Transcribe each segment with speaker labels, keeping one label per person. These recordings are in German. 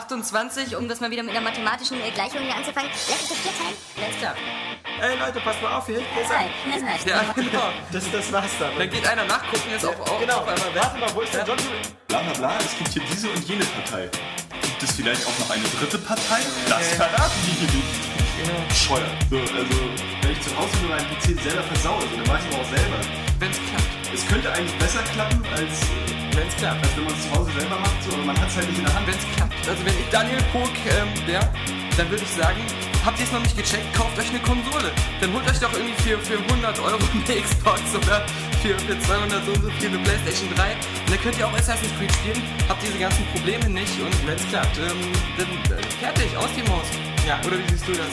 Speaker 1: 28, um das mal wieder mit einer mathematischen äh, Gleichung hier anzufangen.
Speaker 2: Lass uns das vier teilen.
Speaker 1: Alles klar.
Speaker 3: Ey Leute, passt mal auf, hier hinten ist
Speaker 2: Zwei.
Speaker 3: ein...
Speaker 2: Das reicht.
Speaker 1: Ja, genau.
Speaker 3: Das, das war's dann.
Speaker 1: Dann geht einer nachgucken, jetzt auf, auf,
Speaker 3: genau,
Speaker 1: auf einmal weg.
Speaker 3: warte mal, wo ist der John?
Speaker 4: Bla bla bla, es gibt hier diese und jene Partei. Gibt es vielleicht auch noch eine dritte Partei? Das verraten die hier nicht.
Speaker 5: Genau.
Speaker 4: Bescheuert. So, also, wenn ich zu Hause mit meinem PC selber versaue, so, dann mache ich es aber auch selber.
Speaker 3: Wenn's klappt.
Speaker 4: Es könnte eigentlich besser klappen, als, äh,
Speaker 3: Wenn's klappt.
Speaker 4: als wenn man es zu Hause selber macht, so, aber man hat es halt nicht in der Hand.
Speaker 3: Wenn's klappt. Also wenn ich Daniel Pog ähm, wäre, dann würde ich sagen, habt ihr es noch nicht gecheckt, kauft euch eine Konsole. Dann holt euch doch irgendwie für, für 100 Euro eine Xbox oder für, für 200 so und so viel eine Playstation 3. Und dann könnt ihr auch Assassin's Creed spielen, habt diese ganzen Probleme nicht und wenn's klappt, ähm, dann äh, fertig, aus dem Haus. Ja. Oder wie siehst du das?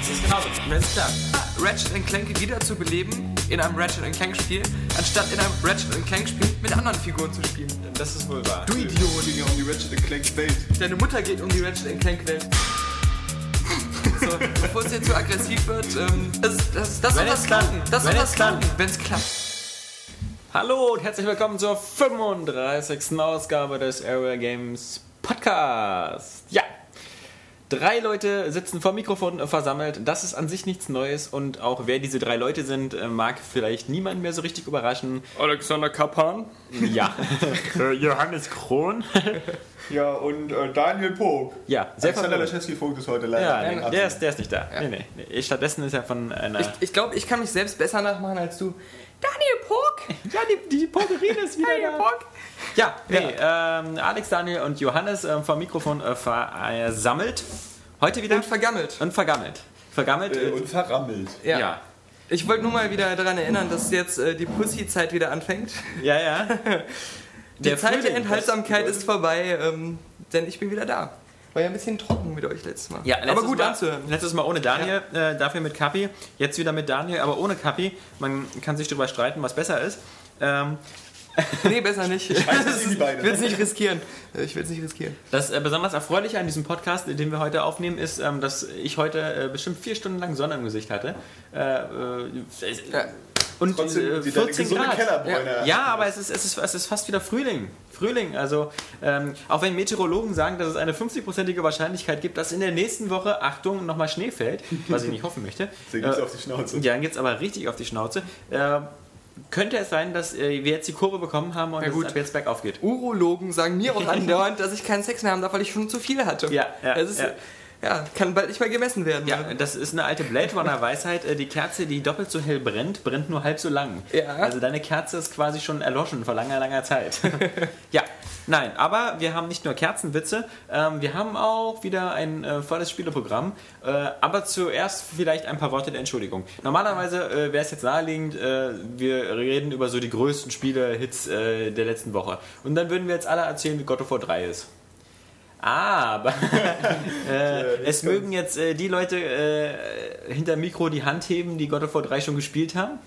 Speaker 3: Es ist genauso. Wenn's klappt. Ratchet Clank wieder zu beleben in einem Ratchet Clank Spiel, anstatt in einem Ratchet Clank Spiel mit anderen Figuren zu spielen.
Speaker 4: Das ist wohl wahr. Du Idiot, Digga, um die Ratchet Clank Welt.
Speaker 3: Deine Mutter geht um die Ratchet Clank Welt. So, bevor es jetzt zu aggressiv wird, ähm, das, das, das soll
Speaker 5: Wenn
Speaker 3: das
Speaker 5: es klappt.
Speaker 3: klappen. Das soll
Speaker 5: Wenn
Speaker 3: das
Speaker 5: es klappt.
Speaker 3: klappen, wenn es klappt.
Speaker 5: Hallo und herzlich willkommen zur 35. Ausgabe des Area Games Podcast. Ja, drei Leute sitzen vor dem Mikrofon äh, versammelt. Das ist an sich nichts Neues und auch wer diese drei Leute sind, äh, mag vielleicht niemanden mehr so richtig überraschen.
Speaker 3: Alexander Kapan.
Speaker 5: Ja,
Speaker 6: Johannes Kron.
Speaker 4: Ja, und äh, Daniel Pog.
Speaker 5: ja, sehr
Speaker 4: Alexander
Speaker 5: verwirrend.
Speaker 4: Laschewski-Vogt ist heute
Speaker 5: Ja,
Speaker 4: leider.
Speaker 5: nee, der ist, der ist nicht da. Nee, nee, nee. Stattdessen ist er von einer.
Speaker 3: Ich, ich glaube, ich kann mich selbst besser nachmachen als du. Daniel Pork.
Speaker 5: ja, die, die Potterine ist wieder
Speaker 3: Daniel Pork.
Speaker 5: Ja, nee, Ähm, Alex, Daniel und Johannes ähm, vom Mikrofon äh, versammelt. Heute wieder.
Speaker 3: Und vergammelt.
Speaker 5: Und vergammelt. Vergammelt.
Speaker 4: Äh,
Speaker 5: äh,
Speaker 4: und verrammelt.
Speaker 3: Ja.
Speaker 5: ja.
Speaker 3: Ich wollte nur mal wieder daran erinnern, dass jetzt äh, die Pussy-Zeit wieder anfängt.
Speaker 5: Ja, ja.
Speaker 3: Die Zeit der
Speaker 5: Frühling.
Speaker 3: Enthaltsamkeit ist vorbei, ähm, denn ich bin wieder da. War ja ein bisschen trocken mit euch letztes Mal.
Speaker 5: Ja, letztes
Speaker 3: aber gut
Speaker 5: Mal,
Speaker 3: anzuhören.
Speaker 5: Letztes Mal ohne Daniel, äh, dafür mit Kapi. Jetzt wieder mit Daniel, aber ohne Kapi. Man kann sich darüber streiten, was besser ist. Ähm,
Speaker 3: Nee, besser nicht. Ich
Speaker 4: weiß, das sind die beiden.
Speaker 3: will es nicht riskieren. Äh, Ich will es nicht riskieren.
Speaker 5: Das äh, besonders Erfreuliche an diesem Podcast, den wir heute aufnehmen, ist, ähm, dass ich heute äh, bestimmt vier Stunden lang Sonne im Gesicht hatte. Äh, äh,
Speaker 3: Ja.
Speaker 5: und
Speaker 4: Trotzdem,
Speaker 5: äh,
Speaker 4: die deine
Speaker 5: 14
Speaker 4: gesunde
Speaker 5: Grad.
Speaker 4: Kellerbräune.
Speaker 5: Ja, aber es ist, es, ist, es ist fast wieder Frühling. Frühling, also ähm, auch wenn Meteorologen sagen, dass es eine 50-prozentige Wahrscheinlichkeit gibt, dass in der nächsten Woche, Achtung, nochmal Schnee fällt, was ich nicht hoffen möchte.
Speaker 4: Deswegen gibt's
Speaker 5: äh,
Speaker 4: auf die Schnauze.
Speaker 5: Ja, dann geht's aber richtig auf die Schnauze. Äh, könnte es sein, dass äh, wir jetzt die Kurve bekommen haben und
Speaker 3: Na
Speaker 5: dass
Speaker 3: gut.
Speaker 5: es ab jetzt bergauf geht?
Speaker 3: Urologen sagen mir auch andauernd, dass ich keinen Sex mehr haben darf, weil ich schon zu viel hatte.
Speaker 5: Ja, ja,
Speaker 3: das ist, ja.
Speaker 5: ja.
Speaker 3: kann bald nicht mehr gemessen werden. ne?
Speaker 5: Ja, das ist eine alte Blade Runner Weisheit. Äh, Die Kerze, die doppelt so hell brennt, brennt nur halb so lang.
Speaker 3: Ja.
Speaker 5: Also deine Kerze ist quasi schon erloschen vor langer, langer Zeit. ja, nein, aber wir haben nicht nur Kerzenwitze, ähm, wir haben auch wieder ein äh, volles Spieleprogramm. Äh, aber zuerst vielleicht ein paar Worte der Entschuldigung. Normalerweise äh, wäre es jetzt naheliegend, äh, wir reden über so die größten Spiele-Hits äh, der letzten Woche. Und dann würden wir jetzt alle erzählen, wie God of War 3 ist. Ah, Aber äh, es mögen jetzt äh, die Leute äh, hinter Mikro die Hand heben, die God of War 3 schon gespielt haben.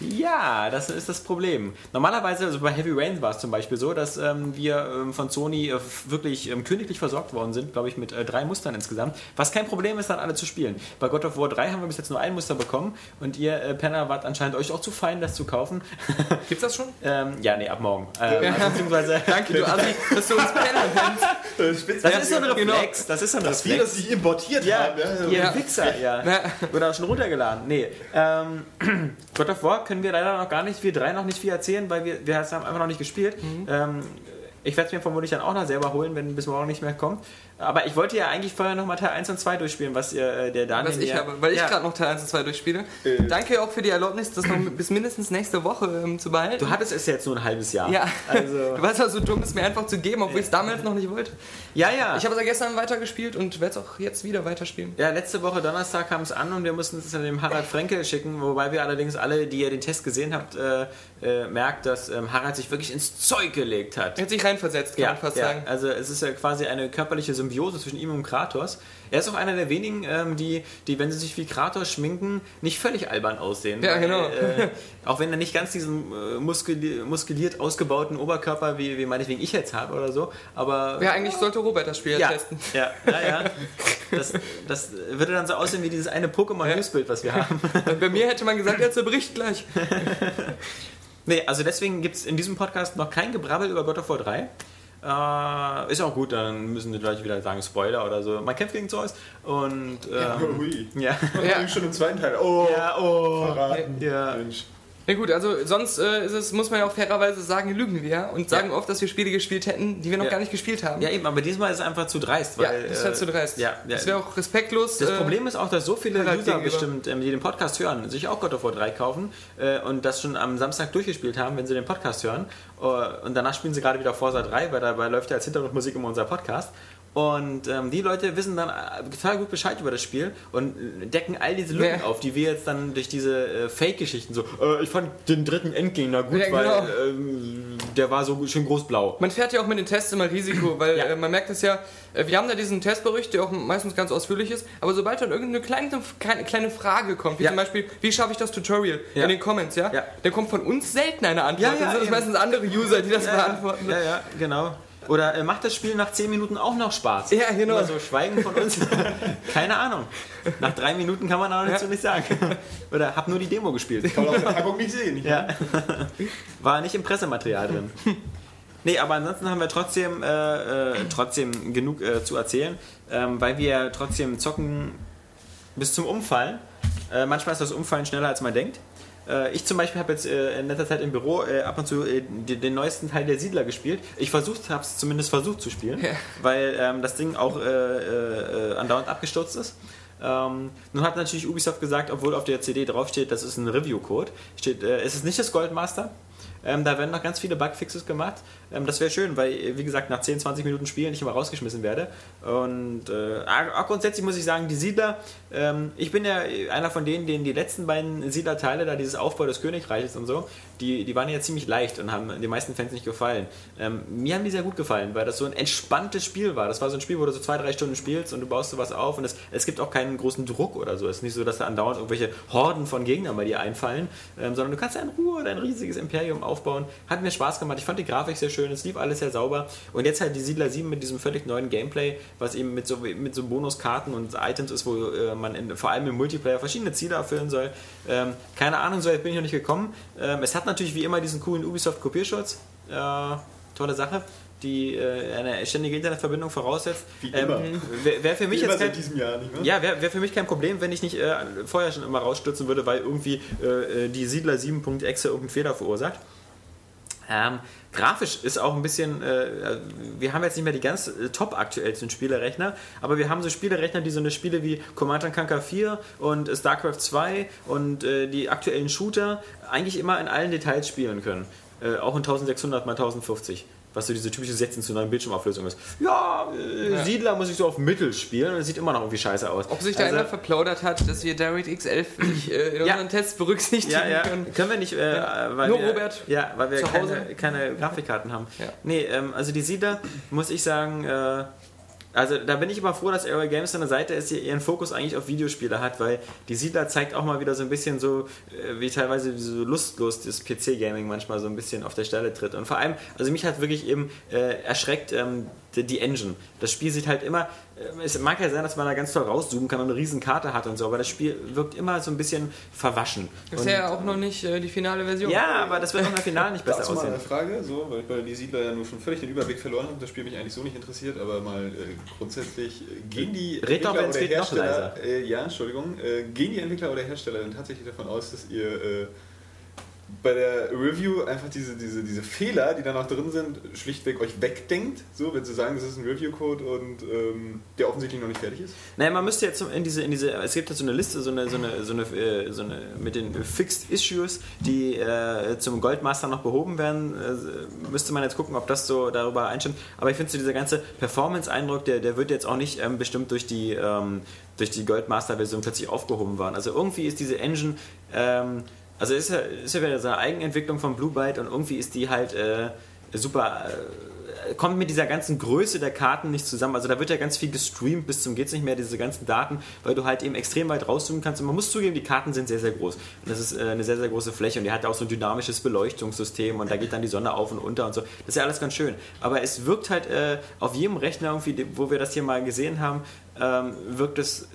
Speaker 5: Ja, das ist das Problem. Normalerweise, also bei Heavy Rain war es zum Beispiel so, dass ähm, wir ähm, von Sony äh, wirklich ähm, königlich versorgt worden sind, glaube ich, mit äh, drei Mustern insgesamt. Was kein Problem ist, dann alle zu spielen. Bei God of War 3 haben wir bis jetzt nur ein Muster bekommen und ihr äh, Penner wart anscheinend euch auch zu fein, das zu kaufen.
Speaker 3: Gibt's das schon?
Speaker 5: ähm, ja, nee, ab morgen. Ähm, also, beziehungsweise,
Speaker 3: Danke, du Assi, dass du uns kennen nennst.
Speaker 4: Äh, Spitz-
Speaker 5: das ist so ein Reflex. Genau. Das ist so ein
Speaker 4: Dass wir das nicht importiert
Speaker 5: Ja,
Speaker 4: haben. Ja,
Speaker 5: ihr
Speaker 3: Ja.
Speaker 5: Wichser, ja.
Speaker 3: Ja.
Speaker 5: Oder auch schon runtergeladen. Nee. Ähm, God of War können wir leider noch gar nicht, wir drei noch nicht viel erzählen, weil wir, wir haben es einfach noch nicht gespielt.
Speaker 3: Mhm.
Speaker 5: Ähm, ich werde es mir vermutlich dann auch noch selber holen, wenn bis morgen nicht mehr kommt. Aber ich wollte ja eigentlich vorher nochmal Teil 1 und 2 durchspielen, was ihr, äh, der Daniel
Speaker 3: Was ich
Speaker 5: ja,
Speaker 3: habe, weil ich
Speaker 5: ja.
Speaker 3: gerade noch Teil 1 und 2 durchspiele.
Speaker 4: Äh.
Speaker 3: Danke auch für die Erlaubnis, das noch bis mindestens nächste Woche ähm, zu behalten.
Speaker 5: Du hattest es jetzt nur ein halbes Jahr.
Speaker 3: ja,
Speaker 5: Also,
Speaker 3: du warst ja so dumm, es mir einfach zu geben, obwohl ich es damals noch nicht wollte.
Speaker 5: ja, ja.
Speaker 3: Ich habe es ja gestern weitergespielt und werde es auch jetzt wieder weiterspielen.
Speaker 5: Ja, letzte Woche Donnerstag kam es an und wir mussten es dann dem Harald Frenkel schicken, wobei wir allerdings alle, die ihr den Test gesehen habt, äh, äh, merkt, dass ähm, Harald sich wirklich ins Zeug gelegt hat.
Speaker 3: Er hat sich reinversetzt, kann man fast sagen.
Speaker 5: Also es ist ja quasi eine körperliche Symbiose zwischen ihm und Kratos. Er ist auch einer der wenigen, ähm, die, die, wenn sie sich wie Kratos schminken, nicht völlig albern aussehen.
Speaker 3: Ja, genau.
Speaker 5: Äh, auch wenn er nicht ganz diesen äh, muskeli muskeliert ausgebauten Oberkörper, wie, wie meinetwegen ich jetzt habe oder so, aber...
Speaker 3: Ja, eigentlich sollte Robert das Spiel
Speaker 5: ja,
Speaker 3: testen.
Speaker 5: ja, ja, ja. Das, das würde dann so aussehen wie dieses eine Pokémon-Newsbild, was wir haben.
Speaker 3: Bei mir hätte man gesagt, er zerbricht gleich.
Speaker 5: Nee, also deswegen gibt es in diesem Podcast noch kein Gebrabbel über God of War 3. Äh, ist auch gut, dann müssen die Leute wieder sagen Spoiler oder so. Man kämpft gegen Zeus und ähm,
Speaker 4: Hui.
Speaker 5: ja.
Speaker 4: Ja. Schon im zweiten Teil. Oh,
Speaker 5: Ja, oh.
Speaker 4: verraten.
Speaker 5: Ja.
Speaker 4: Mensch.
Speaker 7: Ja gut, also sonst äh, ist es, muss man ja auch fairerweise sagen, lügen wir und sagen oft, dass wir Spiele gespielt hätten, die wir noch
Speaker 5: Ja.
Speaker 7: gar nicht gespielt haben.
Speaker 5: ja, eben, aber diesmal ist es einfach zu dreist.
Speaker 7: Ja,
Speaker 5: Weil,
Speaker 7: das wäre
Speaker 5: äh,
Speaker 7: zu dreist.
Speaker 5: Ja, ja.
Speaker 7: Das wäre auch respektlos.
Speaker 5: Das
Speaker 7: äh,
Speaker 5: Problem ist auch, dass so viele
Speaker 7: Charakter
Speaker 5: User
Speaker 7: gegenüber.
Speaker 5: bestimmt, ähm, die den Podcast hören, sich auch God of War 3 kaufen äh, und das schon am Samstag durchgespielt haben, wenn sie den Podcast hören. Äh, und danach spielen sie gerade wieder Forza 3, weil dabei läuft ja als Hintergrundmusik immer unser Podcast. Und ähm, die Leute wissen dann äh, total gut Bescheid über das Spiel und äh, decken all diese Lücken
Speaker 7: Ja.
Speaker 5: auf, die wir jetzt dann durch diese äh, Fake-Geschichten so, äh, ich fand den dritten Endgegner gut,
Speaker 7: Ja, genau.
Speaker 5: weil ähm, der war so schön großblau.
Speaker 7: Man fährt ja auch mit den Tests immer Risiko, weil
Speaker 5: Ja.
Speaker 7: äh, man merkt es ja, äh, wir haben da diesen Testbericht, der auch meistens ganz ausführlich ist, aber sobald dann irgendeine kleine, keine- kleine Frage kommt, wie
Speaker 5: Ja.
Speaker 7: zum Beispiel, wie schaffe ich das Tutorial
Speaker 5: Ja.
Speaker 7: in den Comments, ja?
Speaker 5: Ja.
Speaker 7: Dann kommt von uns selten eine Antwort.
Speaker 5: Ja, ja,
Speaker 7: dann sind es
Speaker 5: eben.
Speaker 7: meistens andere User, die das beantworten.
Speaker 5: Ja, ja, genau. Oder äh, macht das Spiel nach 10 Minuten auch noch Spaß?
Speaker 7: Ja, genau.
Speaker 5: Immer so Schweigen von uns. Keine Ahnung. Nach drei Minuten kann man auch dazu nicht sagen. Oder hab nur die Demo gespielt.
Speaker 4: Kann man auf der Packung nicht sehen.
Speaker 5: Ja. War nicht im Pressematerial drin. Nee, aber ansonsten haben wir trotzdem, äh, äh, trotzdem genug äh, zu erzählen, ähm, weil wir trotzdem zocken bis zum Umfallen. Äh, manchmal ist das Umfallen schneller, als man denkt. Äh, ich zum Beispiel habe jetzt äh, in letzter Zeit im Büro äh, ab und zu äh, die, den neuesten Teil der Siedler gespielt. Ich versucht habe es zumindest versucht zu spielen, weil ähm, das Ding auch äh, äh, äh, andauernd abgestürzt ist. Ähm, nun hat natürlich Ubisoft gesagt, obwohl auf der CD draufsteht, das ist ein Review-Code, steht, äh, es ist nicht das Goldmaster. Ähm, da werden noch ganz viele Bugfixes gemacht. Ähm, das wäre schön, weil, äh, wie gesagt, nach 10, 20 Minuten Spielen ich immer rausgeschmissen werde. Und äh, ah, ah, grundsätzlich muss ich sagen, die Siedler, ähm, ich bin ja äh, einer von denen, denen die letzten beiden Siedler-Teile, da dieses Aufbau des Königreiches und so, die, die waren ja ziemlich leicht und haben den meisten Fans nicht gefallen. Ähm, mir haben die sehr gut gefallen, weil das so ein entspanntes Spiel war. Das war so ein Spiel, wo du so zwei, drei Stunden spielst und du baust sowas auf und es, es gibt auch keinen großen Druck oder so. Es ist nicht so, dass da andauernd irgendwelche Horden von Gegnern bei dir einfallen, ähm, sondern du kannst ja in Ruhe dein riesiges Imperium aufbauen. Hat mir Spaß gemacht. Ich fand die Grafik sehr schön, es lief alles sehr sauber. Und jetzt halt die Siedler 7 mit diesem völlig neuen Gameplay, was eben mit so, mit so Bonuskarten und Items ist, wo äh, man in, vor allem im Multiplayer verschiedene Ziele erfüllen soll. Ähm, keine Ahnung, so weit bin ich noch nicht gekommen. Ähm, es hat natürlich wie immer diesen coolen Ubisoft-Kopierschutz. Äh, tolle Sache die äh, eine ständige Internetverbindung voraussetzt.
Speaker 4: Wie immer.
Speaker 5: Wäre wär für mich
Speaker 4: Wie immer
Speaker 5: jetzt kein,
Speaker 4: seit diesem Jahr, nicht ne? wahr?
Speaker 5: ja, wäre wär für mich kein Problem, wenn ich nicht äh, vorher schon immer rausstürzen würde, weil irgendwie äh, äh, die Siedler 7.exe irgendeinen Fehler verursacht. Ähm, grafisch ist auch ein bisschen, äh, äh, wir haben jetzt nicht mehr die ganz äh, top aktuellsten Spielerechner, aber wir haben so Spielerechner, die so eine Spiele wie Command and Conquer 4 und äh, StarCraft 2 und äh, die aktuellen Shooter eigentlich immer in allen Details spielen können. Äh, auch in 1600 mal 1050. Was so diese typische 16 zu 9 Bildschirmauflösung ist. Ja, äh, Siedler muss ich so auf Mittel spielen und es sieht immer noch irgendwie scheiße aus.
Speaker 7: Ob sich da
Speaker 5: Also-
Speaker 7: einer verplaudert hat, dass wir DirectX 11 nicht äh, in
Speaker 5: Ja.
Speaker 7: unseren Tests berücksichtigen
Speaker 5: ja, ja.
Speaker 7: können.
Speaker 5: können. wir nicht, äh,
Speaker 7: Ja.
Speaker 5: weil
Speaker 7: Nur
Speaker 5: wir,
Speaker 7: Robert
Speaker 5: Ja, weil wir
Speaker 7: zu Hause.
Speaker 5: keine, keine Grafikkarten haben.
Speaker 7: Ja.
Speaker 5: Nee, ähm, also die Siedler, muss ich sagen, äh, also da bin ich immer froh, dass Aerial Games an der Seite ist, die ihren Fokus eigentlich auf Videospiele hat, weil die Siedler zeigt auch mal wieder so ein bisschen so, äh, wie teilweise so lustlos das PC-Gaming manchmal so ein bisschen auf der Stelle tritt. Und vor allem, also mich hat wirklich eben äh, erschreckt ähm, die, die Engine. Das Spiel sieht halt immer, äh, es mag ja sein, dass man da ganz toll rauszoomen kann, wenn man eine riesen Karte hat und so, aber das Spiel wirkt immer so ein bisschen verwaschen.
Speaker 7: Das ist ja auch noch nicht äh, die finale Version.
Speaker 5: Ja, aber das wird auch im Final nicht besser
Speaker 4: Dazu mal
Speaker 5: aussehen.
Speaker 4: eine Frage, so, weil ich bei die Siedler ja nur schon völlig den Überblick verloren habe, das Spiel mich eigentlich so nicht interessiert, aber mal äh, grundsätzlich äh, gehen die
Speaker 5: Red doch,
Speaker 4: Entwickler
Speaker 5: wenn's
Speaker 4: oder
Speaker 5: geht, noch
Speaker 4: Hersteller, äh, ja, Entschuldigung, äh, gehen die Entwickler oder Hersteller denn tatsächlich davon aus, dass ihr äh, bei der Review einfach diese, diese, diese Fehler, die da noch drin sind, schlichtweg euch wegdenkt, so, wenn sie sagen, das ist ein Review-Code und ähm, der offensichtlich noch nicht fertig ist?
Speaker 5: Naja, man müsste jetzt in diese, in diese, es gibt jetzt so eine Liste, so eine, so eine, so eine, äh, so eine mit den Fixed Issues, die äh, zum Goldmaster noch behoben werden. Äh, müsste man jetzt gucken, ob das so darüber einstimmt. Aber ich finde so dieser ganze Performance-Eindruck, der, der wird jetzt auch nicht ähm, bestimmt durch die, ähm, durch die Goldmaster-Version plötzlich aufgehoben werden. Also irgendwie ist diese Engine, ähm, also ist ja, ist ja wieder so eine Eigenentwicklung von Blue Byte und irgendwie ist die halt äh, super. Äh, kommt mit dieser ganzen Größe der Karten nicht zusammen. Also da wird ja ganz viel gestreamt bis zum geht's nicht mehr, diese ganzen Daten, weil du halt eben extrem weit rauszoomen kannst. Und man muss zugeben, die Karten sind sehr, sehr groß. Und das ist äh, eine sehr, sehr große Fläche und die hat ja auch so ein dynamisches Beleuchtungssystem und da geht dann die Sonne auf und unter und so. Das ist ja alles ganz schön. Aber es wirkt halt äh, auf jedem Rechner irgendwie, wo wir das hier mal gesehen haben, ähm, wirkt es äh,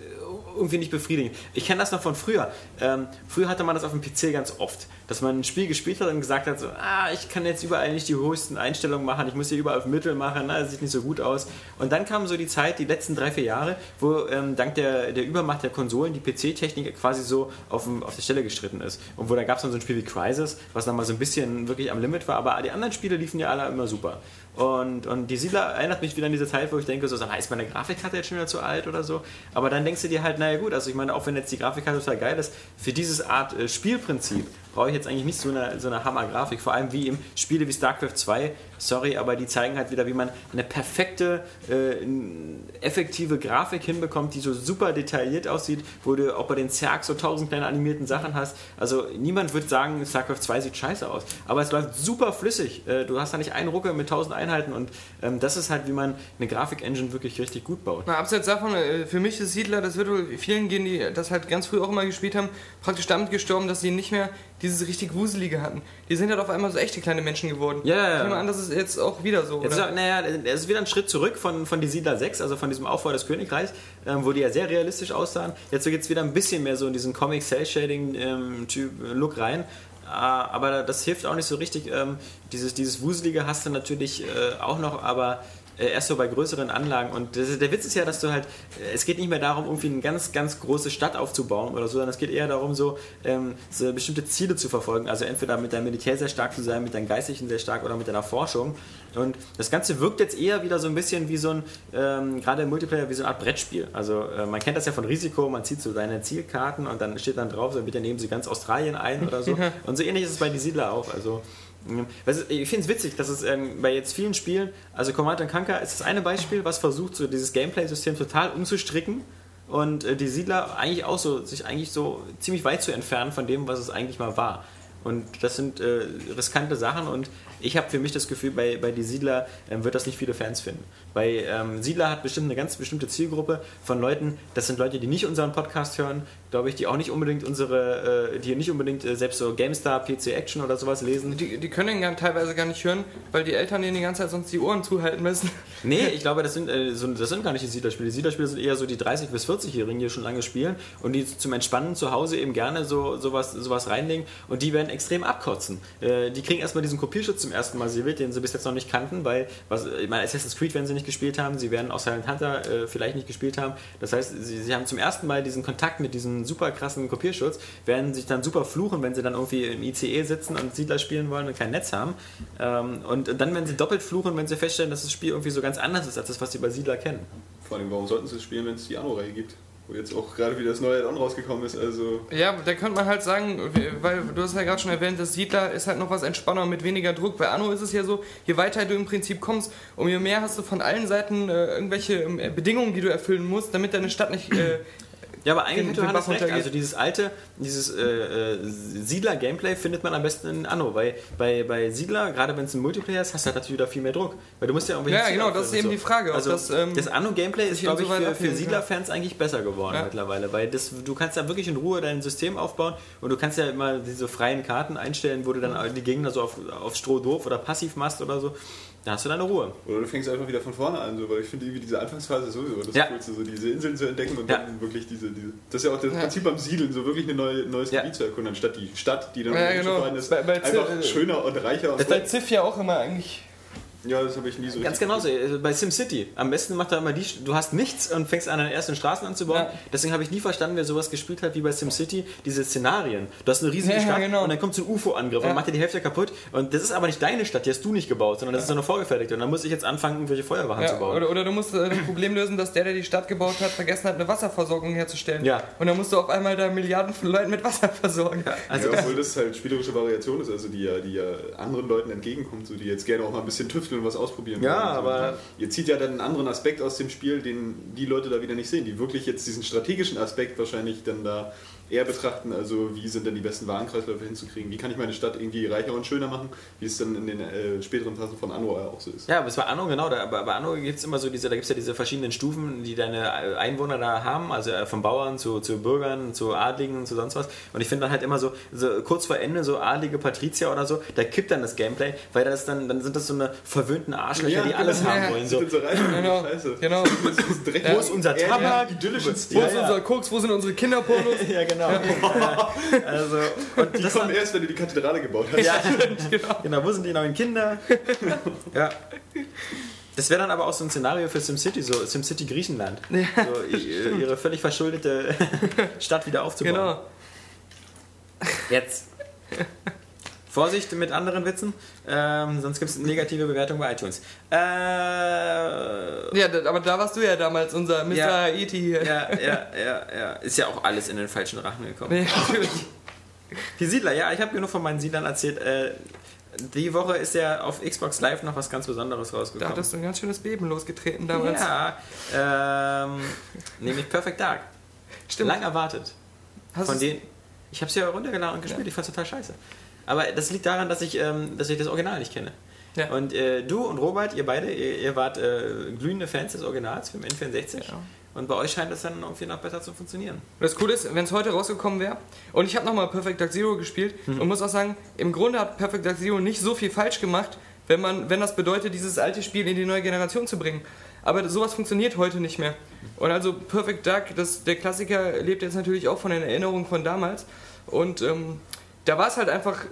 Speaker 5: irgendwie nicht befriedigend. Ich kenne das noch von früher. Ähm, früher hatte man das auf dem PC ganz oft, dass man ein Spiel gespielt hat und gesagt hat, so, ah, ich kann jetzt überall nicht die höchsten Einstellungen machen, ich muss hier überall auf Mittel machen, na, das sieht nicht so gut aus. Und dann kam so die Zeit, die letzten drei, vier Jahre, wo ähm, dank der, der Übermacht der Konsolen die PC-Technik quasi so auf, dem, auf der Stelle gestritten ist. Und wo da gab es dann so ein Spiel wie Crisis, was dann mal so ein bisschen wirklich am Limit war, aber die anderen Spiele liefen ja alle immer super. Und, und die Siedler erinnert mich wieder an diese Zeit, wo ich denke, so, sag mal, ist meine Grafikkarte jetzt schon wieder zu alt oder so? Aber dann denkst du dir halt, naja gut, also ich meine, auch wenn jetzt die Grafikkarte total geil ist, für dieses Art äh, Spielprinzip brauche ich jetzt eigentlich nicht so eine, so eine Hammer-Grafik. Vor allem wie eben Spiele wie StarCraft 2, sorry, aber die zeigen halt wieder, wie man eine perfekte, äh, n- effektive Grafik hinbekommt, die so super detailliert aussieht, wo du auch bei den Zergs so tausend kleine animierten Sachen hast. Also niemand wird sagen, StarCraft 2 sieht scheiße aus. Aber es läuft super flüssig. Äh, du hast da nicht einen Ruckel mit tausend Einheiten und ähm, das ist halt, wie man eine Grafik-Engine wirklich richtig gut baut.
Speaker 7: Na, abseits davon, äh, für mich ist Siedler, das wird wohl vielen gehen, die das halt ganz früh auch immer gespielt haben, praktisch damit gestorben, dass sie nicht mehr dieses richtig Wuselige hatten. Die sind halt auf einmal so echte kleine Menschen geworden.
Speaker 5: Ja, ja, ja.
Speaker 7: Ich nehme an, das ist jetzt auch wieder so,
Speaker 5: Jetzt,
Speaker 7: oder?
Speaker 5: ist er- naja, es ist wieder ein Schritt zurück von, von die Siedler 6, also von diesem Aufbau des Königreichs, ähm, wo die ja sehr realistisch aussahen. Jetzt geht es wieder ein bisschen mehr so in diesen comic cell shading ähm, Typ- look rein. Äh, aber das hilft auch nicht so richtig. Ähm, dieses, dieses Wuselige hast du natürlich äh, auch noch, aber äh, erst so bei größeren Anlagen. Und das, der Witz ist ja, dass du halt, äh, es geht nicht mehr darum, irgendwie eine ganz, ganz große Stadt aufzubauen oder so, sondern es geht eher darum, so, ähm, so bestimmte Ziele zu verfolgen. Also entweder mit deinem Militär sehr stark zu sein, mit deinem Geistlichen sehr stark oder mit deiner Forschung. Und das Ganze wirkt jetzt eher wieder so ein bisschen wie so ein, ähm, gerade im Multiplayer, wie so eine Art Brettspiel. Also äh, man kennt das ja von Risiko, man zieht so seine Zielkarten und dann steht dann drauf, so bitte nehmen Sie ganz Australien ein oder so. Und so ähnlich ist es bei Die Siedler auch. Also Mhm. Was ist, ich finde es witzig, dass es ähm, bei jetzt vielen Spielen, also Command Conquer ist das eine Beispiel, was versucht, so dieses Gameplay-System total umzustricken und äh, die Siedler eigentlich auch so, sich eigentlich so ziemlich weit zu entfernen von dem, was es eigentlich mal war. Und das sind äh, riskante Sachen und ich habe für mich das Gefühl, bei, bei die Siedler ähm, wird das nicht viele Fans finden. Weil ähm, Siedler hat bestimmt eine ganz bestimmte Zielgruppe von Leuten, das sind Leute, die nicht unseren Podcast hören, glaube ich, die auch nicht unbedingt unsere, äh, die nicht unbedingt äh, selbst so GameStar, PC Action oder sowas lesen.
Speaker 7: Die, die können ihn gar, teilweise gar nicht hören, weil die Eltern denen die ganze Zeit sonst die Ohren zuhalten müssen.
Speaker 5: Nee, ich glaube, das sind, äh, so, das sind gar nicht die Siedlerspiele. Die Siedlerspiele sind eher so die 30- bis 40-Jährigen, die schon lange spielen und die zum Entspannen zu Hause eben gerne so, sowas, sowas reinlegen und die werden extrem abkotzen. Äh, die kriegen erstmal diesen Kopierschutz zum ersten Mal serviert, den sie bis jetzt noch nicht kannten, weil, was, ich meine, Assassin's Creed werden sie nicht gespielt haben, sie werden auch Silent Hunter äh, vielleicht nicht gespielt haben. Das heißt, sie, sie haben zum ersten Mal diesen Kontakt mit diesem super krassen Kopierschutz, werden sich dann super fluchen, wenn sie dann irgendwie im ICE sitzen und Siedler spielen wollen und kein Netz haben. Ähm, und dann werden sie doppelt fluchen, wenn sie feststellen, dass das Spiel irgendwie so ganz anders ist als das, was sie bei Siedler kennen.
Speaker 4: Vor allem, warum sollten sie es spielen, wenn es die Anno-Reihe gibt? Wo jetzt auch gerade wieder das neue Add-on rausgekommen ist, also...
Speaker 7: Ja, da könnte man halt sagen, weil du hast ja gerade schon erwähnt, das Siedler ist halt noch was entspannter und mit weniger Druck. Bei Anno ist es ja so, je weiter du im Prinzip kommst, umso mehr hast du von allen Seiten äh, irgendwelche ähm, Bedingungen, die du erfüllen musst, damit deine Stadt nicht... Äh,
Speaker 5: Ja, aber eigentlich
Speaker 7: Den-
Speaker 5: hat
Speaker 7: den
Speaker 5: Johannes
Speaker 7: Bach
Speaker 5: recht.
Speaker 7: runtergeht.
Speaker 5: Also dieses alte, dieses äh, äh, Siedler-Gameplay findet man am besten in Anno, weil bei, bei Siedler, gerade wenn es ein Multiplayer ist, hast du halt natürlich wieder viel mehr Druck. Weil du musst ja irgendwelche
Speaker 7: Ja,
Speaker 5: Ziele
Speaker 7: genau, das
Speaker 5: erfüllen
Speaker 7: ist eben
Speaker 5: und
Speaker 7: die Frage, ob
Speaker 5: Also das
Speaker 7: das, ähm,
Speaker 5: Anno-Gameplay ist,
Speaker 7: sich
Speaker 5: glaube ich,
Speaker 7: insoweit
Speaker 5: für, für
Speaker 7: abheben kann.
Speaker 5: Siedler-Fans eigentlich besser geworden
Speaker 7: Ja.
Speaker 5: mittlerweile, weil das, du kannst ja wirklich in Ruhe dein System aufbauen und du kannst ja immer diese freien Karten einstellen, wo du
Speaker 7: Mhm.
Speaker 5: dann die Gegner so auf, auf Stroh doof oder passiv machst oder so. Da hast du deine Ruhe.
Speaker 4: Oder du fängst einfach wieder von vorne an, so, weil ich finde irgendwie diese Anfangsphase ist sowieso das
Speaker 5: Ja.
Speaker 4: Coolste, so diese Inseln zu entdecken und
Speaker 5: Ja.
Speaker 4: dann wirklich diese, diese... Das ist ja auch das Prinzip beim Siedeln, so wirklich ein neue, neues
Speaker 5: Ja.
Speaker 4: Gebiet zu erkunden, anstatt die Stadt, die dann
Speaker 7: Ja,
Speaker 4: irgendwie
Speaker 7: genau.
Speaker 4: schon vorhanden ist,
Speaker 7: Bei- bei
Speaker 4: einfach
Speaker 7: Zill-
Speaker 4: schöner und reicher und...
Speaker 7: bei Ziff ja auch immer eigentlich...
Speaker 4: Ja, das habe ich nie so
Speaker 5: Ganz
Speaker 4: richtig-
Speaker 5: genauso, äh, bei SimCity. Am besten macht er immer die, du hast nichts und fängst an, deine ersten Straßen anzubauen.
Speaker 7: Ja.
Speaker 5: Deswegen habe ich nie verstanden, wer sowas gespielt hat wie bei SimCity, diese Szenarien. Du hast eine riesige
Speaker 7: Ja, ja,
Speaker 5: Stadt
Speaker 7: genau.
Speaker 5: und dann kommt so ein UFO-Angriff
Speaker 7: Ja.
Speaker 5: und macht dir die Hälfte kaputt. Und das ist aber nicht deine Stadt, die hast du nicht gebaut, sondern das ist ja nur vorgefertigt. Und dann muss ich jetzt anfangen, irgendwelche Feuerwachen zu
Speaker 7: Ja,
Speaker 5: bauen.
Speaker 7: oder, oder du musst äh, das Problem lösen, dass der, der die Stadt gebaut hat, vergessen hat, eine Wasserversorgung herzustellen.
Speaker 5: Ja.
Speaker 7: Und dann musst du auf einmal da Milliarden von Leuten mit Wasser versorgen.
Speaker 5: also
Speaker 4: ja, obwohl das halt spielerische Variation ist, also die ja, die ja anderen Leuten entgegenkommt, so die jetzt gerne auch mal ein bisschen tüfteln und was ausprobieren
Speaker 5: Ja,
Speaker 4: wollen. So,
Speaker 5: aber-
Speaker 4: Ihr zieht ja dann einen anderen Aspekt aus dem Spiel, den die Leute da wieder nicht sehen, die wirklich jetzt diesen strategischen Aspekt wahrscheinlich dann da eher betrachten, also wie sind denn die besten Warenkreisläufe hinzukriegen, wie kann ich meine Stadt irgendwie reicher und schöner machen, wie es dann in den äh, späteren Phasen von Anwar auch so ist.
Speaker 5: Ja, aber es war Anno, genau. Da, bei, bei Anno gibt es immer so diese, da gibt es ja diese verschiedenen Stufen, die deine Einwohner da haben, also äh, von Bauern zu, zu Bürgern, zu Adligen, zu sonst was. Und ich finde dann halt immer so, so, kurz vor Ende, so adlige Patrizier oder so, da kippt dann das Gameplay, weil das dann, dann sind das so eine verwöhnten Arschlöcher,
Speaker 4: Ja,
Speaker 5: die alles
Speaker 4: genau.
Speaker 5: haben
Speaker 3: Ja.
Speaker 5: wollen.
Speaker 4: Ich
Speaker 5: So.
Speaker 4: bin so reich und
Speaker 3: Genau,
Speaker 4: scheiße.
Speaker 3: genau.
Speaker 4: Das ist direkt
Speaker 3: Wo
Speaker 4: ja.
Speaker 3: ist
Speaker 5: unser Tabak?
Speaker 4: Idyllischen
Speaker 3: Wo
Speaker 4: Stil.
Speaker 5: Ja,
Speaker 3: ist
Speaker 5: ja.
Speaker 3: unser Koks? Wo sind unsere Kinderpornos?
Speaker 5: Ja, genau. also, und
Speaker 4: Die
Speaker 5: das
Speaker 4: kommen
Speaker 5: dann,
Speaker 4: erst, wenn du die Kathedrale gebaut hast.
Speaker 5: ja, genau, wo sind die neuen Kinder? ja. Das wäre dann aber auch so ein Szenario für SimCity, so SimCity Griechenland. so, i- äh, ihre völlig verschuldete Stadt wieder aufzubauen.
Speaker 3: genau.
Speaker 5: Jetzt. Vorsicht mit anderen Witzen, ähm, sonst gibt es negative Bewertungen bei iTunes. Äh, ja,
Speaker 3: Ja, da- aber da warst du ja damals unser Mr.
Speaker 5: Ja.
Speaker 7: E
Speaker 3: Haiti hier.
Speaker 5: ja, ja, ja. Ist ja auch alles in den falschen Rachen gekommen.
Speaker 3: Ja, natürlich.
Speaker 5: Die Siedler, ja, ich habe genug von meinen Siedlern erzählt. Äh, die Woche ist ja auf Xbox Live noch was ganz Besonderes
Speaker 3: Da
Speaker 5: rausgekommen.
Speaker 3: hattest du ein ganz schönes Beben losgetreten damals.
Speaker 5: ja, ähm, nämlich Perfect Dark.
Speaker 3: Stimmt.
Speaker 5: Lang erwartet.
Speaker 3: Hast
Speaker 5: Von
Speaker 3: du's-
Speaker 5: denen. Ich habe es ja runtergeladen und gespielt. Ich fand's total scheiße. Aber das liegt daran, dass ich, ähm, dass ich das Original nicht kenne.
Speaker 3: Ja.
Speaker 5: Und äh, du und Robert, ihr beide, ihr, ihr wart äh, glühende Fans des Originals für den N64.
Speaker 3: Ja.
Speaker 5: Und bei euch scheint das dann irgendwie noch besser zu funktionieren.
Speaker 3: Und Das Coole ist, wenn es heute rausgekommen wäre, und ich habe nochmal Perfect Dark Zero gespielt
Speaker 5: Mhm.
Speaker 3: und muss auch sagen, im Grunde hat Perfect Dark Zero nicht so viel falsch gemacht, wenn, man, wenn das bedeutet, dieses alte Spiel in die neue Generation zu bringen. Aber sowas funktioniert heute nicht mehr. Und also Perfect Dark, das, der Klassiker, lebt jetzt natürlich auch von den Erinnerungen von damals. Und ähm, da war es halt einfach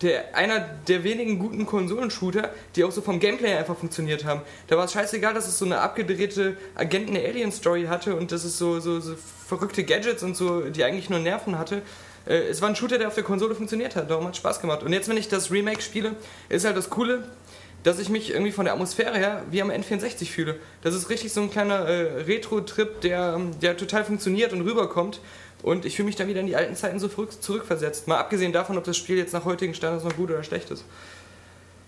Speaker 3: der, einer der wenigen guten Konsolenshooter, die auch so vom Gameplay einfach funktioniert haben. Da war es scheißegal, dass es so eine abgedrehte Agenten-Alien-Story hatte und dass es so, so, so verrückte Gadgets und so, die eigentlich nur Nerven hatte. Äh, Es war ein Shooter, der auf der Konsole funktioniert hat. Darum hat Spaß gemacht. Und jetzt, wenn ich das Remake spiele, ist halt das Coole, dass ich mich irgendwie von der Atmosphäre her wie am N64 fühle. Das ist richtig so ein kleiner äh, Retro-Trip, der, ähm, der total funktioniert und rüberkommt. Und ich fühle mich dann wieder in die alten Zeiten so verrück- zurückversetzt. Mal abgesehen davon, ob das Spiel jetzt nach heutigen Standards noch gut oder schlecht ist.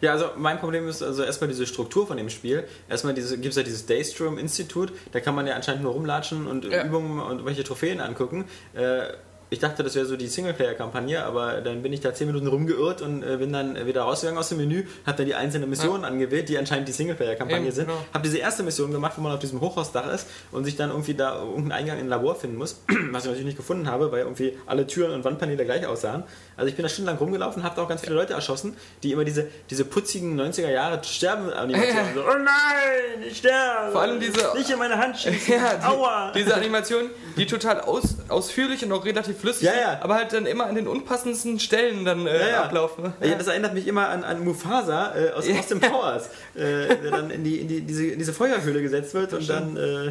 Speaker 5: Ja, also mein Problem ist also erstmal diese Struktur von dem Spiel. Erstmal diese, gibt es ja dieses Daystrom Institut, da kann man ja anscheinend nur rumlatschen und
Speaker 3: Ja.
Speaker 5: Übungen und welche Trophäen angucken. Äh, ich dachte, das wäre so die Singleplayer-Kampagne, aber dann bin ich da 10 Minuten rumgeirrt und äh, bin dann wieder rausgegangen aus dem Menü, habe dann die einzelnen Missionen angewählt, die anscheinend die Singleplayer-Kampagne
Speaker 3: Eben,
Speaker 5: sind.
Speaker 3: genau.
Speaker 5: Habe diese erste Mission gemacht, wo man auf diesem Hochhausdach ist und sich dann irgendwie da irgendeinen Eingang in ein Labor finden muss, was ich natürlich nicht gefunden habe, weil irgendwie alle Türen und Wandpaneele gleich aussahen. Also ich bin da stundenlang rumgelaufen, habe da auch ganz viele Leute erschossen, die immer diese, diese putzigen 90er Jahre sterben Animationen. So, oh nein, ich sterbe.
Speaker 3: Vor allem diese-
Speaker 5: Nicht in meine Hand schießen.
Speaker 3: Ja, die,
Speaker 5: Aua.
Speaker 3: Diese Animation, die total aus, ausführlich und auch relativ flüssig
Speaker 5: Ja,
Speaker 3: sind,
Speaker 5: ja.
Speaker 3: aber halt dann immer an den unpassendsten Stellen dann äh,
Speaker 5: Ja, ja.
Speaker 3: ablaufen.
Speaker 5: Ja, das erinnert mich immer an, an Mufasa äh, aus
Speaker 3: Ja.
Speaker 5: Austin Powers, äh, der dann in, die, in, die, diese, in diese Feuerhöhle gesetzt wird und dann äh,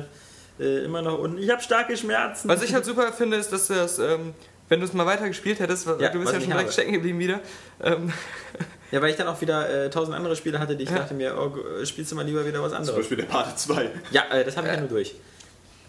Speaker 5: äh, immer noch unten. Ich habe starke Schmerzen.
Speaker 3: Was ich halt super finde, ist, dass das, ähm, wenn du es mal weiter gespielt hättest, weil
Speaker 5: Ja,
Speaker 3: du bist
Speaker 5: was
Speaker 3: ja
Speaker 5: ich
Speaker 3: schon direkt
Speaker 5: habe.
Speaker 3: stecken geblieben wieder. Ähm,
Speaker 5: Ja, weil ich dann auch wieder äh, tausend andere Spiele hatte, die ich
Speaker 3: Ja.
Speaker 5: dachte mir, oh, g- äh, spielst du mal lieber wieder was
Speaker 4: Zum
Speaker 5: anderes.
Speaker 4: Beispiel der Pate 2.
Speaker 5: Ja, äh, das habe ich ja nur durch.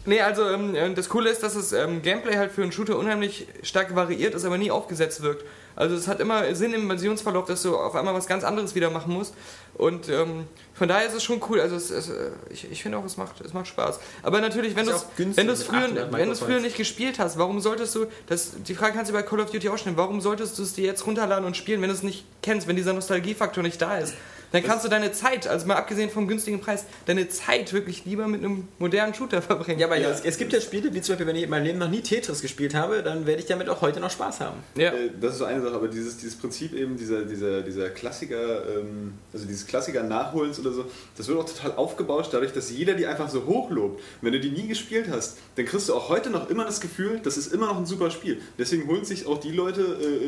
Speaker 3: nee, also ähm, äh, das Coole ist, dass das ähm, Gameplay halt für einen Shooter unheimlich stark variiert ist, aber nie aufgesetzt wirkt. Also es hat immer Sinn im Versionsverlauf, dass du auf einmal was ganz anderes wieder machen musst. Und ähm, von daher ist es schon cool. Also es, es, äh, ich, ich finde auch, es macht, es macht Spaß. Aber natürlich, wenn du
Speaker 5: Ist ja
Speaker 3: es
Speaker 5: auch günstig
Speaker 3: wenn du es
Speaker 5: mit
Speaker 3: früher,
Speaker 5: 800
Speaker 3: wenn du es früher
Speaker 5: Microphones.
Speaker 3: nicht gespielt hast, warum solltest du, das, die Frage kannst du bei Call of Duty auch stellen, warum solltest du es dir jetzt runterladen und spielen, wenn du es nicht kennst, wenn dieser Nostalgiefaktor nicht da ist? Dann kannst du deine Zeit, also mal abgesehen vom günstigen Preis, deine Zeit wirklich lieber mit einem modernen Shooter verbringen.
Speaker 5: Ja, aber
Speaker 4: Ja.
Speaker 5: Es, es gibt ja Spiele, wie zum Beispiel, wenn ich in meinem Leben noch nie Tetris gespielt habe, dann werde ich damit auch heute noch Spaß haben.
Speaker 3: ja.
Speaker 4: Äh, Das ist so eine Sache, aber dieses, dieses Prinzip eben dieser, dieser, dieser Klassiker, ähm, also dieses Klassiker-Nachholens oder so, das wird auch total aufgebauscht dadurch, dass jeder die einfach so hochlobt. Und wenn du die nie gespielt hast, dann kriegst du auch heute noch immer das Gefühl, das ist immer noch ein super Spiel. Deswegen holen sich auch die Leute,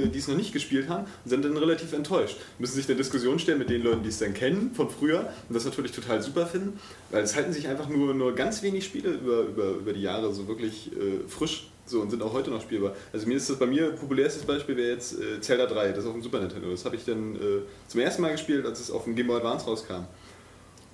Speaker 4: äh, die es noch nicht gespielt haben, und sind dann relativ enttäuscht. Müssen sich der Diskussion stellen mit den Leuten, die es dann kennen von früher und das natürlich total super finden, weil es halten sich einfach nur, nur ganz wenig Spiele über, über, über die Jahre so wirklich äh, frisch so, und sind auch heute noch spielbar. Also mir ist das bei mir populärstes Beispiel wäre jetzt äh, Zelda 3, das auf dem Super Nintendo. Das habe ich dann äh, zum ersten Mal gespielt, als es auf dem Game Boy Advance rauskam.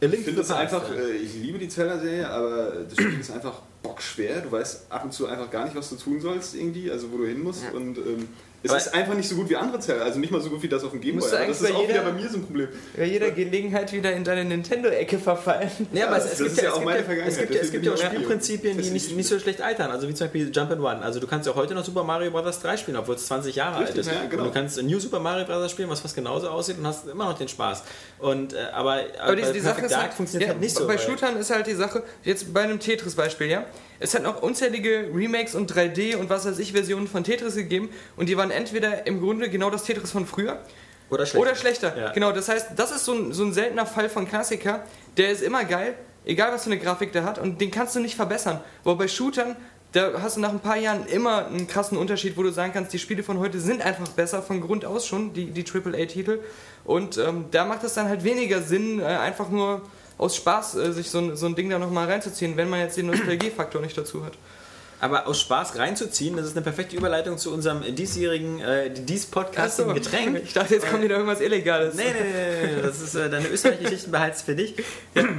Speaker 4: Ich finde das einfach, äh, ich liebe die Zelda-Serie, aber das Spiel ist einfach bockschwer. Du weißt ab und zu einfach gar nicht, was du tun sollst irgendwie, also wo du hin musst. Und ähm, Es
Speaker 7: Aber-
Speaker 4: ist einfach nicht so gut wie andere Zelle, also nicht mal so gut wie das auf dem Gameboy.
Speaker 3: Müsste
Speaker 4: aber Das
Speaker 3: eigentlich
Speaker 4: ist
Speaker 3: bei
Speaker 4: auch wieder
Speaker 3: jeder-
Speaker 4: bei mir so ein Problem.
Speaker 3: Bei jeder Gelegenheit wieder in deine Nintendo-Ecke verfallen.
Speaker 5: Ja, aber es, es
Speaker 4: das
Speaker 5: gibt
Speaker 4: ist
Speaker 5: ja,
Speaker 4: ja auch
Speaker 5: es gibt
Speaker 4: meine
Speaker 5: ja, es
Speaker 4: Vergangenheit,
Speaker 5: gibt ja, es gibt ja auch
Speaker 4: deswegen bin ich auch
Speaker 5: Spielprinzipien, die
Speaker 4: deswegen
Speaker 5: nicht, nicht so schlecht altern. Also wie zum Beispiel Jump'n'Run. Also du kannst ja heute noch Super Mario Bros. 3 spielen, obwohl es 20 Jahre alt
Speaker 4: Richtig,
Speaker 5: ist.
Speaker 4: ja, genau.
Speaker 5: Und du kannst New Super Mario Bros. spielen, was fast genauso aussieht und hast immer noch den Spaß. Und, äh, aber,
Speaker 3: Aber die, die Sache ist
Speaker 5: Dark
Speaker 3: halt,
Speaker 5: funktioniert
Speaker 3: ja,
Speaker 5: halt nicht so.
Speaker 3: Bei
Speaker 5: weil-
Speaker 3: Shootern ist halt die Sache, jetzt bei einem Tetris-Beispiel, ja. Es hat auch unzählige Remakes und 3D und was weiß ich Versionen von Tetris gegeben und die waren entweder im Grunde genau das Tetris von früher
Speaker 5: oder schlecht.
Speaker 3: oder schlechter.
Speaker 5: Ja.
Speaker 3: Genau, das heißt, das ist so ein, so ein seltener Fall von Klassiker, der ist immer geil, egal was für eine Grafik der hat und den kannst du nicht verbessern. Aber bei Shootern, da hast du nach ein paar Jahren immer einen krassen Unterschied, wo du sagen kannst, die Spiele von heute sind einfach besser von Grund aus schon, die, die AAA-Titel. Und ähm, da macht es dann halt weniger Sinn, äh, einfach nur aus Spaß äh, sich so ein, so ein Ding da nochmal reinzuziehen, wenn man jetzt den Nostalgiefaktor nicht dazu hat.
Speaker 5: Aber aus Spaß reinzuziehen, das ist eine perfekte Überleitung zu unserem diesjährigen, äh, dies Podcast
Speaker 3: Ach so.
Speaker 5: Getränk.
Speaker 3: Also, Ich dachte, jetzt kommt wieder irgendwas Illegales.
Speaker 5: Nee, nee, nee, nee, nee, das ist äh, deine Österreich-Geschichten behaltst für dich.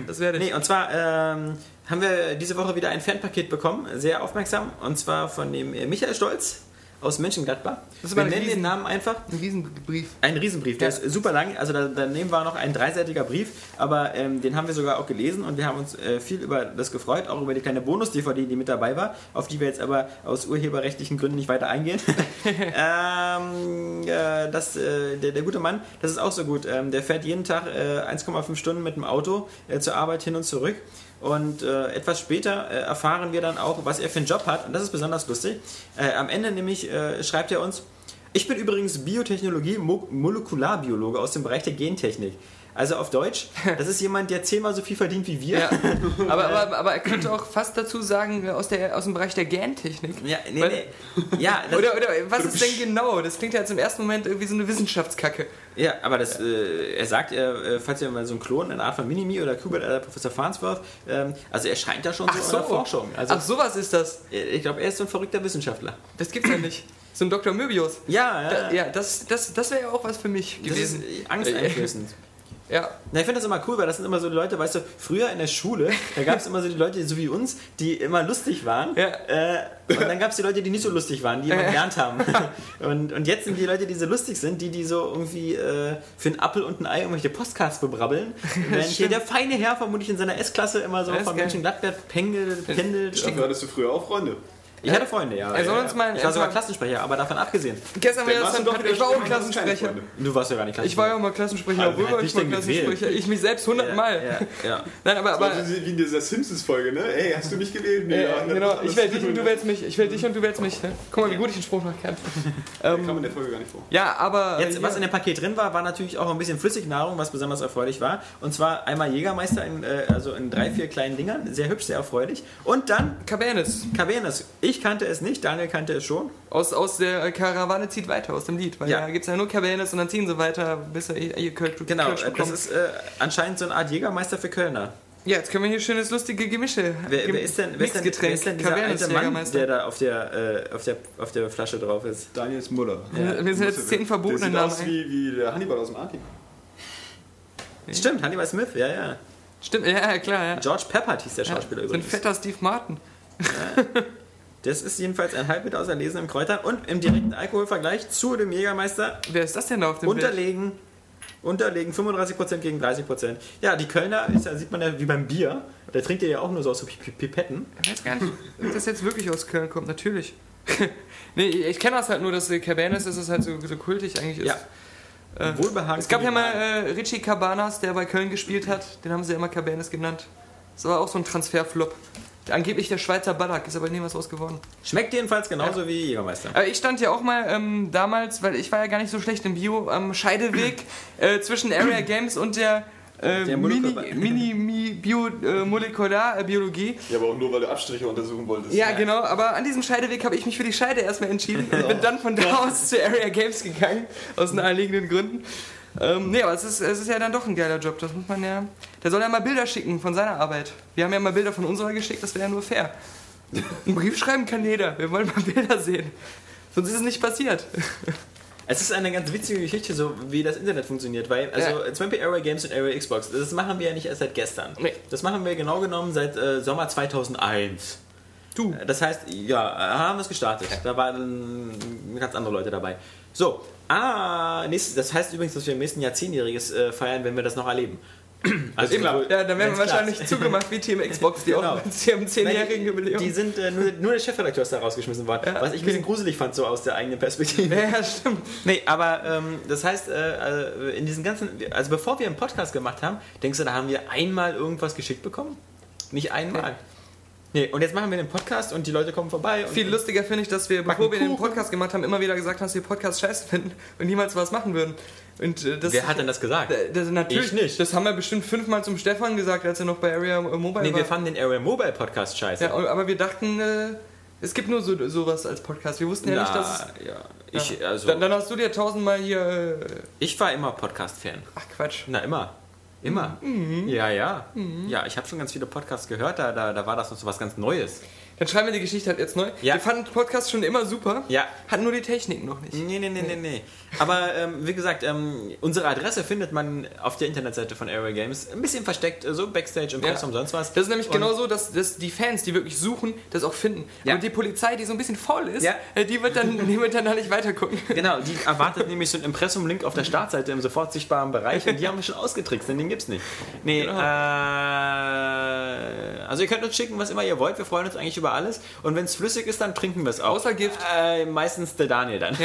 Speaker 3: das werde ich.
Speaker 5: Nee, und zwar ähm, haben wir diese Woche wieder ein Fanpaket bekommen, sehr aufmerksam, und zwar von dem äh, Michael Stolz aus Mönchengladbach.
Speaker 3: Das ist
Speaker 5: wir
Speaker 3: aber ein
Speaker 5: nennen den
Speaker 3: Riesen-
Speaker 5: Namen einfach.
Speaker 3: Ein Riesenbrief.
Speaker 5: Ein Riesenbrief, der
Speaker 3: Ja.
Speaker 5: ist super lang. Also da, daneben war noch ein dreiseitiger Brief, aber ähm, den haben wir sogar auch gelesen und wir haben uns äh, viel über das gefreut, auch über die kleine Bonus-DVD, die mit dabei war, auf die wir jetzt aber aus urheberrechtlichen Gründen nicht weiter eingehen. ähm, äh, das, äh, der, der gute Mann, das ist auch so gut. Ähm, der fährt jeden Tag äh, 1,5 Stunden mit dem Auto äh, zur Arbeit hin und zurück. Und äh, etwas später äh, erfahren wir dann auch, was er für einen Job hat. Und das ist besonders lustig. Äh, am Ende nämlich äh, schreibt er uns, ich bin übrigens Biotechnologie, Mo Molekularbiologe aus dem Bereich der Gentechnik. Also auf Deutsch, das ist jemand, der zehnmal so viel verdient wie wir.
Speaker 3: Ja, aber, aber, aber er könnte auch fast dazu sagen, äh, aus, der, aus dem Bereich der Gentechnik.
Speaker 5: Ja, nee,
Speaker 3: Weil-
Speaker 5: nee. ja, das,
Speaker 3: Oder, oder was ist denn genau? Das klingt ja jetzt im ersten Moment irgendwie so eine Wissenschaftskacke.
Speaker 5: ja aber das, äh, er sagt, er, äh, falls ihr mal so einen Klon, eine Art von Minimi oder Kubert oder Professor Farnsworth, ähm, also er scheint da schon so, in der Forschung. Also
Speaker 3: Ach, sowas ist das.
Speaker 5: äh, ich glaube, er ist so ein verrückter Wissenschaftler.
Speaker 3: Das gibt's ja nicht. So ein Dr. Möbius.
Speaker 5: Ja,
Speaker 3: Da, ja, das, das, das wäre ja auch was für mich
Speaker 5: das ist
Speaker 3: gewesen.
Speaker 5: äh, angsteinflößend.
Speaker 3: ja.
Speaker 5: Na, ich finde das immer cool, weil das sind immer so die Leute, weißt du, früher in der Schule, da gab es immer so die Leute, so wie uns, die immer lustig waren.
Speaker 3: Ja.
Speaker 5: Äh, und dann gab es die Leute, die nicht so lustig waren, die immer
Speaker 3: Äh.
Speaker 5: gelernt haben. Und, und jetzt sind die Leute, die so lustig sind, die, die so irgendwie äh, für einen Appel und ein Ei irgendwelche Postcards bebrabbeln. Während hier der feine Herr vermutlich in seiner S-Klasse immer so
Speaker 3: Ja, ist
Speaker 5: von
Speaker 3: geil.
Speaker 5: Mönchengladbach pendelt. pendelt.
Speaker 4: Dafür hattest du früher auch Freunde.
Speaker 5: Ich hatte Freunde, ja.
Speaker 3: Er soll uns mal-
Speaker 5: ich war sogar Klassensprecher, aber davon abgesehen.
Speaker 3: Gestern war
Speaker 4: Dann
Speaker 3: ja
Speaker 4: warst
Speaker 3: das
Speaker 4: du doch
Speaker 3: dann,
Speaker 4: wieder
Speaker 3: ich war auch
Speaker 4: schon mal ganz kleine
Speaker 3: Klassensprecher.
Speaker 4: Freunde.
Speaker 5: Du warst ja gar nicht
Speaker 3: Ich war ja auch mal Klassensprecher,
Speaker 5: Also, wer
Speaker 3: obwohl
Speaker 5: hat
Speaker 3: war
Speaker 5: dich
Speaker 3: ich mal
Speaker 5: denn gewählt?
Speaker 3: Klassensprecher. Ich mich selbst hundertmal.
Speaker 5: ja, ja.
Speaker 3: Nein, aber, aber
Speaker 4: Also wie in dieser Simpsons-Folge, ne? Ey, hast du mich gewählt?
Speaker 3: äh,
Speaker 4: Nee, ja, ne,
Speaker 3: genau,
Speaker 4: das-
Speaker 3: ich will
Speaker 4: das-
Speaker 3: dich und du wählst mich. Ich will dich und du wählst mich. Ne? Guck mal, wie gut ich den Spruch noch kann.
Speaker 4: Kam in der Folge gar nicht vor.
Speaker 3: Ja, aber äh,
Speaker 5: Jetzt, was in dem Paket drin war, war natürlich auch ein bisschen Flüssignahrung, was besonders erfreulich war. Und zwar einmal Jägermeister in, äh, also in drei, vier kleinen Dingern. Sehr hübsch, sehr erfreulich. Und dann
Speaker 3: Cabernet
Speaker 5: Cabernet. Ich kannte es nicht, Daniel kannte es schon.
Speaker 3: aus, aus der äh, Karawane zieht weiter aus dem Lied, weil
Speaker 5: Ja.
Speaker 3: da gibt es ja nur Cabernet und dann ziehen sie weiter, bis er ihr ihr Kölsch
Speaker 5: Genau,
Speaker 3: Kölsch
Speaker 5: äh, das
Speaker 3: bekommt.
Speaker 5: ist äh, anscheinend so eine Art Jägermeister für Kölner.
Speaker 3: Ja, jetzt können wir hier schönes lustige Gemische.
Speaker 5: Wer, wer, ist, denn, wer, ist, denn, wer ist denn dieser alte Mann, der da auf der, äh, auf, der, auf der Flasche drauf ist?
Speaker 4: Daniels Mutter.
Speaker 3: Wir sind jetzt zehn verbotene
Speaker 4: Der sieht
Speaker 3: Namen.
Speaker 4: aus
Speaker 3: ein.
Speaker 4: wie, wie der Hannibal aus dem Arkin.
Speaker 5: Stimmt, Hannibal Smith, ja, ja.
Speaker 3: Stimmt, ja, ja, klar, ja.
Speaker 5: George Peppert hieß der
Speaker 3: ja.
Speaker 5: Schauspieler
Speaker 3: So ein
Speaker 5: übrigens.
Speaker 3: fetter Steve Martin.
Speaker 5: Das ist jedenfalls ein Halbbild aus erlesenem Kräutern und im direkten Alkoholvergleich zu dem Jägermeister
Speaker 3: Wer ist das denn da auf dem Bild?
Speaker 5: Unterlegen. Unterlegen, 35% gegen 30%. Ja, die Kölner, ist, ja- sieht man ja wie beim Bier, da trinkt ihr ja auch nur so aus so Pi- Pi- Pipetten.
Speaker 3: Ich weiß gar nicht, ob das jetzt wirklich aus Köln kommt, natürlich. nee, ich kenne das halt nur, dass äh, Cabernet ist, es halt so, so kultig eigentlich ist.
Speaker 5: Ja.
Speaker 3: Äh,
Speaker 5: Wohlbehagen.
Speaker 3: Es gab
Speaker 5: für
Speaker 3: ja
Speaker 5: die
Speaker 3: mal
Speaker 5: Wahl.
Speaker 3: äh, Richie Cabanas, der bei Köln gespielt hat. Den haben sie ja immer Cabanas genannt. Das war auch so ein Transferflop. Angeblich der Schweizer Ballack, ist aber nie was raus geworden.
Speaker 5: Schmeckt jedenfalls genauso wie Jägermeister.
Speaker 3: Aber ich stand ja auch mal ähm, damals, weil ich war ja gar nicht so schlecht im Bio, am Scheideweg äh, zwischen Area Games und der, äh,
Speaker 5: Der
Speaker 3: Mini,
Speaker 5: Molekular-
Speaker 3: Mini, Mi- Bio, äh, Molekularbiologie.
Speaker 4: Ja, aber auch nur, weil du Abstriche untersuchen wolltest.
Speaker 3: Ja, genau, aber an diesem Scheideweg habe ich mich für die Scheide erstmal entschieden und bin dann von da aus zu Area Games gegangen, aus naheliegenden Gründen. Ähm, nee, aber es ist, es ist ja dann doch ein geiler Job, das muss man ja. Der soll ja mal Bilder schicken von seiner Arbeit. Wir haben ja mal Bilder von unserer geschickt, das wäre ja nur fair. Einen Brief schreiben kann jeder, wir wollen mal Bilder sehen. Sonst ist es nicht passiert.
Speaker 5: Es ist eine ganz witzige Geschichte, so wie das Internet funktioniert, weil, also zum Beispiel Area Games und Area Xbox, das machen wir ja nicht erst seit gestern.
Speaker 3: Nee.
Speaker 5: Das machen wir genau genommen seit äh, Sommer 2001.
Speaker 3: Du.
Speaker 5: Das heißt, ja, haben wir es gestartet. Da waren ganz andere Leute dabei. So, ah, nächstes, das heißt übrigens, dass wir im nächsten Jahr Zehnjähriges äh, feiern, wenn wir das noch erleben. Also
Speaker 3: Immer.
Speaker 5: sowohl-
Speaker 3: Ja, dann werden wir
Speaker 5: Ganz klar.
Speaker 3: wahrscheinlich zugemacht wie Team Xbox, die
Speaker 5: Genau.
Speaker 3: auch mit ihrem zehnjährigen
Speaker 5: Nein, die-
Speaker 3: Jubiläum.
Speaker 5: Die sind äh, nur, nur der Chefredakteur ist da rausgeschmissen worden,
Speaker 3: Ja,
Speaker 5: was ich ein bisschen gruselig fand, so aus der eigenen Perspektive.
Speaker 3: ja, ja, stimmt.
Speaker 5: Nee, aber ähm, das heißt, äh, äh, in diesen ganzen, also bevor wir einen Podcast gemacht haben, denkst du, da haben wir einmal irgendwas geschickt bekommen? Nicht einmal. Nee, und jetzt machen wir den Podcast und die Leute kommen vorbei. Und
Speaker 3: Viel lustiger finde ich, dass wir,
Speaker 5: Backen
Speaker 3: bevor wir den
Speaker 5: Kuchen.
Speaker 3: Podcast gemacht haben, immer wieder gesagt haben, dass wir Podcast scheiße finden und niemals was machen würden. Und äh, das,
Speaker 5: Wer hat denn das gesagt?
Speaker 3: Äh, das natürlich,
Speaker 5: Ich nicht.
Speaker 3: Das haben wir bestimmt fünfmal zum Stefan gesagt, als er noch bei Area äh, Mobile
Speaker 5: Nee,
Speaker 3: war.
Speaker 5: wir fanden den Area Mobile Podcast scheiße.
Speaker 3: ja, aber wir dachten, äh, es gibt nur so, sowas als Podcast. Wir wussten ja
Speaker 5: Na,
Speaker 3: nicht, dass es...
Speaker 5: ja. Ich, also,
Speaker 3: Dann, dann hast du dir tausendmal hier... Äh,
Speaker 5: ich war immer Podcast-Fan.
Speaker 3: ach, Quatsch.
Speaker 5: Na, immer. Immer.
Speaker 3: Mhm.
Speaker 5: Ja, ja. Ja, ich habe schon ganz viele Podcasts gehört, da, da, da war das noch so was ganz Neues.
Speaker 3: Dann schreiben wir die Geschichte halt jetzt neu.
Speaker 5: Ja.
Speaker 3: Wir fanden Podcast schon immer super,
Speaker 5: Ja.
Speaker 3: hatten nur die Technik noch nicht.
Speaker 5: Nee, nee, nee, nee, nee. Aber ähm, wie gesagt, ähm, unsere Adresse findet man auf der Internetseite von Airway Games. Ein bisschen versteckt, äh, so Backstage, im
Speaker 3: Ja.
Speaker 5: Pressraum, sonst was.
Speaker 3: Das ist nämlich
Speaker 5: Und-
Speaker 3: genau so, dass, dass die Fans, die wirklich suchen, das auch finden.
Speaker 5: Ja.
Speaker 3: Und die Polizei, die so ein bisschen faul ist,
Speaker 5: Ja.
Speaker 3: äh, die, wird dann, die wird dann da nicht weitergucken.
Speaker 5: Genau, die erwartet nämlich so ein Impressum-Link auf der Startseite im sofort sichtbaren Bereich und die haben wir schon ausgetrickst, denn den gibt's nicht. Nee, äh, also ihr könnt uns schicken, was immer ihr wollt, wir freuen uns eigentlich über alles und wenn es flüssig ist, dann trinken wir es auch.
Speaker 3: Außer Gift.
Speaker 5: Äh, meistens der Daniel dann.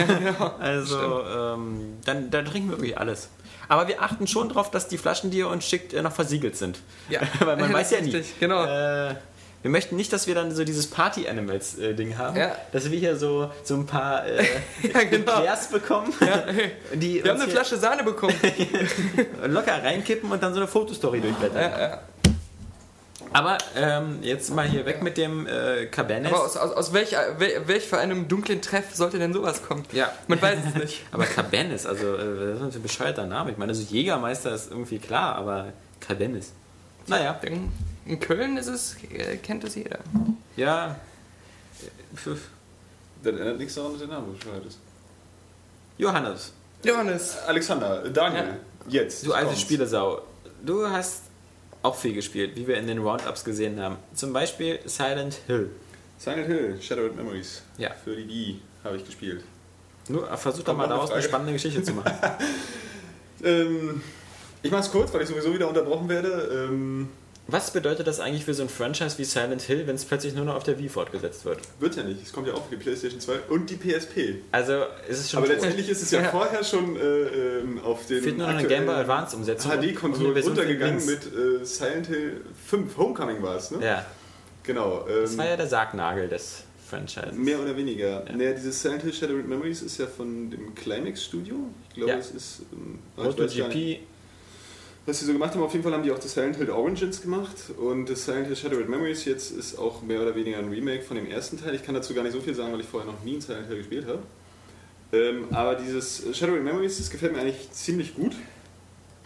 Speaker 5: also ähm, dann, dann trinken wir wirklich alles. Aber wir achten schon darauf, dass die Flaschen, die ihr uns schickt, äh, noch versiegelt sind.
Speaker 3: Ja.
Speaker 5: Weil man
Speaker 3: Das
Speaker 5: weiß
Speaker 3: ist
Speaker 5: ja nie.
Speaker 3: richtig, genau.
Speaker 5: Äh, wir möchten nicht, dass wir dann so dieses Party-Animals-Ding haben.
Speaker 3: Ja.
Speaker 5: Dass wir hier so, so ein paar äh,
Speaker 3: Ja, genau.
Speaker 5: Eclairs bekommen, die
Speaker 3: Wir haben
Speaker 5: uns
Speaker 3: eine
Speaker 5: hier
Speaker 3: Flasche Sahne bekommen.
Speaker 5: locker reinkippen und dann so eine Fotostory durchblättern. Aber ähm, jetzt mal hier weg mit dem äh, Cabernet.
Speaker 3: Aber aus, aus, aus welch, wel- welch für einem dunklen Treff sollte denn sowas kommen?
Speaker 5: Ja.
Speaker 3: Man weiß es nicht.
Speaker 5: Aber Cabernet, also äh, das ist ein bescheuerter Name. Ich meine, so Jägermeister ist irgendwie klar, aber Cabernet. Naja,
Speaker 3: In in Köln ist es, äh, kennt es jeder.
Speaker 5: ja. Äh, Pf-
Speaker 4: Dann ändert nichts daran, dass der Name bescheuert ist.
Speaker 5: Johannes,
Speaker 3: Johannes.
Speaker 4: Alexander, äh, Daniel, jetzt.
Speaker 5: du alte
Speaker 4: kommt's.
Speaker 5: Spielesau, du hast auch viel gespielt, wie wir in den Roundups gesehen haben. Zum Beispiel Silent Hill.
Speaker 4: Silent Hill, Shadowed Memories.
Speaker 5: Ja.
Speaker 4: Für die Wii habe ich gespielt.
Speaker 5: Nur äh, versuch doch mal
Speaker 4: noch eine
Speaker 5: daraus eine
Speaker 4: Frage.
Speaker 5: spannende Geschichte zu machen.
Speaker 4: Ähm, ich mache es kurz, weil ich sowieso wieder unterbrochen werde. Ähm,
Speaker 5: Was bedeutet das eigentlich für so ein Franchise wie Silent Hill, wenn es plötzlich nur noch auf der Wii fortgesetzt wird?
Speaker 4: wird ja nicht. Es kommt ja auch für die PlayStation 2 und die PSP.
Speaker 5: Also ist es schon
Speaker 4: Aber
Speaker 5: tot.
Speaker 4: letztendlich ist es ja, vorher schon äh, ähm, auf den
Speaker 5: fehlt nur noch eine Game
Speaker 4: aktuellen
Speaker 5: Boy Advance Umsetzung.
Speaker 4: HD-Konsolen runtergegangen
Speaker 5: mit.
Speaker 4: mit äh, Silent Hill 5. Homecoming war es, ne?
Speaker 5: Ja,
Speaker 4: Genau.
Speaker 5: das
Speaker 4: Ähm,
Speaker 5: war ja der Sargnagel des Franchises.
Speaker 4: mehr oder weniger. Naja, dieses Silent Hill Shadowed Memories ist ja von dem Climax Studio. Ich glaube,
Speaker 5: Ja.
Speaker 4: es ist. Ähm, ich weiß gar nicht.
Speaker 5: MotoGP,
Speaker 4: was sie so gemacht haben, auf jeden Fall haben die auch das Silent Hill Origins gemacht und das Silent Hill Shadowed Memories jetzt ist auch mehr oder weniger ein Remake von dem ersten Teil. Ich kann dazu gar nicht so viel sagen, weil ich vorher noch nie ein Silent Hill gespielt habe. Ähm, aber dieses Shadowed Memories, das gefällt mir eigentlich ziemlich gut.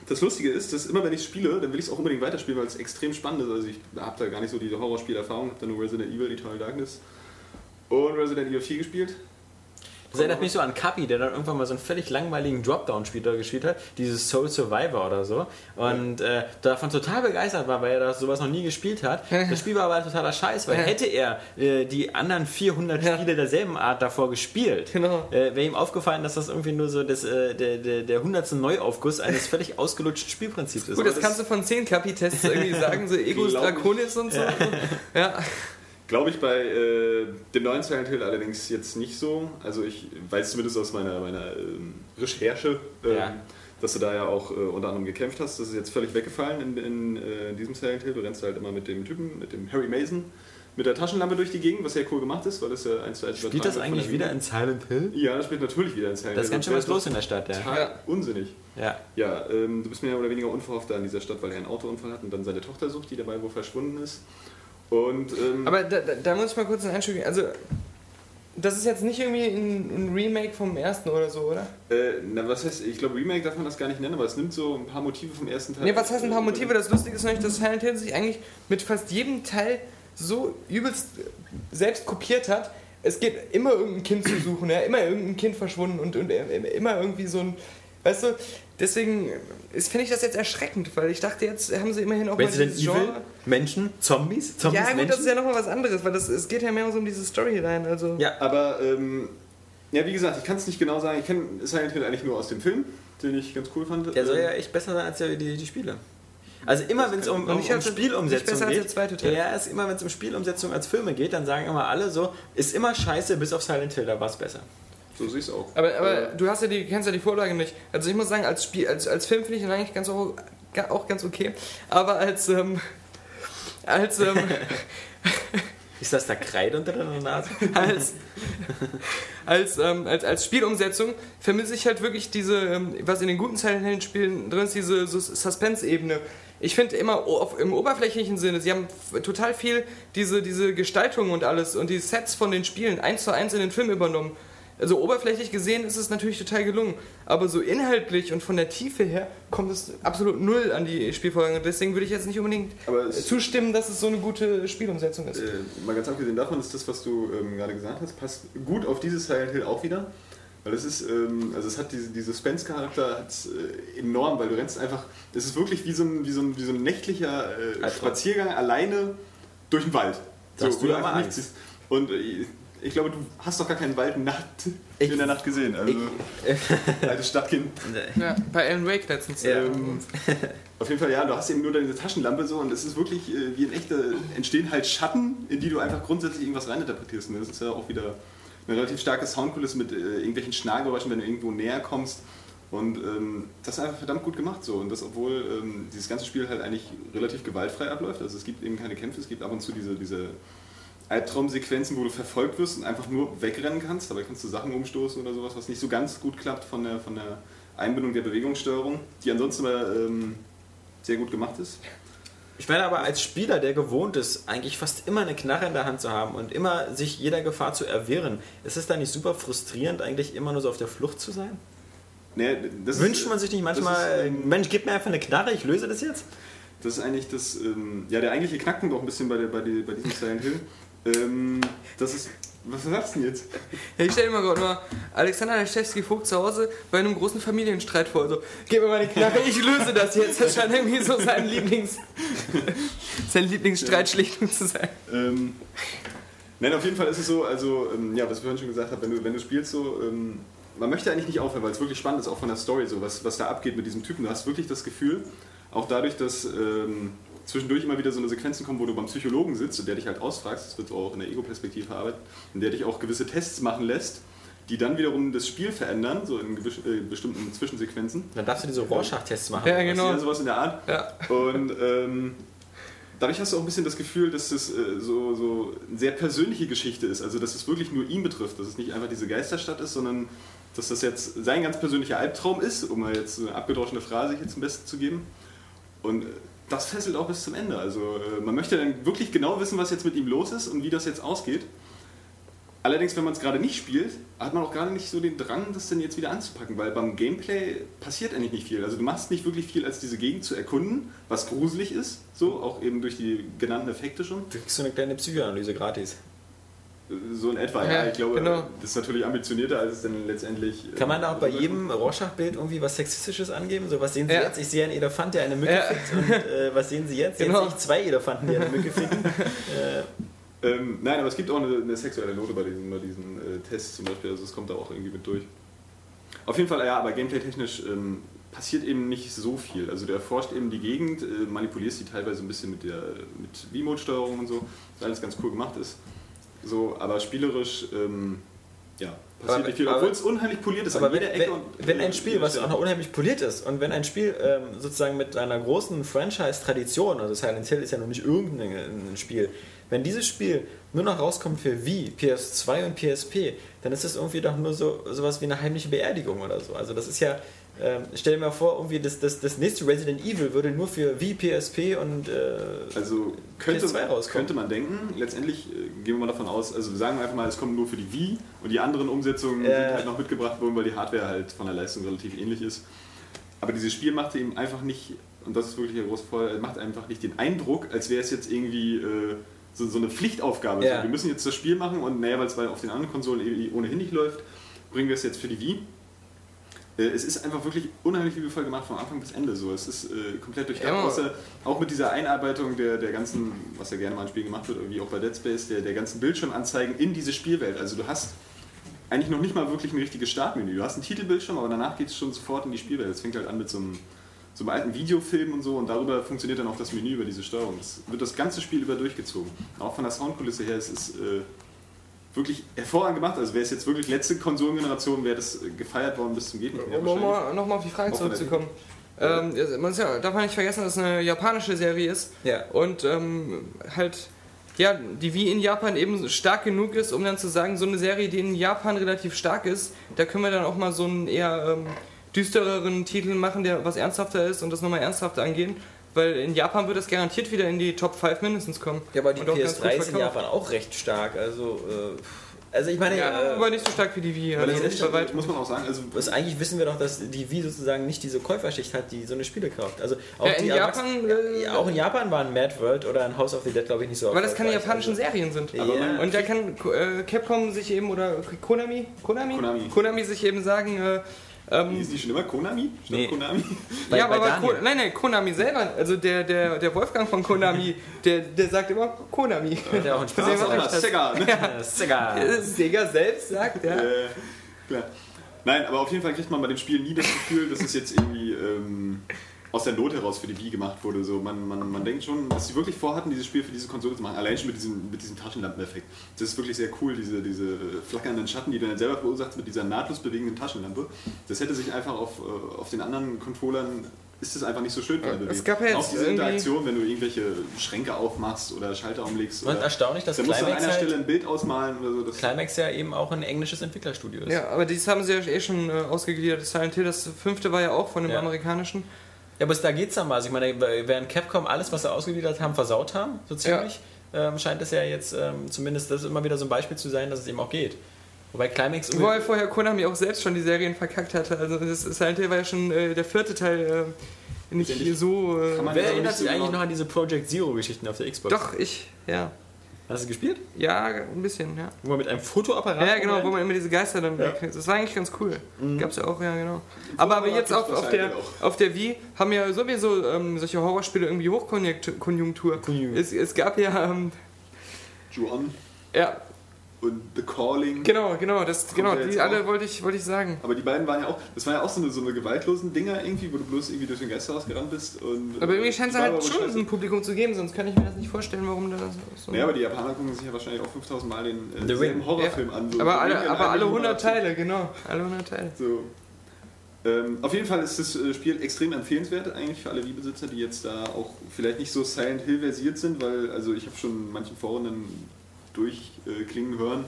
Speaker 4: Das Lustige ist, dass immer wenn ich spiele, dann will ich es auch unbedingt weiterspielen, weil es extrem spannend ist. Also ich habe da gar nicht so diese Horrorspielerfahrung, habe da nur Resident Evil, Eternal Darkness und Resident Evil 4 gespielt.
Speaker 5: das erinnert mich so an Kapi, der dann irgendwann mal so einen völlig langweiligen Dropdown-Spieler gespielt hat, dieses Soul Survivor oder so. Und äh, davon total begeistert war, weil er das sowas noch nie gespielt hat. Das Spiel war aber halt totaler Scheiß, weil hätte er äh, die anderen 400 Spiele derselben Art davor gespielt,
Speaker 3: Genau.
Speaker 5: äh, wäre ihm aufgefallen, dass das irgendwie nur so das, äh, der, der, der hundertste Neuaufguss eines völlig ausgelutschten Spielprinzips ist.
Speaker 3: Gut, das, kannst du von 10 Kapitests irgendwie sagen, so Egus
Speaker 4: Glaub ich.
Speaker 3: Draconis und so. Ja.
Speaker 4: Glaube ich bei äh, dem neuen Silent Hill allerdings jetzt nicht so. Also ich weiß zumindest aus meiner, meiner ähm, Recherche, ähm,
Speaker 5: Ja.
Speaker 4: dass du da ja auch äh, unter anderem gekämpft hast. Das ist jetzt völlig weggefallen in, in äh, diesem Silent Hill. Du rennst halt immer mit dem Typen, mit dem Harry Mason, mit der Taschenlampe durch die Gegend, was ja cool gemacht ist, weil das ja eins zu eins
Speaker 5: Spielt
Speaker 4: übertragen wird
Speaker 5: das
Speaker 4: von
Speaker 5: eigentlich
Speaker 4: der
Speaker 5: wieder
Speaker 4: Wii.
Speaker 5: in Silent Hill?
Speaker 4: Ja, das spielt natürlich wieder in Silent
Speaker 5: Da ist ganz schön was
Speaker 4: Sonst
Speaker 5: los in
Speaker 4: wäre
Speaker 5: der Stadt,
Speaker 4: das
Speaker 5: ja.
Speaker 4: Total unsinnig.
Speaker 5: ja.
Speaker 4: Ja, ähm, du bist mehr oder weniger unverhofft da in dieser Stadt, weil er einen Autounfall hat und dann seine Tochter sucht, die dabei wohl verschwunden ist. Und,
Speaker 5: Hm.
Speaker 4: ähm,
Speaker 3: Aber da, da, da muss ich mal kurz einen Einschub geben. Also, das ist jetzt nicht irgendwie ein, ein Remake vom ersten oder so, oder?
Speaker 4: Äh, na, was heißt, ich glaube, Remake darf man das gar nicht nennen, aber es nimmt so ein paar Motive vom ersten Teil. äh,
Speaker 3: Ne, was heißt ein paar Motive? Das Lustige ist nämlich, dass Silent Hill sich eigentlich mit fast jedem Teil so übelst äh, selbst kopiert hat. Es geht immer irgendein Kind zu suchen, ja, immer irgendein Kind verschwunden und, und äh, immer äh, irgendwie so ein Weißt du, deswegen äh, finde ich das jetzt erschreckend, weil ich dachte, jetzt haben sie immerhin auch
Speaker 5: Wenn sie denn
Speaker 3: dieses
Speaker 5: evil,
Speaker 3: Genre.
Speaker 5: Menschen, Zombies, Zombies,
Speaker 3: Ja, gut, das
Speaker 5: Menschen.
Speaker 3: ist ja nochmal was anderes, weil das, es geht ja mehr so um diese Storyline. Also.
Speaker 5: Ja.
Speaker 4: Aber, ähm, ja, wie gesagt, ich kann es nicht genau sagen. Ich kenne Silent Hill eigentlich nur aus dem Film, den ich ganz cool fand.
Speaker 5: Der soll
Speaker 4: Ähm,
Speaker 5: ja echt besser sein als die, die, die Spiele. Also immer wenn es um,
Speaker 3: Und
Speaker 5: um,
Speaker 3: ich
Speaker 5: um
Speaker 3: hatte- nicht
Speaker 5: Spielumsetzung
Speaker 3: besser als
Speaker 5: geht,
Speaker 3: der zweite Teil.
Speaker 5: ja, ist immer wenn es um Spielumsetzung als Filme geht, dann sagen immer alle so, ist immer scheiße, bis auf Silent Hill, da war es besser.
Speaker 4: So sehe ich es auch. Äh,
Speaker 3: Aber, aber du hast ja die, kennst ja die Vorlage nicht. Also ich muss sagen, als, Spiel, als, als Film finde ich ihn eigentlich ganz auch, ga- auch ganz okay. Aber als ähm, als ähm,
Speaker 5: Ist das da Kreide unter deiner Nase?
Speaker 3: als als, ähm, als als Spielumsetzung vermisse ich halt wirklich diese, ähm, was in den guten Silent Hill Spielen drin ist, diese Sus- Suspense-Ebene. Ich finde immer o- auf, im oberflächlichen Sinne, sie haben f- total viel diese, diese Gestaltung und alles und die Sets von den Spielen eins zu eins in den Film übernommen. Also oberflächlich gesehen ist es natürlich total gelungen, aber so inhaltlich und von der Tiefe her kommt es absolut null an die Spielvorgänge. Deswegen würde ich jetzt nicht unbedingt
Speaker 4: Aber es-
Speaker 3: zustimmen, dass es so eine gute Spielumsetzung ist.
Speaker 4: Äh, mal ganz abgesehen davon ist das, was du ähm, gerade gesagt hast, passt gut auf dieses Silent Hill auch wieder. Weil es ist, ähm, also es hat diese, diese Suspense-Charakter hat's, äh, enorm, weil du rennst einfach, es ist wirklich wie so ein, wie so ein, wie so ein nächtlicher äh, Spaziergang alleine durch den Wald. So,
Speaker 5: Sagst du ja mal eins.
Speaker 4: siehst. Und äh, ich glaube, du hast doch gar keinen Wald Nacht,
Speaker 5: Ich-
Speaker 4: in der Nacht gesehen. Also, altes Stadtkind.
Speaker 3: Ja, bei Alan Wake letztens.
Speaker 5: Ja.
Speaker 4: Ähm, auf jeden Fall, ja, du hast eben nur deine Taschenlampe so und es ist wirklich äh, wie in echte, entstehen halt Schatten, in die du einfach grundsätzlich irgendwas reininterpretierst. Und das ist ja auch wieder eine relativ starke Soundkulisse mit äh, irgendwelchen Schnargeräuschen, wenn du irgendwo näher kommst. Und ähm, das ist einfach verdammt gut gemacht so. Und das, obwohl ähm, dieses ganze Spiel halt eigentlich relativ gewaltfrei abläuft. Also es gibt eben keine Kämpfe, es gibt ab und zu diese, diese Albtraumsequenzen, wo du verfolgt wirst und einfach nur wegrennen kannst. Dabei kannst du Sachen umstoßen oder sowas, was nicht so ganz gut klappt von der, von der Einbindung der Bewegungssteuerung, die ansonsten aber ähm, sehr gut gemacht ist.
Speaker 5: Ich meine aber als Spieler, der gewohnt ist, eigentlich fast immer eine Knarre in der Hand zu haben und immer sich jeder Gefahr zu erwehren, ist es dann nicht super frustrierend, eigentlich immer nur so auf der Flucht zu sein?
Speaker 4: Naja, das ist-
Speaker 5: Wünscht man sich nicht
Speaker 4: Das
Speaker 5: manchmal,
Speaker 4: ist, ähm,
Speaker 5: Mensch, gib mir einfach eine Knarre, ich löse das jetzt?
Speaker 4: das ist eigentlich das, ähm, ja, der eigentliche Knackpunkt auch ein bisschen bei, der, bei, die, bei diesem Silent Hill. Ähm, das ist, was sagst du denn jetzt?
Speaker 3: Ja, Ich stelle mir gerade mal Alexander Leschewski Vogt zu Hause bei einem großen Familienstreit vor. So, gib mir mal die Knarre, ich löse das jetzt. Das scheint irgendwie so sein Lieblings. sein Lieblingsstreitschlichtung zu sein.
Speaker 4: Ähm, nein, auf jeden Fall ist es so, also, ähm, ja, was ich vorhin schon gesagt habe, wenn du, wenn du spielst so, ähm, man möchte eigentlich nicht aufhören, weil es wirklich spannend ist, auch von der Story so, was, was da abgeht mit diesem Typen. Du hast wirklich das Gefühl, auch dadurch, dass ähm, zwischendurch immer wieder so eine Sequenzen kommen, wo du beim Psychologen sitzt und der dich halt ausfragst, das wird auch in der Ego-Perspektive arbeiten, und der dich auch gewisse Tests machen lässt, die dann wiederum das Spiel verändern, so in gewisch- äh, bestimmten Zwischensequenzen.
Speaker 5: Dann darfst du diese Rorschach-Tests machen.
Speaker 3: Ja,
Speaker 4: Genau.
Speaker 3: genau.
Speaker 4: Sowas in der Art.
Speaker 3: Ja.
Speaker 4: Und ähm, dadurch hast du auch ein bisschen das Gefühl, dass es äh, so, so eine sehr persönliche Geschichte ist. Also, dass es wirklich nur ihn betrifft. Dass es nicht einfach diese Geisterstadt ist, sondern dass das jetzt sein ganz persönlicher Albtraum ist, um mal jetzt eine abgedroschene Phrase hier zum Besten zu geben. Und äh, das fesselt auch bis zum Ende. Also, äh, man möchte dann wirklich genau wissen, was jetzt mit ihm los ist und wie das jetzt ausgeht. Allerdings, wenn man es gerade nicht spielt, hat man auch gerade nicht so den Drang, das denn jetzt wieder anzupacken, weil beim Gameplay passiert eigentlich nicht viel. Also du machst nicht wirklich viel, als diese Gegend zu erkunden, was gruselig ist, so auch eben durch die genannten Effekte schon.
Speaker 5: Du kriegst so eine kleine Psychoanalyse gratis.
Speaker 4: Äh, So in etwa, ja.
Speaker 3: Ja,
Speaker 4: ich glaube,
Speaker 3: genau.
Speaker 4: das ist natürlich ambitionierter, als es dann letztendlich.
Speaker 5: Kann man da auch bei
Speaker 4: äh,
Speaker 5: jedem Rorschach-Bild irgendwie was Sexistisches angeben? So, was sehen Sie
Speaker 3: Ja.
Speaker 5: jetzt? Ich sehe einen Elefant, der eine Mücke
Speaker 3: Ja.
Speaker 5: fickt. Und äh, was sehen Sie jetzt?
Speaker 3: Genau.
Speaker 5: Jetzt sehe ich zwei Elefanten, die eine Mücke ficken.
Speaker 4: Ähm, nein, aber es gibt auch eine, eine sexuelle Note bei diesen, bei diesen äh, Tests zum Beispiel, also es kommt da auch irgendwie mit durch. Auf jeden Fall, ja, aber gameplay-technisch ähm, passiert eben nicht so viel. Also du erforscht eben die Gegend, äh, manipulierst die teilweise ein bisschen mit der mit V-Mode-Steuerung und so, dass alles ganz cool gemacht ist. So, aber spielerisch, ähm, ja, passiert
Speaker 5: Aber-
Speaker 4: nicht viel,
Speaker 5: aber-
Speaker 4: obwohl es unheimlich poliert ist.
Speaker 5: Aber
Speaker 4: an
Speaker 5: wenn,
Speaker 4: jeder Ecke
Speaker 5: wenn,
Speaker 4: und-
Speaker 5: wenn ein Spiel, was
Speaker 4: Ja.
Speaker 5: auch noch unheimlich poliert ist, und wenn ein Spiel ähm, sozusagen mit einer großen Franchise-Tradition, also Silent Hill ist ja noch nicht irgendein Spiel, wenn dieses Spiel nur noch rauskommt für Wii, PS2 und PSP, dann ist das irgendwie doch nur so sowas wie eine heimliche Beerdigung oder so. Also das ist ja, ähm, stell dir mal vor, irgendwie das, das, das nächste Resident Evil würde nur für Wii, PSP und äh,
Speaker 4: Also könnte,
Speaker 5: PS2 rauskommt.
Speaker 4: könnte man denken, letztendlich äh, gehen wir mal davon aus, also sagen wir einfach mal, es kommen nur für die Wii und die anderen Umsetzungen
Speaker 5: Ja.
Speaker 4: sind halt noch mitgebracht worden, weil die Hardware halt von der Leistung relativ ähnlich ist. Aber dieses Spiel macht eben einfach nicht, und das ist wirklich der große Vorteil, macht einfach nicht den Eindruck, als wäre es jetzt irgendwie äh, so, so eine Pflichtaufgabe.
Speaker 5: Ja.
Speaker 4: Also, wir müssen jetzt das eh Spiel machen und naja, weil es bei- auf den anderen Konsolen eh ohnehin nicht läuft, bringen wir es jetzt für die Wii. äh, es ist einfach wirklich unheimlich liebevoll gemacht vom Anfang bis Ende. So. Es ist äh, komplett durchdacht,
Speaker 3: Ja.
Speaker 4: außer auch mit dieser Einarbeitung der, der ganzen, was ja gerne mal im Spiel gemacht wird, irgendwie auch bei Dead Space, der, der ganzen Bildschirmanzeigen in diese Spielwelt. Also du hast eigentlich noch nicht mal wirklich ein richtiges Startmenü. Du hast einen Titelbildschirm, aber danach geht es schon sofort in die Spielwelt. Es fängt halt an mit so einem, so einem alten Videofilm und so und darüber funktioniert dann auch das Menü über diese Steuerung. Es wird das ganze Spiel über durchgezogen. Auch von der Soundkulisse her, es ist äh, wirklich hervorragend gemacht. Also wäre es jetzt wirklich letzte Konsolengeneration, wäre das äh, gefeiert worden bis zum Geht nicht mehr.
Speaker 3: Um
Speaker 4: wahrscheinlich.
Speaker 3: nochmal noch mal auf die Frage
Speaker 4: Auch von der
Speaker 3: zurückzukommen. Ähm, ja, man ist ja, darf man nicht vergessen, dass es eine japanische Serie ist.
Speaker 8: Ja.
Speaker 3: Und ähm, halt, ja, die Wii in Japan eben stark genug ist, um dann zu sagen, so eine Serie, die in Japan relativ stark ist, da können wir dann auch mal so einen eher ähm, düstereren Titel machen, der was ernsthafter ist und das nochmal ernsthafter angehen. Weil in Japan wird das garantiert wieder in die Top 5 mindestens kommen.
Speaker 8: Ja, aber die
Speaker 3: Und auch ganz gut
Speaker 8: PS3 ist in
Speaker 3: verkauft.
Speaker 8: Japan auch recht stark. Also, äh, also ich meine,
Speaker 3: Ja,
Speaker 8: äh,
Speaker 3: aber nicht so stark wie die Wii.
Speaker 4: Weil
Speaker 3: Also nicht
Speaker 4: letztendlich
Speaker 3: bei weitem.
Speaker 4: muss man auch sagen, also
Speaker 8: was eigentlich wissen wir doch, dass die Wii sozusagen nicht diese Käuferschicht hat, die so eine Spiele kauft. Also auch,
Speaker 3: Ja, in
Speaker 8: die Erwachsenen-
Speaker 3: Japan, äh,
Speaker 8: ja, auch in Japan waren Mad World oder ein House of the Dead, glaube ich, nicht so
Speaker 3: Weil das keine
Speaker 8: erfolgreich. Also
Speaker 3: japanischen Serien sind.
Speaker 8: Aber man-
Speaker 3: Und da kann äh, Capcom sich eben oder Konami, Konami,
Speaker 4: Konami.
Speaker 3: sich eben sagen, äh, ähm,
Speaker 4: ist die schon immer Konami? Statt
Speaker 5: Nee.
Speaker 4: Konami?
Speaker 5: Bei-
Speaker 3: ja,
Speaker 5: bei
Speaker 3: aber
Speaker 5: Daniel.
Speaker 3: Ko nein, nein, Konami selber, also der, der, der Wolfgang von Konami, der, der sagt immer Konami.
Speaker 8: Also, ja, auch ein Spiel.
Speaker 3: Sehr
Speaker 4: Das war
Speaker 3: wahrscheinlich
Speaker 4: das
Speaker 3: das-
Speaker 4: Sega, ne?
Speaker 3: Äh,
Speaker 5: Sega.
Speaker 3: Sega selbst sagt, ja.
Speaker 4: Äh, klar. Nein, aber auf jeden Fall kriegt man bei dem Spiel nie das Gefühl, dass es jetzt irgendwie ähm, aus der Not heraus für die Wii gemacht wurde. So, man, man, man denkt schon, dass sie wirklich vorhatten, dieses Spiel für diese Konsole zu machen. Allein schon mit diesem, mit diesem Taschenlampeneffekt. Das ist wirklich sehr cool, diese, diese flackernden Schatten, die du dann selber verursachst mit dieser nahtlos bewegenden Taschenlampe. Das hätte sich einfach auf, äh, auf den anderen Controllern ist es einfach nicht so schön. bei der
Speaker 3: Es
Speaker 4: Bewegung.
Speaker 3: gab ja jetzt
Speaker 4: auch diese
Speaker 3: irgendwie-
Speaker 4: Interaktion, wenn du irgendwelche Schränke aufmachst oder Schalter umlegst.
Speaker 8: Und
Speaker 4: oder-
Speaker 8: erstaunlich, dass
Speaker 4: da musst du an
Speaker 8: Climax,
Speaker 4: einer Stelle
Speaker 8: halt,
Speaker 4: ein Bild ausmalen oder so. Das
Speaker 8: Climax ja eben auch ein englisches Entwicklerstudio ist.
Speaker 3: Ja, aber dies haben sie ja eh schon äh, ausgegliedert. Silent Hill, das fünfte war ja auch von dem
Speaker 8: Ja.
Speaker 3: amerikanischen.
Speaker 8: Ja, aber da geht's dann mal. Also ich meine, während Capcom alles, was sie ausgegliedert haben, versaut haben, so ziemlich, ähm, scheint es ja jetzt ähm, zumindest das immer wieder so ein Beispiel zu sein, dass es eben auch geht. Wobei Climax
Speaker 3: Wobei vorher Konami auch selbst schon die Serien verkackt hatte. Also das Silent Hill war ja schon äh, der vierte Teil äh, nicht
Speaker 4: Letztendlich
Speaker 3: so. Äh,
Speaker 4: kann man
Speaker 8: Wer
Speaker 4: ja
Speaker 8: erinnert
Speaker 4: nicht so
Speaker 8: sich eigentlich
Speaker 4: genau-
Speaker 8: noch an diese Project Zero-Geschichten auf der Xbox?
Speaker 3: doch, ich, ja.
Speaker 8: Hast du gespielt?
Speaker 3: Ja, ein bisschen, ja.
Speaker 8: Wo man mit einem Fotoapparat.
Speaker 3: Ja, ja, genau, wo man immer diese Geister dann wegkriegt. Das war eigentlich ganz cool.
Speaker 4: Mhm.
Speaker 3: Gab's ja auch, ja, genau. Aber, aber
Speaker 4: aber
Speaker 3: jetzt
Speaker 4: gibt's
Speaker 3: auf,
Speaker 4: das
Speaker 3: auf, der,
Speaker 4: eigentlich auch.
Speaker 3: auf der Wii haben ja sowieso ähm, solche Horrorspiele irgendwie Hochkonjunktur.
Speaker 8: Konjunktur.
Speaker 3: Es, es gab ja, ähm,
Speaker 4: Juan
Speaker 3: ja,
Speaker 4: und The Calling.
Speaker 3: genau, genau, das, genau,
Speaker 4: ja jetzt
Speaker 3: die alle
Speaker 4: auch.
Speaker 3: wollte ich, wollte ich sagen.
Speaker 4: Aber die beiden waren ja auch, das waren ja auch so eine, so eine gewaltlosen Dinger irgendwie, wo du bloß irgendwie durch den Geisterhaus gerannt bist. Und,
Speaker 3: Aber irgendwie
Speaker 4: äh,
Speaker 3: scheint es
Speaker 4: die waren
Speaker 3: halt
Speaker 4: aber
Speaker 3: schon
Speaker 4: scheiße.
Speaker 3: ein Publikum zu geben, sonst kann ich mir das nicht vorstellen, warum da so.
Speaker 4: Naja, aber die Japaner gucken sich ja wahrscheinlich auch 5000 Mal den äh,
Speaker 8: The
Speaker 4: selben
Speaker 8: Ring.
Speaker 4: Horrorfilm an. So
Speaker 3: aber
Speaker 4: The Ring
Speaker 3: alle,
Speaker 4: in
Speaker 3: aber
Speaker 4: einem
Speaker 3: alle
Speaker 4: Monat.
Speaker 3: 100 Teile, genau. Alle 100 Teile.
Speaker 4: So. Ähm, auf jeden Fall ist das äh, Spiel extrem empfehlenswert, eigentlich für alle Wii-Besitzer, die jetzt da auch vielleicht nicht so Silent Hill versiert sind, weil also ich habe schon in manchen Foren dann durchklingen hören,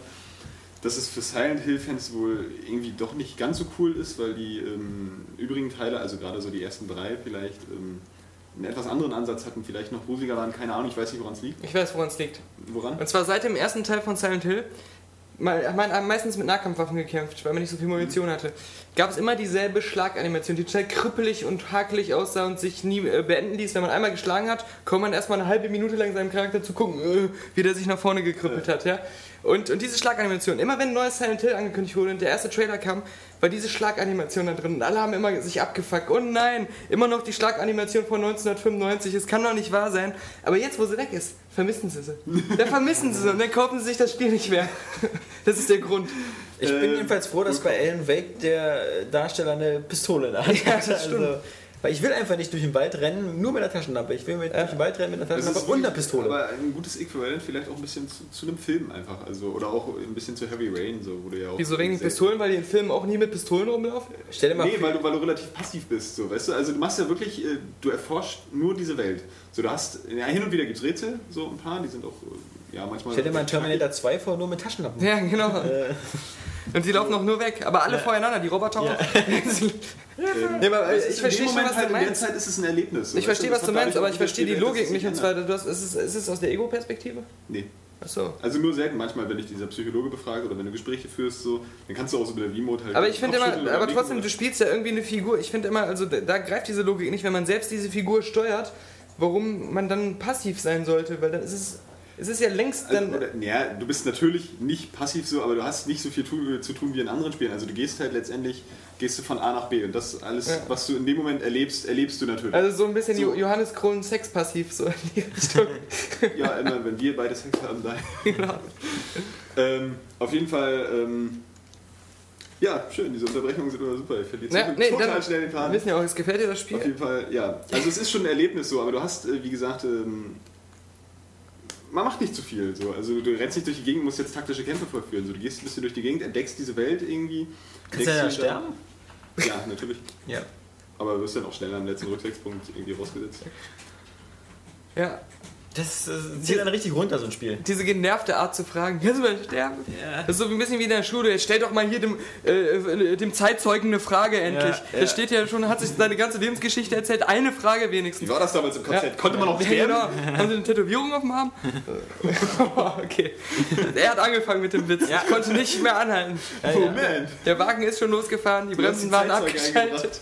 Speaker 4: dass es für Silent Hill-Fans wohl irgendwie doch nicht ganz so cool ist, weil die ähm, übrigen Teile, also gerade so die ersten drei vielleicht, ähm, einen etwas anderen Ansatz hatten, vielleicht noch ruhiger waren, keine Ahnung, ich weiß nicht, woran es liegt.
Speaker 3: Ich weiß, woran es liegt.
Speaker 4: Woran?
Speaker 3: Und zwar seit dem ersten Teil von Silent Hill, man man hat meistens mit Nahkampfwaffen gekämpft, weil man nicht so viel Munition hatte, gab es immer dieselbe Schlaganimation, die total krüppelig und hakelig aussah und sich nie äh, beenden ließ. Wenn man einmal geschlagen hat, konnte man erstmal eine halbe Minute lang seinem Charakter zu gucken, äh, wie der sich nach vorne gekrüppelt hat. Ja? Und, und diese Schlaganimation, immer wenn ein neues Silent Hill angekündigt wurde und der erste Trailer kam, war diese Schlaganimation da drin und alle haben immer sich abgefuckt. Oh nein, immer noch die Schlaganimation von 1995, es kann doch nicht wahr sein. Aber jetzt, wo sie weg ist, vermissen sie sie. Da vermissen sie sie und dann kaufen sie sich das Spiel nicht mehr. Das ist der Grund.
Speaker 8: Ich
Speaker 5: Äh,
Speaker 8: bin jedenfalls froh, dass bei Alan Wake der äh, Darsteller eine Pistole in der Hand hat. Also, weil ich will einfach nicht durch den Wald rennen, nur mit einer Taschenlampe. Ich will mit, durch den Wald rennen mit einer
Speaker 4: Das
Speaker 8: Taschenlampe
Speaker 4: ist
Speaker 8: und einer
Speaker 4: wirklich-
Speaker 8: Pistole.
Speaker 4: Aber ein gutes Äquivalent vielleicht auch ein bisschen zu, zu einem Film einfach. Also, oder auch ein bisschen zu Heavy Rain, so wurde ja auch.
Speaker 3: Wieso wegen
Speaker 4: sehr-
Speaker 3: Pistolen? Weil die in Filmen auch nie mit Pistolen rumlaufen?
Speaker 8: Stell dir mal
Speaker 4: Nee,
Speaker 8: vor,
Speaker 4: weil du, weil du relativ passiv bist, so, weißt du? Also du machst ja wirklich, äh, du erforschst nur diese Welt. So, du hast, ja, hin und wieder gibt's Rätsel, so ein paar, die sind auch, äh, ja, manchmal...
Speaker 8: stell dir mal einen Terminator 2 vor, nur mit Taschenlampen.
Speaker 3: Ja, genau. Und die laufen auch nur weg, aber alle voreinander, die Roboter auch.
Speaker 4: Ähm,
Speaker 3: Nee, aber, äh,
Speaker 4: es ist
Speaker 3: ich
Speaker 4: in
Speaker 3: verstehe
Speaker 4: dem
Speaker 3: schon,
Speaker 4: Moment halt,
Speaker 3: was du
Speaker 4: In der
Speaker 3: meinst.
Speaker 4: Zeit ist es ein Erlebnis. so,
Speaker 3: Ich
Speaker 4: weißt
Speaker 3: verstehe,
Speaker 4: Das
Speaker 3: was
Speaker 4: hat
Speaker 3: du meinst,
Speaker 4: dadurch
Speaker 3: aber
Speaker 4: auch
Speaker 3: ich verstehe die
Speaker 4: gespielt, dass es
Speaker 3: Logik
Speaker 4: sich
Speaker 3: nicht. Und zwar,
Speaker 4: ändert.
Speaker 3: du hast, ist, es, ist es aus der Ego-Perspektive?
Speaker 4: Nee.
Speaker 3: Achso.
Speaker 4: Also nur selten, manchmal, wenn ich dieser Psychologe befrage oder wenn du Gespräche führst, so, dann kannst du auch so mit der V-Mode halt...
Speaker 3: Aber ich finde
Speaker 4: Kopfschütteln
Speaker 3: immer,
Speaker 4: oder
Speaker 3: aber
Speaker 4: nicken
Speaker 3: trotzdem,
Speaker 4: oder-
Speaker 3: du spielst ja irgendwie eine Figur. Ich finde immer, also da, da greift diese Logik nicht, wenn man selbst diese Figur steuert, warum man dann passiv sein sollte, weil dann ist es. Es ist ja längst
Speaker 4: Also,
Speaker 3: dann.
Speaker 4: oder, ja, du bist natürlich nicht passiv so, aber du hast nicht so viel tu, zu tun wie in anderen Spielen. Also du gehst halt letztendlich, gehst du von A nach B und das alles,
Speaker 3: Ja.
Speaker 4: was du in dem Moment erlebst, erlebst du natürlich.
Speaker 3: also so ein bisschen
Speaker 4: So.
Speaker 3: Jo- Johannes Krohn Sexpassiv so in die Richtung. Genau.
Speaker 4: ja, immer, wenn wir beide Sex haben, dann. ähm, auf jeden Fall, ähm, ja, schön, diese Unterbrechungen sind immer super. Ich verliere
Speaker 3: Ja,
Speaker 4: ja,
Speaker 3: nee,
Speaker 4: total
Speaker 3: dann-
Speaker 4: schnell den
Speaker 3: Wir
Speaker 4: Faden.
Speaker 3: wissen ja auch, es gefällt dir das Spiel.
Speaker 4: Auf jeden Fall, ja. Also es ist schon ein Erlebnis so, aber du hast, äh, wie gesagt, ähm, man macht nicht zu viel. So. Also du rennst nicht durch die Gegend, musst jetzt taktische Kämpfe vollführen. So, du gehst ein bisschen durch die Gegend, entdeckst diese Welt irgendwie.
Speaker 5: Kannst du
Speaker 4: entdeckst
Speaker 5: ja
Speaker 4: die Stadt.
Speaker 5: sterben?
Speaker 4: Ja, natürlich.
Speaker 5: Ja.
Speaker 4: Aber du wirst dann auch schnell am letzten Rückwärtspunkt irgendwie rausgesetzt.
Speaker 3: Ja.
Speaker 5: Das äh, zieht dann richtig runter, so ein Spiel.
Speaker 3: Diese genervte Art zu fragen, kannst du mal sterben?
Speaker 5: Ja.
Speaker 3: Das ist so ein bisschen wie in der Schule. Jetzt stell doch mal hier dem, äh, dem Zeitzeugen eine Frage endlich.
Speaker 5: Ja,
Speaker 3: Ja, Das steht ja schon, hat sich seine ganze Lebensgeschichte erzählt. Eine Frage wenigstens.
Speaker 4: Wie war das damals im Konzert? Konnte man auch
Speaker 3: Ja,
Speaker 4: sterben?
Speaker 3: genau. Haben Sie eine Tätowierung auf dem Arm? okay. Er hat angefangen mit dem Witz. Ich konnte nicht mehr anhalten.
Speaker 5: genau.
Speaker 4: Moment!
Speaker 3: Der Wagen ist schon losgefahren, die
Speaker 4: Du hast die
Speaker 3: Bremsen waren
Speaker 4: Zeitzeuge
Speaker 3: abgeschaltet.
Speaker 4: eingebracht.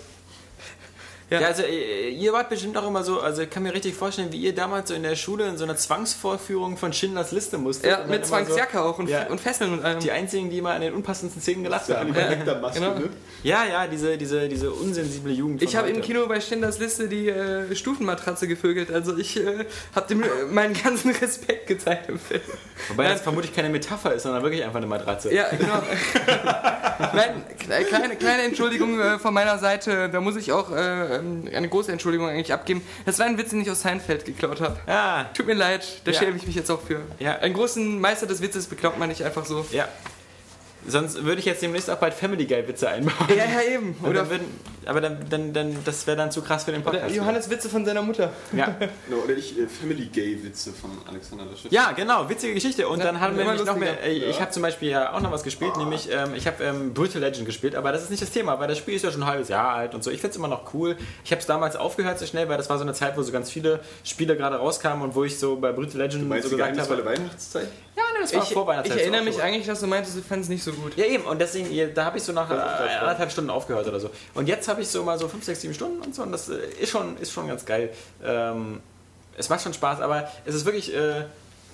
Speaker 5: Ja, also äh, ihr wart bestimmt auch immer so, also ich kann mir richtig vorstellen, wie ihr damals so in der Schule in so einer Zwangsvorführung von Schindlers Liste musstet.
Speaker 3: Ja,
Speaker 5: Und dann
Speaker 3: mit
Speaker 5: immer
Speaker 3: Zwangsjacke auch und,
Speaker 5: Ja.
Speaker 3: und Fesseln und allem.
Speaker 5: So, die einzigen, die immer an den unpassendsten Szenen gelacht
Speaker 4: Der
Speaker 5: haben.
Speaker 4: Animal Lecter-Maske,
Speaker 3: genau.
Speaker 4: ne?
Speaker 5: Ja, ja, diese, diese, diese unsensible Jugend.
Speaker 3: Ich
Speaker 5: von
Speaker 3: habe im
Speaker 5: heute.
Speaker 3: Kino bei Stenders Liste die äh, Stufenmatratze gevögelt. Also ich äh, habe dem äh, meinen ganzen Respekt gezeigt im Film.
Speaker 5: Wobei das vermutlich keine Metapher ist, sondern wirklich einfach eine Matratze.
Speaker 3: Ja, genau. Nein, kle- kleine, kleine Entschuldigung äh, von meiner Seite. Da muss ich auch äh, ähm, eine große Entschuldigung eigentlich abgeben. Das war ein Witz, den ich aus Seinfeld geklaut habe.
Speaker 5: Ah,
Speaker 3: Tut mir leid, da
Speaker 5: Ja.
Speaker 3: schäme ich mich jetzt auch für.
Speaker 5: Ja.
Speaker 3: Einen großen Meister des Witzes beklaut man nicht einfach so.
Speaker 5: ja. Sonst würde ich jetzt demnächst auch bald Family Guy Witze einbauen.
Speaker 3: Ja, ja, eben.
Speaker 5: Und
Speaker 3: Oder
Speaker 5: dann würden, aber dann, dann, dann, das wäre dann zu krass für den
Speaker 3: der
Speaker 5: Podcast.
Speaker 3: Johannes Witze von seiner Mutter.
Speaker 5: Ja.
Speaker 4: No, Oder ich, äh, Family-Gay-Witze von Alexander Laschet.
Speaker 5: Ja, genau, witzige Geschichte. Und dann haben wir
Speaker 3: immer
Speaker 5: nämlich noch mehr.
Speaker 3: lustiger.
Speaker 5: Ey, Ich habe zum Beispiel ja auch noch was gespielt, nämlich ähm, ich habe ähm, Brutal Legend gespielt, aber das ist nicht das Thema, weil das Spiel ist ja schon ein halbes Jahr alt und so. Ich find's immer noch cool. Ich habe es damals aufgehört so schnell, weil das war so eine Zeit, wo so ganz viele Spiele gerade rauskamen und wo ich so bei Brutal Legend
Speaker 4: Meinst du
Speaker 5: so gesagt habe.
Speaker 4: geheimnisvolle Weihnachtszeit?
Speaker 5: Ja, nee, das war
Speaker 3: Ich,
Speaker 5: vor Weihnachten.
Speaker 3: ich erinnere mich eigentlich, dass du meintest, du fandest nicht so gut.
Speaker 5: Ja, eben, und deswegen, ihr- da habe ich so nach äh, anderthalb Stunden aufgehört oder so. Und jetzt habe ich so mal so fünf, sechs, sieben Stunden und so, und das äh, ist schon, ist schon ganz geil. Ähm, es macht schon Spaß, aber es ist wirklich, äh,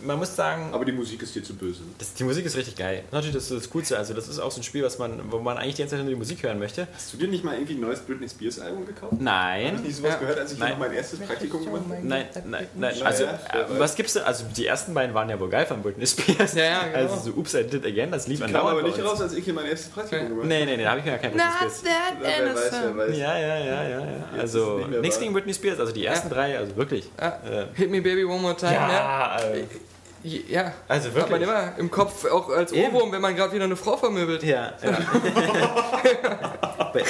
Speaker 5: man muss sagen,
Speaker 4: Aber die Musik ist dir zu böse. ne?
Speaker 5: das, die Musik ist richtig geil. Natürlich, das ist das Coolste. Also, das ist auch so ein Spiel, was man, wo man eigentlich die ganze Zeit nur die Musik hören möchte.
Speaker 4: Hast du dir nicht mal irgendwie ein neues Britney Spears Album gekauft? Hab
Speaker 5: Nein.
Speaker 4: ich sowas
Speaker 3: Ja.
Speaker 4: gehört, als ich hier
Speaker 5: Nein.
Speaker 4: noch mein erstes Praktikum gemacht habe?
Speaker 5: Nein, nein, nein. Also,
Speaker 4: Ja,
Speaker 5: äh,
Speaker 4: ja.
Speaker 5: was gibt's denn? Also, die ersten beiden waren ja wohl geil von Britney Spears.
Speaker 3: Ja, ja, genau.
Speaker 5: Also, so Oops, I Did It Again, das lief
Speaker 4: Kam aber
Speaker 5: bei
Speaker 4: nicht
Speaker 5: uns.
Speaker 4: raus, als ich hier mein erstes Praktikum gemacht habe.
Speaker 5: Nee, nee, nee, da habe ich mir ja kein Britney
Speaker 3: Not
Speaker 5: Spears.
Speaker 3: that
Speaker 4: Wer wer weiß, wer
Speaker 3: innocent.
Speaker 4: weiß.
Speaker 5: Ja, ja, ja, ja, ja. Also,
Speaker 4: es nicht mehr
Speaker 5: nichts
Speaker 4: wahr.
Speaker 5: gegen Britney Spears, also die ersten drei, also wirklich.
Speaker 3: Ja.
Speaker 5: Äh,
Speaker 3: Hit me baby one more time. Ja.
Speaker 5: ja, äh,
Speaker 3: ja. ja.
Speaker 5: also
Speaker 3: Hat man
Speaker 5: wirklich.
Speaker 3: immer im Kopf, auch als
Speaker 5: Eben.
Speaker 3: Ohrwurm, wenn man gerade wieder eine Frau vermöbelt.
Speaker 5: Ja, ja.
Speaker 3: Äh,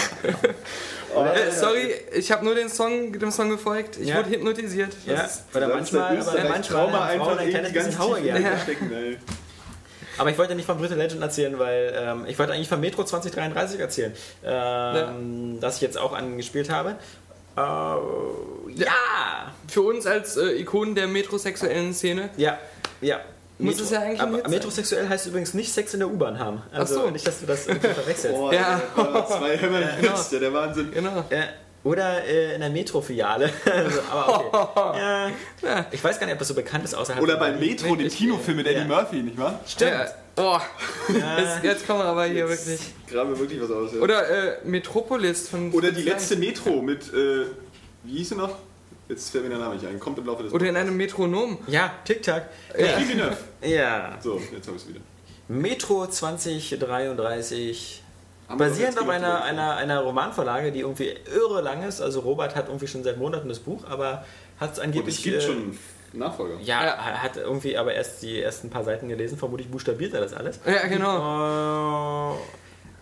Speaker 3: sorry, ich habe nur den Song, dem Song gefolgt. Ich
Speaker 5: Ja.
Speaker 3: wurde hypnotisiert.
Speaker 5: ja. Oder
Speaker 4: Du hast in
Speaker 5: manchmal,
Speaker 4: Österreich
Speaker 5: aber
Speaker 4: Trauma
Speaker 5: manchmal haben Frauen
Speaker 4: einfach
Speaker 5: ein kleines
Speaker 4: irgendwie ganz
Speaker 5: bisschen Hauer
Speaker 4: tief in
Speaker 5: gerne.
Speaker 4: den Kopf stecken, ey.
Speaker 5: Aber ich wollte nicht von Brutal Legend erzählen, weil ähm, ich wollte eigentlich von Metro 2033 erzählen, ähm, das ich jetzt auch angespielt habe. Äh, ja!
Speaker 3: Für uns als äh, Ikonen der metrosexuellen Szene.
Speaker 5: Ja, ja.
Speaker 3: Muss es ja eigentlich ein Hit
Speaker 5: aber
Speaker 3: sein.
Speaker 5: metrosexuell heißt übrigens nicht Sex in der U-Bahn haben. Also
Speaker 3: Ach so.
Speaker 5: nicht, dass du das irgendwie verwechselst.
Speaker 4: Boah,
Speaker 3: Ja.
Speaker 4: ja. zwei Hämmer in der Kiste, der Wahnsinn.
Speaker 3: Genau.
Speaker 5: Äh, oder äh, in der Metro-Filiale. also, aber okay. ja. Ich weiß gar nicht, ob das so bekannt ist außerhalb
Speaker 4: Oder bei
Speaker 5: von-
Speaker 4: Metro, dem Kinofilm mit Eddie
Speaker 5: Ja.
Speaker 4: Murphy, nicht wahr?
Speaker 5: Stimmt.
Speaker 3: Ja. Oh, jetzt, jetzt kommen wir aber hier wirklich.
Speaker 4: Graben wir wirklich was aus. Ja. Oder,
Speaker 3: Oder äh, Metropolis von.
Speaker 4: die letzte Metro mit, äh, wie hieß sie noch? Jetzt fällt mir der Name nicht ein. Kommt im Laufe des
Speaker 3: Oder in einem Metronom.
Speaker 5: Ja, TikTok.
Speaker 4: Ja. Villeneuve.
Speaker 5: Ja.
Speaker 4: So, jetzt habe ich es wieder.
Speaker 5: Metro 2033.
Speaker 4: Haben wir
Speaker 5: Basierend
Speaker 4: doch
Speaker 5: auf
Speaker 4: jetzt
Speaker 5: einer,
Speaker 4: gemacht.
Speaker 5: einer, einer Romanvorlage, die irgendwie irre lang ist. Also Robert hat irgendwie schon seit Monaten das Buch, aber hat es
Speaker 4: Und
Speaker 5: angeblich...
Speaker 4: es gibt
Speaker 5: äh,
Speaker 4: schon einen Nachfolger.
Speaker 5: Ja, hat irgendwie aber erst die ersten paar Seiten gelesen. Vermutlich buchstabiert er das alles.
Speaker 3: Ja,
Speaker 5: Oh,
Speaker 3: genau.
Speaker 5: Äh,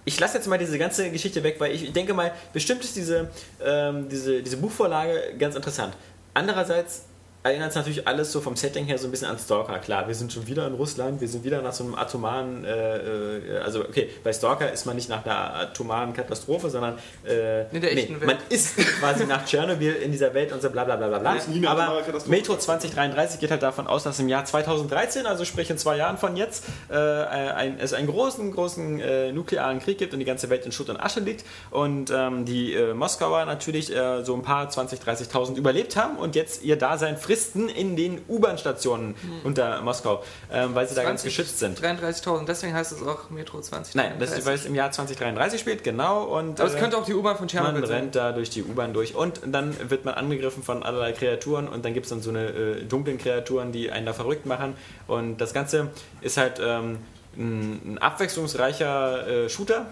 Speaker 5: Ich lasse jetzt mal diese ganze Geschichte weg, weil ich denke mal, bestimmt ist diese, ähm, diese, diese Buchvorlage ganz interessant. Andererseits erinnert es natürlich alles so vom Setting her so ein bisschen an Stalker. Klar, wir sind schon wieder in Russland, wir sind wieder nach so einem atomaren, äh, äh, also okay, bei Stalker ist man nicht nach einer atomaren Katastrophe, sondern äh,
Speaker 3: In der echten Welt.
Speaker 5: man ist quasi nach Tschernobyl in dieser Welt und so bla bla bla bla. bla.
Speaker 4: Das ist nie eine
Speaker 5: Aber
Speaker 4: atomare Katastrophe.
Speaker 5: Metro 2033 geht halt davon aus, dass im Jahr 2013, also sprich in zwei Jahren von jetzt, äh, ein, es einen großen, großen äh, nuklearen Krieg gibt und die ganze Welt in Schutt und Asche liegt und ähm, die äh, Moskauer natürlich äh, so ein paar 20.000, 30.000 überlebt haben und jetzt ihr Dasein frisch Fristen in den U-Bahn-Stationen
Speaker 3: Hm.
Speaker 5: unter Moskau, ähm, weil sie da ganz
Speaker 3: 20,
Speaker 5: geschützt sind.
Speaker 3: 33.000, deswegen heißt es auch Metro 20.
Speaker 5: Nein, das ist, weil es im Jahr 2033 spielt, genau. Und,
Speaker 3: Aber es
Speaker 5: äh,
Speaker 3: könnte auch die U-Bahn von
Speaker 5: man
Speaker 3: Tschernobyl sein.
Speaker 5: rennt da durch die U-Bahn durch und dann wird man angegriffen von allerlei Kreaturen und dann gibt es dann so eine äh, dunklen Kreaturen, die einen da verrückt machen und das Ganze ist halt ähm, ein, ein abwechslungsreicher äh, Shooter.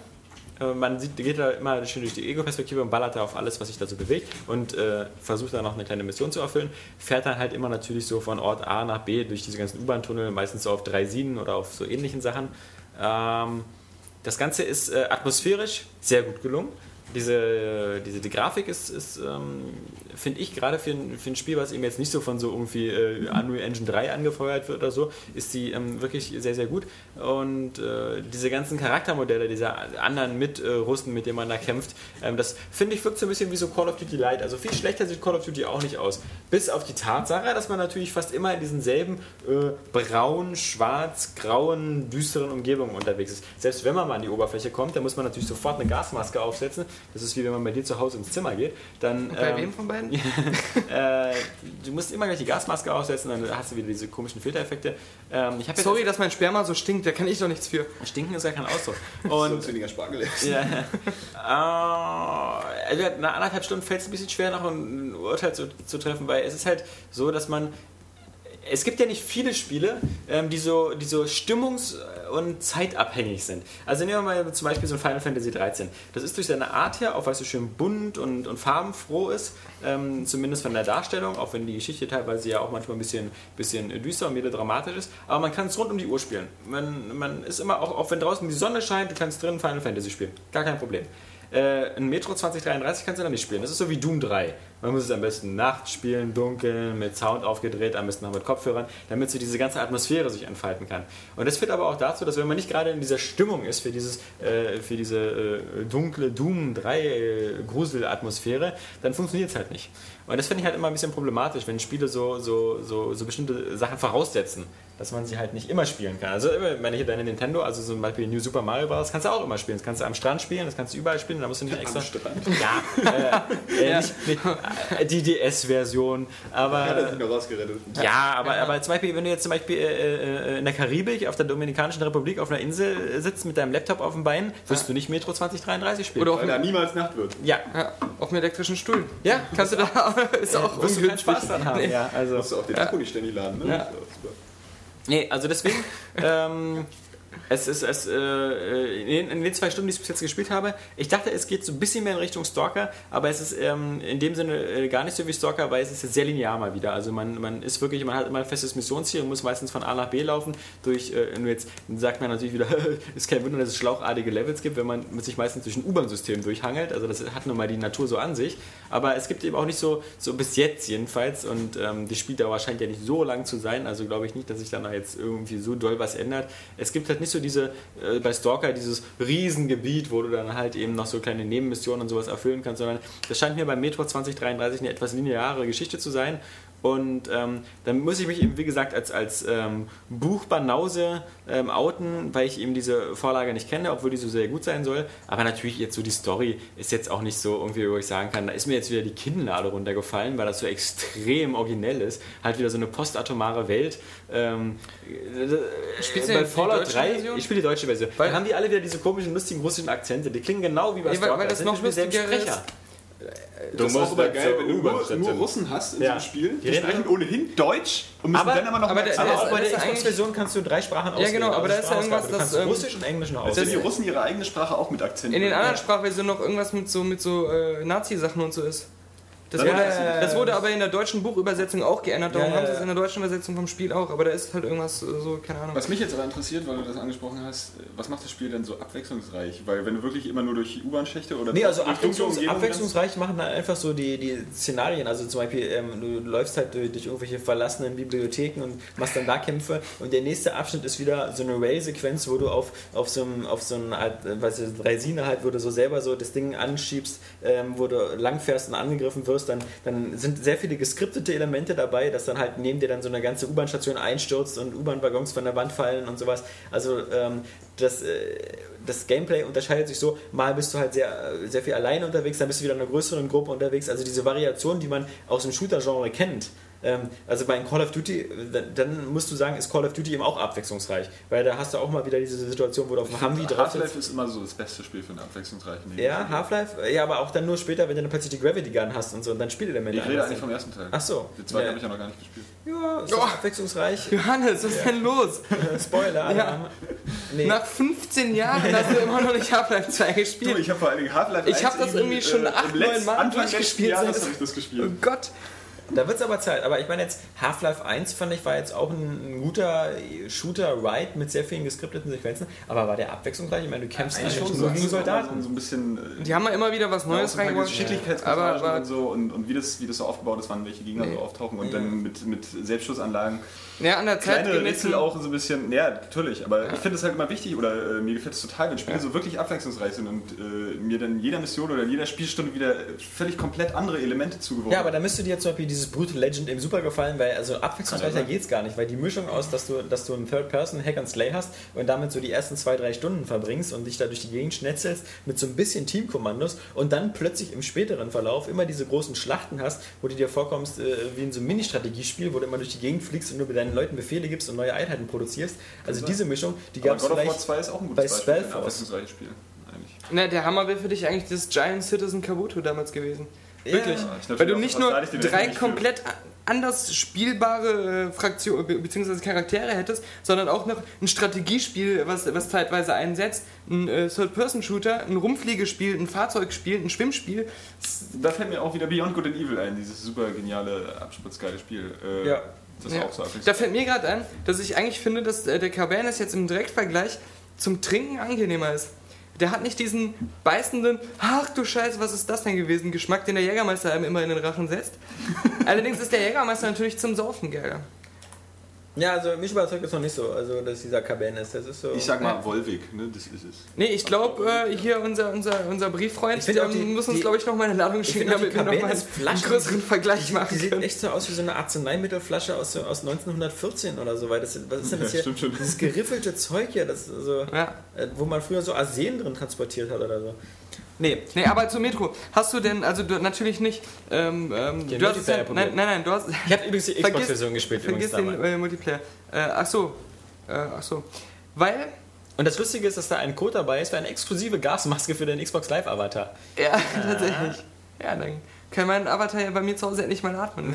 Speaker 5: Äh, Man sieht, geht da immer schön durch die Ego-Perspektive und ballert da auf alles, was sich da so bewegt und äh, versucht dann noch eine kleine Mission zu erfüllen. Fährt dann halt immer natürlich so von Ort A nach B durch diese ganzen U-Bahn-Tunnel, meistens so auf Dreisinen oder auf so ähnlichen Sachen. Ähm, das Ganze ist äh, atmosphärisch sehr gut gelungen. Diese, äh, diese die Grafik ist, ist ähm, finde ich, gerade für, ein- für ein Spiel, was eben jetzt nicht so von so irgendwie äh, Unreal Engine 3 angefeuert wird oder so, ist die ähm, wirklich sehr, sehr gut. Und äh, diese ganzen Charaktermodelle dieser anderen Mit-Russen, mit denen man da kämpft, ähm, das finde ich wirkt so ein bisschen wie so Call of Duty Light. Also viel schlechter sieht Call of Duty auch nicht aus. Bis auf die Tatsache, dass man natürlich fast immer in diesen selben äh, braun, schwarz, grauen, düsteren Umgebungen unterwegs ist. Selbst wenn man mal an die Oberfläche kommt, dann muss man natürlich sofort eine Gasmaske aufsetzen. Das ist wie wenn man bei dir zu Hause ins Zimmer geht. Dann,
Speaker 3: Bei
Speaker 5: ähm,
Speaker 3: wem von beiden?
Speaker 5: äh, du musst immer gleich die Gasmaske aufsetzen, dann hast du wieder diese komischen Filtereffekte. Ähm, ich hab jetzt-
Speaker 3: Sorry, dass mein Sperma so stinkt, da kann ich doch nichts für.
Speaker 5: Stinken ist ja kein Ausdruck. Und
Speaker 4: Sonst weniger Spargel essen.
Speaker 5: Ja. Äh, also nach anderthalb Stunden fällt es ein bisschen schwer, noch ein Urteil zu, zu treffen, weil es ist halt so, dass man. Es gibt ja nicht viele Spiele, ähm, die, so, die so stimmungs- und zeitabhängig sind. Also nehmen wir mal zum Beispiel so ein Final Fantasy 13. Das ist durch seine Art her, auch weil es so schön bunt und, und farbenfroh ist, ähm, zumindest von der Darstellung, auch wenn die Geschichte teilweise ja auch manchmal ein bisschen, bisschen düster und melodramatisch ist. Aber man kann es rund um die Uhr spielen. Man, man ist immer, auch, auch wenn draußen die Sonne scheint, du kannst drin Final Fantasy spielen. Gar kein Problem. Äh, ein Metro 2033 kannst du dann nicht spielen. Das ist so wie Doom 3. Man muss es am besten nachts spielen, dunkel, mit Sound aufgedreht, am besten noch mit Kopfhörern, damit so diese ganze Atmosphäre sich entfalten kann. Und das führt aber auch dazu, dass wenn man nicht gerade in dieser Stimmung ist für, dieses, äh, für diese äh, dunkle Doom 3 äh, Gruselatmosphäre, dann funktioniert es halt nicht. Und das finde ich halt immer ein bisschen problematisch, wenn Spiele so, so, so, so bestimmte Sachen voraussetzen, dass man sie halt nicht immer spielen kann. Also, immer, wenn ich deine Nintendo, also zum Beispiel New Super Mario Bros., kannst du auch immer spielen. Das kannst du am Strand spielen, das kannst du überall spielen, da musst du nicht extra. Ja, äh, äh, Nicht, nicht, äh, die DS-Version,
Speaker 4: Ja, da
Speaker 5: aber.
Speaker 4: sind wir rausgerettet.
Speaker 5: Ja, aber, aber zum Beispiel, wenn du jetzt zum Beispiel äh, äh, in der Karibik, auf der Dominikanischen Republik, auf einer Insel äh, sitzt mit deinem Laptop auf dem Bein, wirst du nicht Metro 2033 spielen.
Speaker 3: Oder auf,
Speaker 4: Weil da niemals Nacht wird.
Speaker 5: ja,
Speaker 3: ja, auf einem elektrischen Stuhl.
Speaker 5: ja,
Speaker 3: Kannst du da, ist auch
Speaker 5: wirst du keinen
Speaker 3: ungünstig.
Speaker 5: Spaß dran haben. Ja, also.
Speaker 4: Musst du auch den Akku nicht ständig laden, ne?
Speaker 3: Ja.
Speaker 4: So, super.
Speaker 5: Nee, also deswegen, ähm, es ist, es, äh, äh, in, in den zwei Stunden, die ich bis jetzt gespielt habe, ich dachte, es geht so ein bisschen mehr in Richtung Stalker, aber es ist ähm, in dem Sinne äh, gar nicht so wie Stalker, weil es ist jetzt sehr linear mal wieder. Also man, man ist wirklich, man hat immer ein festes Missionsziel und muss meistens von A nach B laufen. Durch, äh, nur jetzt sagt man natürlich wieder, ist kein Wunder, dass es schlauchartige Levels gibt, wenn man sich meistens durch ein U-Bahn-System durchhangelt. Also das hat nun mal die Natur so an sich. Aber es gibt eben auch nicht so, so bis jetzt jedenfalls. Und ähm, die Spieldauer scheint ja nicht so lang zu sein. Also glaube ich nicht, dass sich da noch jetzt irgendwie so doll was ändert. Es gibt halt nicht so diese, äh, bei Stalker dieses Riesengebiet, wo du dann halt eben noch so kleine Nebenmissionen und sowas erfüllen kannst, sondern das scheint mir bei Metro 2033 eine etwas lineare Geschichte zu sein. Und ähm, dann muss ich mich eben, wie gesagt, als, als ähm, Buchbanause ähm, outen, weil ich eben diese Vorlage nicht kenne, obwohl die so sehr gut sein soll. Aber natürlich jetzt so die Story ist jetzt auch nicht so irgendwie, wo ich sagen kann, da ist mir jetzt wieder die Kinnlade runtergefallen, weil das so extrem originell ist. Halt wieder so eine postatomare Welt. Ähm,
Speaker 3: Spielst du
Speaker 5: bei
Speaker 3: die
Speaker 5: Fallout
Speaker 3: deutsche
Speaker 5: 3,
Speaker 3: Version?
Speaker 5: ich spiele die deutsche Version. Weil haben die alle wieder diese komischen, lustigen russischen Akzente. Die klingen genau wie
Speaker 3: Ja,
Speaker 5: bei
Speaker 3: weil-
Speaker 5: Stalker.
Speaker 3: weil das
Speaker 5: sind
Speaker 3: noch
Speaker 5: nicht dieselben
Speaker 3: lustiger ist.
Speaker 5: Du
Speaker 4: Das ist auch
Speaker 5: musst halt
Speaker 4: immer
Speaker 5: dazu
Speaker 4: geil, wenn du
Speaker 5: U-Bahn
Speaker 4: nur, nur
Speaker 5: stattfinden.
Speaker 4: Russen hast in
Speaker 5: Ja.
Speaker 4: so einem Spiel.
Speaker 5: Die
Speaker 4: Die
Speaker 5: reden
Speaker 4: sprechen ohnehin Deutsch und müssen
Speaker 5: Aber-
Speaker 4: dann aber noch
Speaker 3: aber
Speaker 4: mit
Speaker 3: der-
Speaker 5: Aber
Speaker 3: der-
Speaker 5: auch bei der
Speaker 3: Das ist eigentlich-
Speaker 5: Xbox-Version kannst du drei Sprachen Also
Speaker 3: Ja, genau, aber da ist ja irgendwas,
Speaker 5: das...
Speaker 3: das, ähm,
Speaker 5: Russisch und Englisch noch
Speaker 4: Sind die
Speaker 5: auswählen.
Speaker 4: Russen ihre eigene Sprache auch mit Akzenten?
Speaker 3: In den anderen Sprachversionen noch irgendwas mit so, mit so äh, Nazi-Sachen und so ist. Das,
Speaker 4: Ja,
Speaker 3: wurde,
Speaker 4: ja, ja,
Speaker 3: das wurde aber in der deutschen Buchübersetzung auch geändert. Darum
Speaker 5: Ja, ja,
Speaker 3: haben sie
Speaker 5: ja.
Speaker 3: es in der deutschen Übersetzung vom Spiel auch. Aber da ist halt irgendwas äh, so, keine Ahnung.
Speaker 4: Was mich jetzt aber interessiert, weil du das angesprochen hast, was macht das Spiel denn so abwechslungsreich? Weil wenn du wirklich immer nur durch U-Bahn-Schächte oder
Speaker 5: Nee, also
Speaker 4: durch dunkle
Speaker 5: abwechslungs
Speaker 4: Umgebungen
Speaker 5: abwechslungsreich machen dann einfach so die, die Szenarien. Also zum Beispiel, ähm, du läufst halt durch, durch irgendwelche verlassenen Bibliotheken und machst dann da Kämpfe. Und der nächste Abschnitt ist wieder so eine Rail-Sequenz, wo du auf, auf so einem, auf so einem Art, äh, weiß ich, Resine halt, wo du so selber so das Ding anschiebst, ähm, wo du langfährst und angegriffen wirst, dann, dann sind sehr viele geskriptete Elemente dabei, dass dann halt neben dir dann so eine ganze U-Bahn-Station einstürzt und U-Bahn-Waggons von der Wand fallen und sowas. Also ähm, das, äh, das Gameplay unterscheidet sich so, mal bist du halt sehr, äh, sehr viel alleine unterwegs, dann bist du wieder in einer größeren Gruppe unterwegs. Also diese Variation, die man aus dem Shooter-Genre kennt, Ähm, also bei Call of Duty, äh, dann- dann musst du sagen, ist Call of Duty eben auch abwechslungsreich. Weil da hast du auch mal wieder diese Situation, wo du auf dem Humvee drauf sitzt.
Speaker 4: Half-Life ist immer so das beste Spiel für einen abwechslungsreichen
Speaker 5: Ja, Half-Life, ja, aber auch dann nur später, wenn du dann plötzlich die Gravity Gun hast und so und dann Spielelemente
Speaker 4: Ich rede
Speaker 5: anders
Speaker 4: eigentlich
Speaker 5: sind.
Speaker 4: vom ersten Teil.
Speaker 5: Ach so.
Speaker 4: Den zweiten
Speaker 5: Ja.
Speaker 4: habe ich ja noch gar nicht gespielt.
Speaker 5: Ja, ist doch abwechslungsreich.
Speaker 3: Johannes, was ist denn los?
Speaker 5: Spoiler.
Speaker 3: Ja.
Speaker 5: Nee.
Speaker 3: Nach 15 Jahren hast du immer noch nicht Half-Life 2
Speaker 4: Du,
Speaker 3: gespielt.
Speaker 4: ich habe vor allen Dingen Half-Life
Speaker 3: Ich hab das irgendwie schon acht, neun Mal
Speaker 4: Anfang
Speaker 3: durchgespielt,
Speaker 4: letzten Jahres
Speaker 3: seit-
Speaker 4: habe ich das
Speaker 3: Oh
Speaker 4: gespielt.
Speaker 3: Gott.
Speaker 5: Da wird's aber Zeit. Aber ich meine jetzt, Half-Life 1 fand ich war jetzt auch ein, ein guter Shooter-Ride mit sehr vielen geskripteten Sequenzen. Aber war der abwechslungsreich? Ich meine, du kämpfst eigentlich
Speaker 4: Schon
Speaker 5: nur
Speaker 4: so,
Speaker 5: gegen
Speaker 4: Soldaten.
Speaker 5: Soldaten.
Speaker 4: so ein bisschen... äh,
Speaker 3: Die haben ja immer wieder was
Speaker 4: Ja, auch
Speaker 3: Neues
Speaker 4: so ein paar
Speaker 3: reingebracht.
Speaker 4: Geschicklichkeitspassagen
Speaker 3: Aber,
Speaker 4: und
Speaker 3: aber
Speaker 4: so und, und wie, das, wie das so aufgebaut ist, wann welche Gegner so auftauchen und dann mit, mit Selbstschussanlagen.
Speaker 3: ja, an der Zeit
Speaker 4: Kleine
Speaker 3: gemessen-
Speaker 4: Rätsel auch so ein bisschen, ja, natürlich, aber ich finde es halt immer wichtig oder äh, mir gefällt es total, wenn Spiele so wirklich abwechslungsreich sind und äh, mir dann jeder Mission oder in jeder Spielstunde wieder äh, völlig komplett andere Elemente zugeworfen
Speaker 5: Ja, aber da müsste dir zum Beispiel dieses Brutal Legend eben super gefallen, weil also abwechslungsreicher
Speaker 4: sein.
Speaker 5: geht's gar nicht, weil die Mischung aus, dass du, dass du einen Third-Person-Hack and Slay hast und damit so die ersten zwei, drei Stunden verbringst und dich da durch die Gegend schnetzelst mit so ein bisschen Teamkommandos und dann plötzlich im späteren Verlauf immer diese großen Schlachten hast, wo du dir vorkommst äh, wie in so einem Mini-Strategiespiel, wo du immer durch die Gegend fliegst und nur mit deinen Leuten Befehle gibst und neue Einheiten produzierst. Also diese Mischung, die
Speaker 4: aber
Speaker 5: gab es
Speaker 4: God of War
Speaker 5: vielleicht...
Speaker 4: 2 ist auch ein
Speaker 5: bei
Speaker 4: gutes Beispiel, für ein
Speaker 5: Spellforce.
Speaker 4: abwechslungsreiches Spiel. Eigentlich.
Speaker 3: Na, Ne, der Hammer wäre für dich eigentlich das Giant Citizen Kabuto damals gewesen.
Speaker 5: Ja.
Speaker 3: Wirklich.
Speaker 4: Ja, ich glaub,
Speaker 3: Weil du
Speaker 4: ich
Speaker 3: nicht
Speaker 4: glaub,
Speaker 3: nur
Speaker 4: da hatte ich den
Speaker 3: drei
Speaker 4: Rest nicht
Speaker 3: komplett a- anders spielbare äh, Fraktionen bzw. Charaktere hättest, sondern auch noch ein Strategiespiel, was, was zeitweise einsetzt, ein äh, Third-Person-Shooter, ein Rumfliegespiel, ein Fahrzeugspiel, ein Schwimmspiel.
Speaker 4: Da fällt mir auch wieder Beyond Good and Evil ein, dieses super geniale, abspritzgeile Spiel. Äh,
Speaker 5: Ja.
Speaker 4: Das
Speaker 3: Ja.
Speaker 4: auch so abwechslungsreich.
Speaker 3: Da fällt mir gerade ein, dass ich eigentlich finde, dass äh, der Cabernet jetzt im Direktvergleich zum Trinken angenehmer ist. Der hat nicht diesen beißenden, ach du Scheiße, was ist das denn gewesen, Geschmack, den der Jägermeister einem immer in den Rachen setzt. Allerdings ist der Jägermeister natürlich zum Saufen geiler.
Speaker 5: Ja, also mich überzeugt das noch nicht so, also dass dieser Cabane ist, das ist so...
Speaker 4: Ich sag mal Wolwig, ne? das ist es.
Speaker 3: Nee, ich glaube, äh, hier unser, unser, unser Brieffreund
Speaker 5: Ich find auch die-
Speaker 3: ähm, muss uns,
Speaker 5: die-
Speaker 3: glaube ich, noch mal eine Ladung
Speaker 5: find
Speaker 3: schicken,
Speaker 5: auch die
Speaker 3: damit wir noch mal
Speaker 5: Cabernet
Speaker 3: einen
Speaker 5: Flaschen-
Speaker 3: größeren Vergleich
Speaker 5: Die
Speaker 3: machen
Speaker 5: sieht
Speaker 3: können.
Speaker 5: echt so aus wie so eine Arzneimittelflasche aus, aus 1914 oder so, weil das, was ist denn das
Speaker 4: Ja,
Speaker 5: hier?
Speaker 4: stimmt schon.
Speaker 5: Dieses geriffelte Zeug hier, das so,
Speaker 3: Ja.
Speaker 5: äh, wo man früher so Arsen drin transportiert hat oder so. Nee,
Speaker 3: Nee, aber zu Metro. Hast du denn, also du, natürlich nicht, ähm, ähm,
Speaker 5: Den
Speaker 3: du hast es ja,
Speaker 5: Multiplayer
Speaker 3: nein,
Speaker 5: probiert.
Speaker 3: nein, nein, du hast,
Speaker 5: ich habe übrigens die
Speaker 3: Vergiss-
Speaker 5: Xbox-Version gespielt übrigens
Speaker 3: Vergiss den
Speaker 5: damals.
Speaker 3: äh, Multiplayer. Äh, ach so. Äh, ach so. Weil,
Speaker 5: Und das Lustige ist, dass da ein Code dabei ist für eine exklusive Gasmaske für den Xbox Live-Avatar.
Speaker 3: ja, tatsächlich. Ja, dann kann mein Avatar ja bei mir zu Hause endlich mal atmen.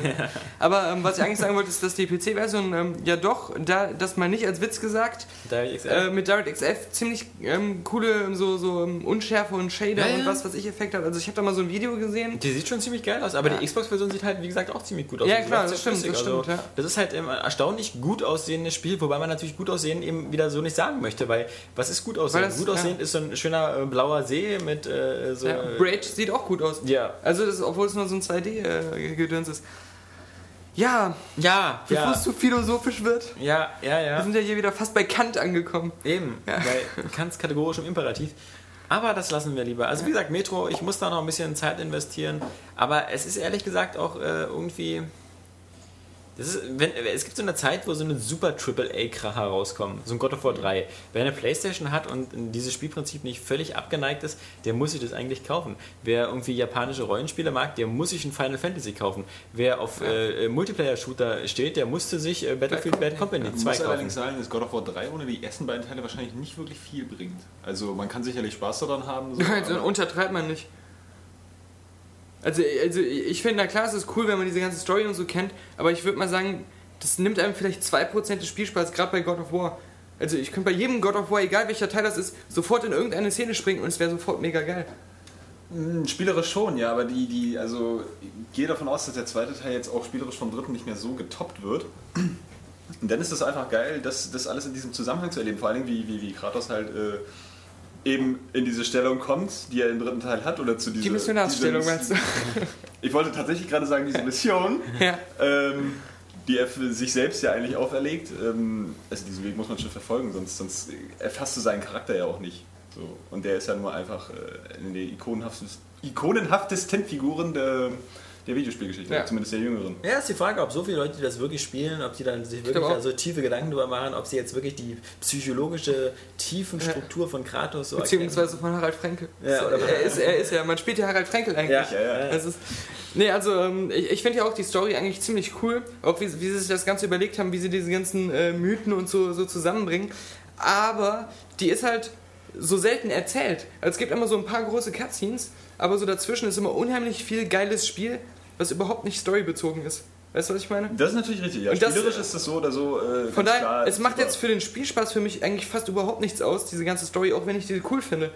Speaker 3: Aber ähm, was ich eigentlich sagen wollte, ist, dass die PC-Version ähm, ja doch, da, das mal nicht als Witz gesagt,
Speaker 5: Da hab ich gesagt,
Speaker 3: äh, mit DirectXF ziemlich ähm, coole so, so ähm, Unschärfe und Shader
Speaker 5: Ja,
Speaker 3: und
Speaker 5: ja.
Speaker 3: was, was ich Effekte hat. Also ich habe da mal so ein Video gesehen.
Speaker 5: Die sieht schon ziemlich geil aus, aber die Xbox-Version sieht halt, wie gesagt, auch ziemlich gut aus.
Speaker 3: Ja,
Speaker 5: Die
Speaker 3: klar,
Speaker 5: läuft
Speaker 3: das
Speaker 5: sehr
Speaker 3: stimmt,
Speaker 5: flüssig.
Speaker 3: das stimmt, ja.
Speaker 5: Das ist halt ein erstaunlich gut aussehendes Spiel, wobei man natürlich gut aussehen eben wieder so nicht sagen möchte, weil was ist gut aussehen?
Speaker 3: Weil das-
Speaker 5: gut aussehen
Speaker 3: ja.
Speaker 5: ist so ein schöner äh, blauer See mit äh, so.
Speaker 3: Ja, Braid sieht auch gut aus.
Speaker 5: Ja.
Speaker 3: Also das, obwohl es nur so ein 2D-Gedöns ist. Ja,
Speaker 5: Ja,
Speaker 3: bevor
Speaker 5: ja,
Speaker 3: es zu philosophisch wird.
Speaker 5: ja, ja,
Speaker 3: Wir
Speaker 5: ja.
Speaker 3: sind ja hier wieder fast bei Kant angekommen.
Speaker 5: Eben, weil ganz kategorisch im Imperativ. Aber das lassen wir lieber. Also wie gesagt, Metro, ich muss da noch ein bisschen Zeit investieren. Aber es ist ehrlich gesagt auch äh, irgendwie. Das ist, wenn, es gibt so eine Zeit, wo so eine super Triple-A-Kracher rauskommen. So ein God of War 3. Wer eine Playstation hat und in dieses Spielprinzip nicht völlig abgeneigt ist, der muss sich das eigentlich kaufen. Wer irgendwie japanische Rollenspiele mag, der muss sich ein Final Fantasy kaufen. Wer auf äh, äh, Multiplayer-Shooter steht, der musste sich äh, Battlefield Bad Company
Speaker 4: Ich
Speaker 5: 2
Speaker 4: muss
Speaker 5: kaufen.
Speaker 4: allerdings sagen, dass God of War 3 ohne die ersten beiden Teile wahrscheinlich nicht wirklich viel bringt. Also man kann sicherlich Spaß daran haben. So,
Speaker 3: Nein, so
Speaker 4: aber-
Speaker 3: untertreibt man nicht. Also, also ich finde, na klar, es ist cool, wenn man diese ganze Story und so kennt, aber ich würde mal sagen, das nimmt einem vielleicht 2% des Spielspaßes, gerade bei God of War. Also ich könnte bei jedem God of War, egal welcher Teil das ist, sofort in irgendeine Szene springen und es wäre sofort mega geil.
Speaker 4: Hm, Spielerisch schon, ja, aber die, die, also ich gehe davon aus, dass der zweite Teil jetzt auch spielerisch vom dritten nicht mehr so getoppt wird. Und dann ist es einfach geil, das, das alles in diesem Zusammenhang zu erleben. Vor allem, wie, wie, wie Kratos halt äh, eben in diese Stellung kommt, die er im dritten Teil hat, oder zu dieser.
Speaker 3: Die Missionarsstellung,
Speaker 4: dieser-
Speaker 3: meinst du?
Speaker 4: Ich wollte tatsächlich gerade sagen, diese Mission.
Speaker 3: Ja.
Speaker 4: ähm, die er für sich selbst ja eigentlich auferlegt. Ähm, also diesen Weg muss man schon verfolgen, sonst, sonst erfasst du seinen Charakter ja auch nicht. So. Und der ist ja nur einfach äh, eine der ikonenhaftesten, ikonenhaftesten Figuren der, der Videospielgeschichte,
Speaker 3: Ja.
Speaker 4: zumindest der jüngeren.
Speaker 5: Ja, ist die Frage, ob so viele Leute, die das wirklich spielen, ob die dann sich wirklich
Speaker 3: glaube
Speaker 5: da so tiefe Gedanken drüber machen, ob sie jetzt wirklich die psychologische Tiefenstruktur von Kratos so
Speaker 3: Beziehungsweise von Harald Frenkel.
Speaker 5: Ja, oder-
Speaker 3: er, ist, er ist ja, man spielt ja Harald Frenkel eigentlich.
Speaker 5: Ja, ja, ja.
Speaker 3: Das ist, nee, also ähm, ich, ich finde ja auch die Story eigentlich ziemlich cool, auch wie, wie sie sich das Ganze überlegt haben, wie sie diese ganzen äh, Mythen und so, so zusammenbringen. Aber die ist halt so selten erzählt. Also es gibt immer so ein paar große Cutscenes, aber so dazwischen ist immer unheimlich viel geiles Spiel, was überhaupt nicht storybezogen ist. Weißt du, was ich meine?
Speaker 4: Das ist natürlich richtig. Ja,
Speaker 3: Und das-
Speaker 4: spielerisch ist das so oder so. Äh, ganz
Speaker 3: Von daher,
Speaker 4: klar,
Speaker 3: es macht
Speaker 4: super.
Speaker 3: jetzt für den Spielspaß für mich eigentlich fast überhaupt nichts aus, diese ganze Story, auch wenn ich die cool finde.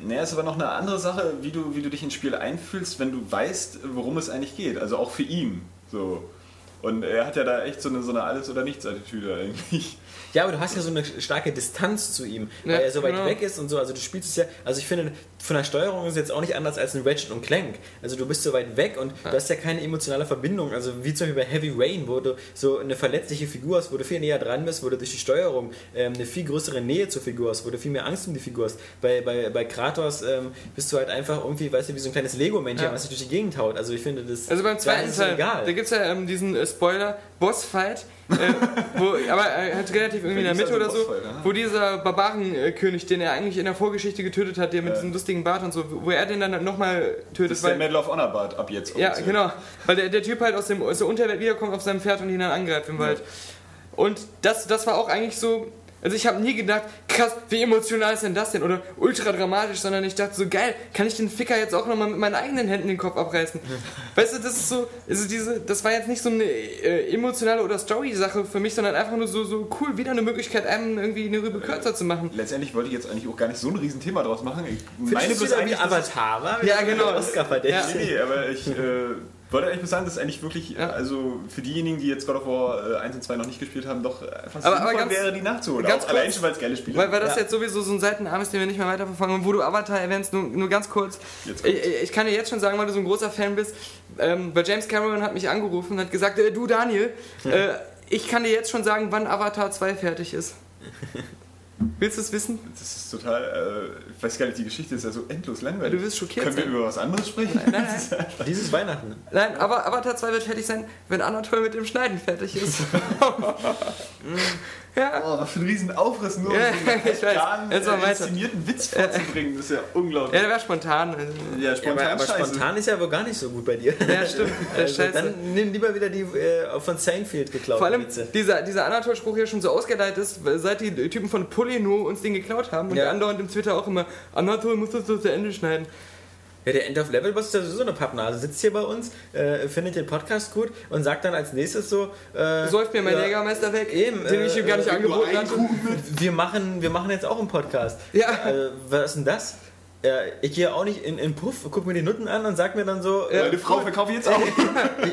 Speaker 4: Naja, ist aber noch eine andere Sache, wie du, wie du dich ins Spiel einfühlst, wenn du weißt, worum es eigentlich geht. Also auch für ihn. So. Und er hat ja da echt so eine, so eine Alles- oder Nichts-Attitüde eigentlich.
Speaker 5: Ja, aber du hast ja so eine starke Distanz zu ihm, weil
Speaker 3: Ja,
Speaker 5: er so weit
Speaker 3: genau.
Speaker 5: weg ist und so. Also du spielst es ja, also ich finde, von der Steuerung ist es jetzt auch nicht anders als ein Ratchet und Clank. Also du bist so weit weg und du hast ja keine emotionale Verbindung. Also wie zum Beispiel bei Heavy Rain, wo du so eine verletzliche Figur hast, wo du viel näher dran bist, wo du durch die Steuerung ähm, eine viel größere Nähe zur Figur hast, wo du viel mehr Angst um die Figur hast. Bei, bei, bei Kratos ähm, bist du halt einfach irgendwie, weißt du, wie so ein kleines Lego-Männchen,
Speaker 3: Ja.
Speaker 5: was sich durch die Gegend haut. Also ich finde das...
Speaker 3: Also beim
Speaker 5: da
Speaker 3: zweiten
Speaker 5: ist es
Speaker 3: Teil,
Speaker 5: egal.
Speaker 3: da gibt es ja ähm, diesen äh, Spoiler, Bossfight, äh, wo, aber äh, halt relativ irgendwie in der
Speaker 4: Da gibt's
Speaker 3: Mitte oder
Speaker 4: also einen
Speaker 3: so,
Speaker 4: Bossfight, ja.
Speaker 3: wo dieser Barbarenkönig, den er eigentlich in der Vorgeschichte getötet hat, der mit diesem lustigen Bart und so, wo er den dann nochmal tötet.
Speaker 4: Das ist der
Speaker 3: Weil,
Speaker 4: Medal of Honor Bart ab jetzt.
Speaker 3: ja,
Speaker 4: offiziell.
Speaker 3: genau. Weil der, der Typ halt aus, dem, aus der Unterwelt wiederkommt auf seinem Pferd und ihn dann angreift im Wald. Und das, das war auch eigentlich so. Also ich habe nie gedacht, krass, wie emotional ist denn das denn? Oder ultra dramatisch, sondern ich dachte so, geil, kann ich den Ficker jetzt auch nochmal mit meinen eigenen Händen den Kopf abreißen? Weißt du, das ist so, also diese, das war jetzt nicht so eine äh, emotionale oder Story-Sache für mich, sondern einfach nur so, so cool, wieder eine Möglichkeit, einem irgendwie eine Rübe kürzer zu machen.
Speaker 4: Letztendlich wollte ich jetzt eigentlich auch gar nicht so ein Riesenthema draus machen. Ich
Speaker 5: Findest
Speaker 4: meine
Speaker 5: du
Speaker 4: bloß
Speaker 5: es wieder wie
Speaker 4: eigentlich, dass es-
Speaker 5: Avatar,
Speaker 3: Ja, genau.
Speaker 5: Oscar verdächtig.
Speaker 4: Nee, nee, aber ich äh, wollte eigentlich nur sagen, dass eigentlich wirklich, äh, also für diejenigen, die jetzt God of War äh, 1 und 2 noch nicht gespielt haben, doch einfach
Speaker 3: Aber- aber
Speaker 4: sinnvoll
Speaker 3: ganz-
Speaker 4: wäre, die nachzuholen.
Speaker 3: ganz
Speaker 4: Auch allein
Speaker 3: kurz,
Speaker 4: schon, weil es geile Spiele
Speaker 3: Weil, weil das
Speaker 5: Ja.
Speaker 3: jetzt sowieso so ein Seitenarm ist, den wir nicht mehr weiterverfolgen. Und wo du Avatar erwähnst, nur, nur ganz kurz.
Speaker 4: Jetzt kommt's.
Speaker 3: Ich, ich kann dir jetzt schon sagen, weil du so ein großer Fan bist, ähm, weil James Cameron hat mich angerufen und hat gesagt, äh, du Daniel, äh, ich kann dir jetzt schon sagen, wann Avatar 2 fertig ist. Willst du es wissen?
Speaker 4: Das ist total, äh, ich weiß gar nicht, die Geschichte ist ja so endlos langweilig.
Speaker 3: Du wirst schockiert
Speaker 4: Können wir
Speaker 3: sein.
Speaker 4: über was anderes sprechen?
Speaker 3: ne? Nein, nein.
Speaker 5: Dieses Weihnachten.
Speaker 3: nein aber Avatar 2 wird fertig sein, wenn Anatol mit dem Schneiden fertig ist. ja.
Speaker 4: Oh, was für ein Riesenaufriss nur,
Speaker 3: Ja,
Speaker 4: um so einen
Speaker 3: ich weiß.
Speaker 4: veganen,
Speaker 3: Jetzt mal
Speaker 4: äh,
Speaker 3: weiter.
Speaker 4: inszenierten Witz vorzubringen. Das ist ja unglaublich.
Speaker 3: Ja, der wäre spontan. also.
Speaker 4: Ja, spontan
Speaker 5: aber
Speaker 4: scheiße.
Speaker 5: spontan ist ja wohl gar nicht so gut bei dir.
Speaker 3: Ja, stimmt. Der
Speaker 5: Also,
Speaker 3: Scheiße.
Speaker 5: dann nimm lieber wieder die äh, von Seinfeld geklauten
Speaker 3: Vor allem,
Speaker 5: Witze.
Speaker 3: dieser, dieser Anatol-Spruch hier schon so ausgeleitet ist, weil seit die Typen von Polino uns den geklaut haben und
Speaker 5: Ja.
Speaker 3: der andauernd im Twitter auch immer, Anatol muss das zu Ende schneiden.
Speaker 5: Ja, der End-of-Level-Boss ist ja sowieso eine Pappnase. Sitzt hier bei uns, äh, findet den Podcast gut und sagt dann als nächstes so... Äh,
Speaker 3: Säuft mir mein
Speaker 5: ja,
Speaker 3: Jägermeister weg,
Speaker 5: Eben,
Speaker 3: den ich ihm gar nicht
Speaker 5: äh,
Speaker 3: angeboten hatte.
Speaker 5: Wir machen, wir machen jetzt auch einen Podcast.
Speaker 3: Ja.
Speaker 5: Äh, was ist denn das? Äh, ich gehe auch nicht in, in Puff, guck mir die Nutten an und sag mir dann so... äh,
Speaker 4: Meine Frau, wir kaufen jetzt auch.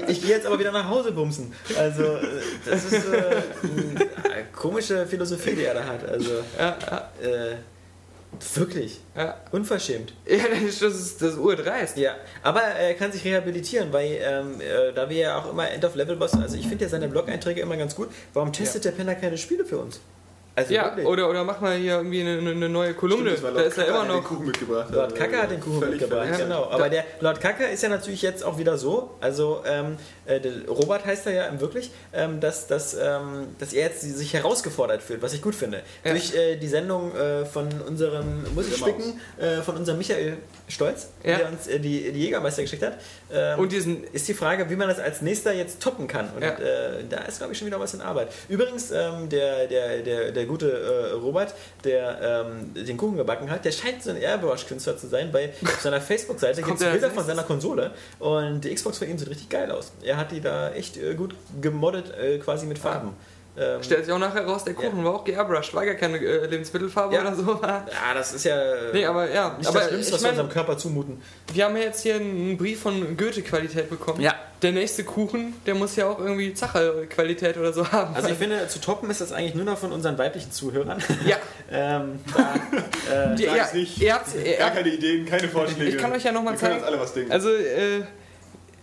Speaker 5: ich, ich gehe jetzt aber wieder nach Hause bumsen. Also, äh, das ist äh, eine komische Philosophie, die er da hat. Also,
Speaker 3: Ja, ja,
Speaker 5: äh, wirklich.
Speaker 3: ja.
Speaker 5: Unverschämt.
Speaker 3: ja das ist, das ist das ist urdreist.
Speaker 5: Ja, aber er kann sich rehabilitieren, weil ähm, äh, da wir ja auch immer End of Level Boss, also ich finde ja seine Blog-Einträge immer ganz gut. Warum testet der Penner keine Spiele für uns? Also
Speaker 3: Ja,
Speaker 5: wirklich.
Speaker 3: oder, oder mach mal hier irgendwie eine, eine- eine neue Kolumne. da ist er immer noch.
Speaker 4: Kuchen mitgebracht.
Speaker 5: Lord Kacker hat den
Speaker 4: Äh,
Speaker 5: Kuchen
Speaker 4: Völlig
Speaker 5: mitgebracht,
Speaker 4: verrückt.
Speaker 5: genau. Aber der Lord Kacker ist ja natürlich jetzt auch wieder so, also ähm, äh, der Robert heißt er ja im wirklich, ähm, dass, dass, ähm, dass er jetzt sich herausgefordert fühlt, was ich gut finde.
Speaker 3: Ja.
Speaker 5: Durch äh, die Sendung äh, von unserem Musikspicken, äh, von unserem Michael Stolz,
Speaker 3: Ja.
Speaker 5: der uns äh, die, die Jägermeister geschickt hat. Ähm,
Speaker 3: Und diesen
Speaker 5: ist die Frage, wie man das als nächster jetzt toppen kann. Und
Speaker 3: Ja.
Speaker 5: äh, da ist, glaube ich, schon wieder was in Arbeit. Übrigens, ähm, der, der, der, der gute äh, Robert, der ähm, den Kuchen gebacken hat, der scheint so ein Airbrush-Künstler zu sein, weil auf seiner Facebook-Seite gibt
Speaker 3: Kommt
Speaker 5: es
Speaker 3: der
Speaker 5: Bilder
Speaker 3: als
Speaker 5: von seiner Konsole und die Xbox von ihm sieht richtig geil aus. Er hat die da echt äh, gut gemoddet, äh, quasi mit Farben. Ähm,
Speaker 3: stellt sich auch nachher raus, der Kuchen war auch geairbrushed, war gar keine äh, Lebensmittelfarbe
Speaker 5: Ja.
Speaker 3: oder so.
Speaker 5: ja, das ist ja äh,
Speaker 3: nee, aber ja.
Speaker 5: nicht
Speaker 3: aber
Speaker 5: das Schlimmste, was
Speaker 3: ich
Speaker 5: wir
Speaker 3: mein,
Speaker 5: unserem Körper zumuten.
Speaker 3: Wir haben ja jetzt hier einen Brief von Goethe-Qualität bekommen.
Speaker 1: Ja.
Speaker 3: Der nächste Kuchen, der muss ja auch irgendwie Zacherl-Qualität oder so haben.
Speaker 5: Also ich finde, zu toppen ist das eigentlich nur noch von unseren weiblichen Zuhörern.
Speaker 3: Also, ja,
Speaker 5: ähm, äh,
Speaker 3: die, ja
Speaker 4: es nicht.
Speaker 3: ihr habt ihr,
Speaker 4: Gar keine Ideen, keine Vorschläge.
Speaker 3: Ich kann euch ja noch mal
Speaker 4: Wir
Speaker 3: zeigen.
Speaker 4: können uns alle was denken.
Speaker 3: Also, äh,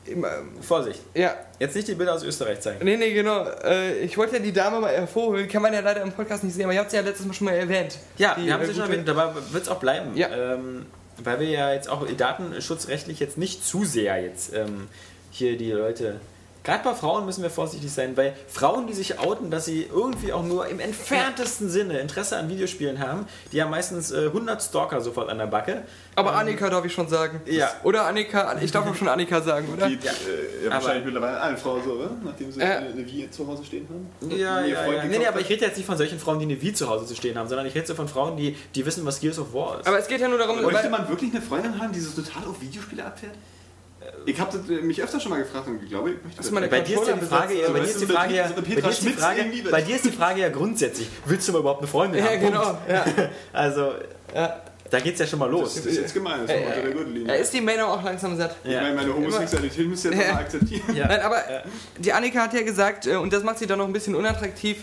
Speaker 3: immer-
Speaker 5: Vorsicht,
Speaker 3: ja,
Speaker 5: jetzt nicht die Bilder aus Österreich zeigen.
Speaker 3: nee, nee, genau. Äh, ich wollte ja die Dame mal hervorholen, kann man ja leider im Podcast nicht sehen, aber ihr habt sie ja letztes Mal schon mal erwähnt.
Speaker 5: Ja,
Speaker 3: Die,
Speaker 5: wir haben
Speaker 3: äh,
Speaker 5: sie schon
Speaker 3: gute-
Speaker 5: erwähnt, dabei wird es auch bleiben.
Speaker 3: Ja.
Speaker 5: Ähm, weil wir ja jetzt auch datenschutzrechtlich jetzt nicht zu sehr jetzt ähm, hier die Leute. Gerade bei Frauen müssen wir vorsichtig sein, weil Frauen, die sich outen, dass sie irgendwie auch nur im entferntesten Sinne Interesse an Videospielen haben, die haben meistens äh, 100 Stalker sofort an der Backe.
Speaker 3: Aber Annika darf ich schon sagen.
Speaker 5: Ja.
Speaker 3: Oder Annika, ich darf auch schon Annika sagen, oder?
Speaker 4: Die, äh, ja, wahrscheinlich mittlerweile alle Frauen so, oder? Nachdem sie
Speaker 3: Äh.
Speaker 4: eine, eine Wii zu Hause stehen haben.
Speaker 5: Ja,
Speaker 4: Ihr Freund
Speaker 5: ja, ja. Nee,
Speaker 4: gekauft
Speaker 5: nee, aber
Speaker 4: hat.
Speaker 5: ich rede jetzt nicht von solchen Frauen, die eine Wii zu Hause zu stehen haben, sondern ich rede so von Frauen, die, die wissen, was Gears of War ist.
Speaker 3: Aber es geht ja nur darum,
Speaker 4: Möchte
Speaker 3: weil-
Speaker 4: man wirklich eine Freundin haben, die so total auf Videospiele abfährt?
Speaker 3: Äh.
Speaker 4: Ich habe mich öfter schon mal gefragt und ich glaube, ich möchte
Speaker 3: Dass man
Speaker 5: bei dir ist ja die Frage, ja, bei dir ist die Frage, ja,
Speaker 4: So
Speaker 5: Also, bei
Speaker 4: eine
Speaker 5: dir
Speaker 4: Petra
Speaker 5: ist die
Speaker 4: Schmitz
Speaker 5: Frage,
Speaker 4: irgendwie,
Speaker 5: bei dir ist die Frage ja grundsätzlich, willst du mal überhaupt eine Freundin
Speaker 3: Ja,
Speaker 5: haben?
Speaker 3: genau. Ja.
Speaker 5: Also, da geht's ja schon mal los. Äh,
Speaker 4: das ist jetzt gemein, das ist unter der Gürtellinie.
Speaker 3: Er ist die Männer auch langsam satt.
Speaker 4: Ich meine, meine Homosexualität müsst ihr jetzt
Speaker 3: Ja.
Speaker 4: mal akzeptieren.
Speaker 5: Ja.
Speaker 3: Nein, aber die Annika hat ja gesagt, äh, und das macht sie dann noch ein bisschen unattraktiv,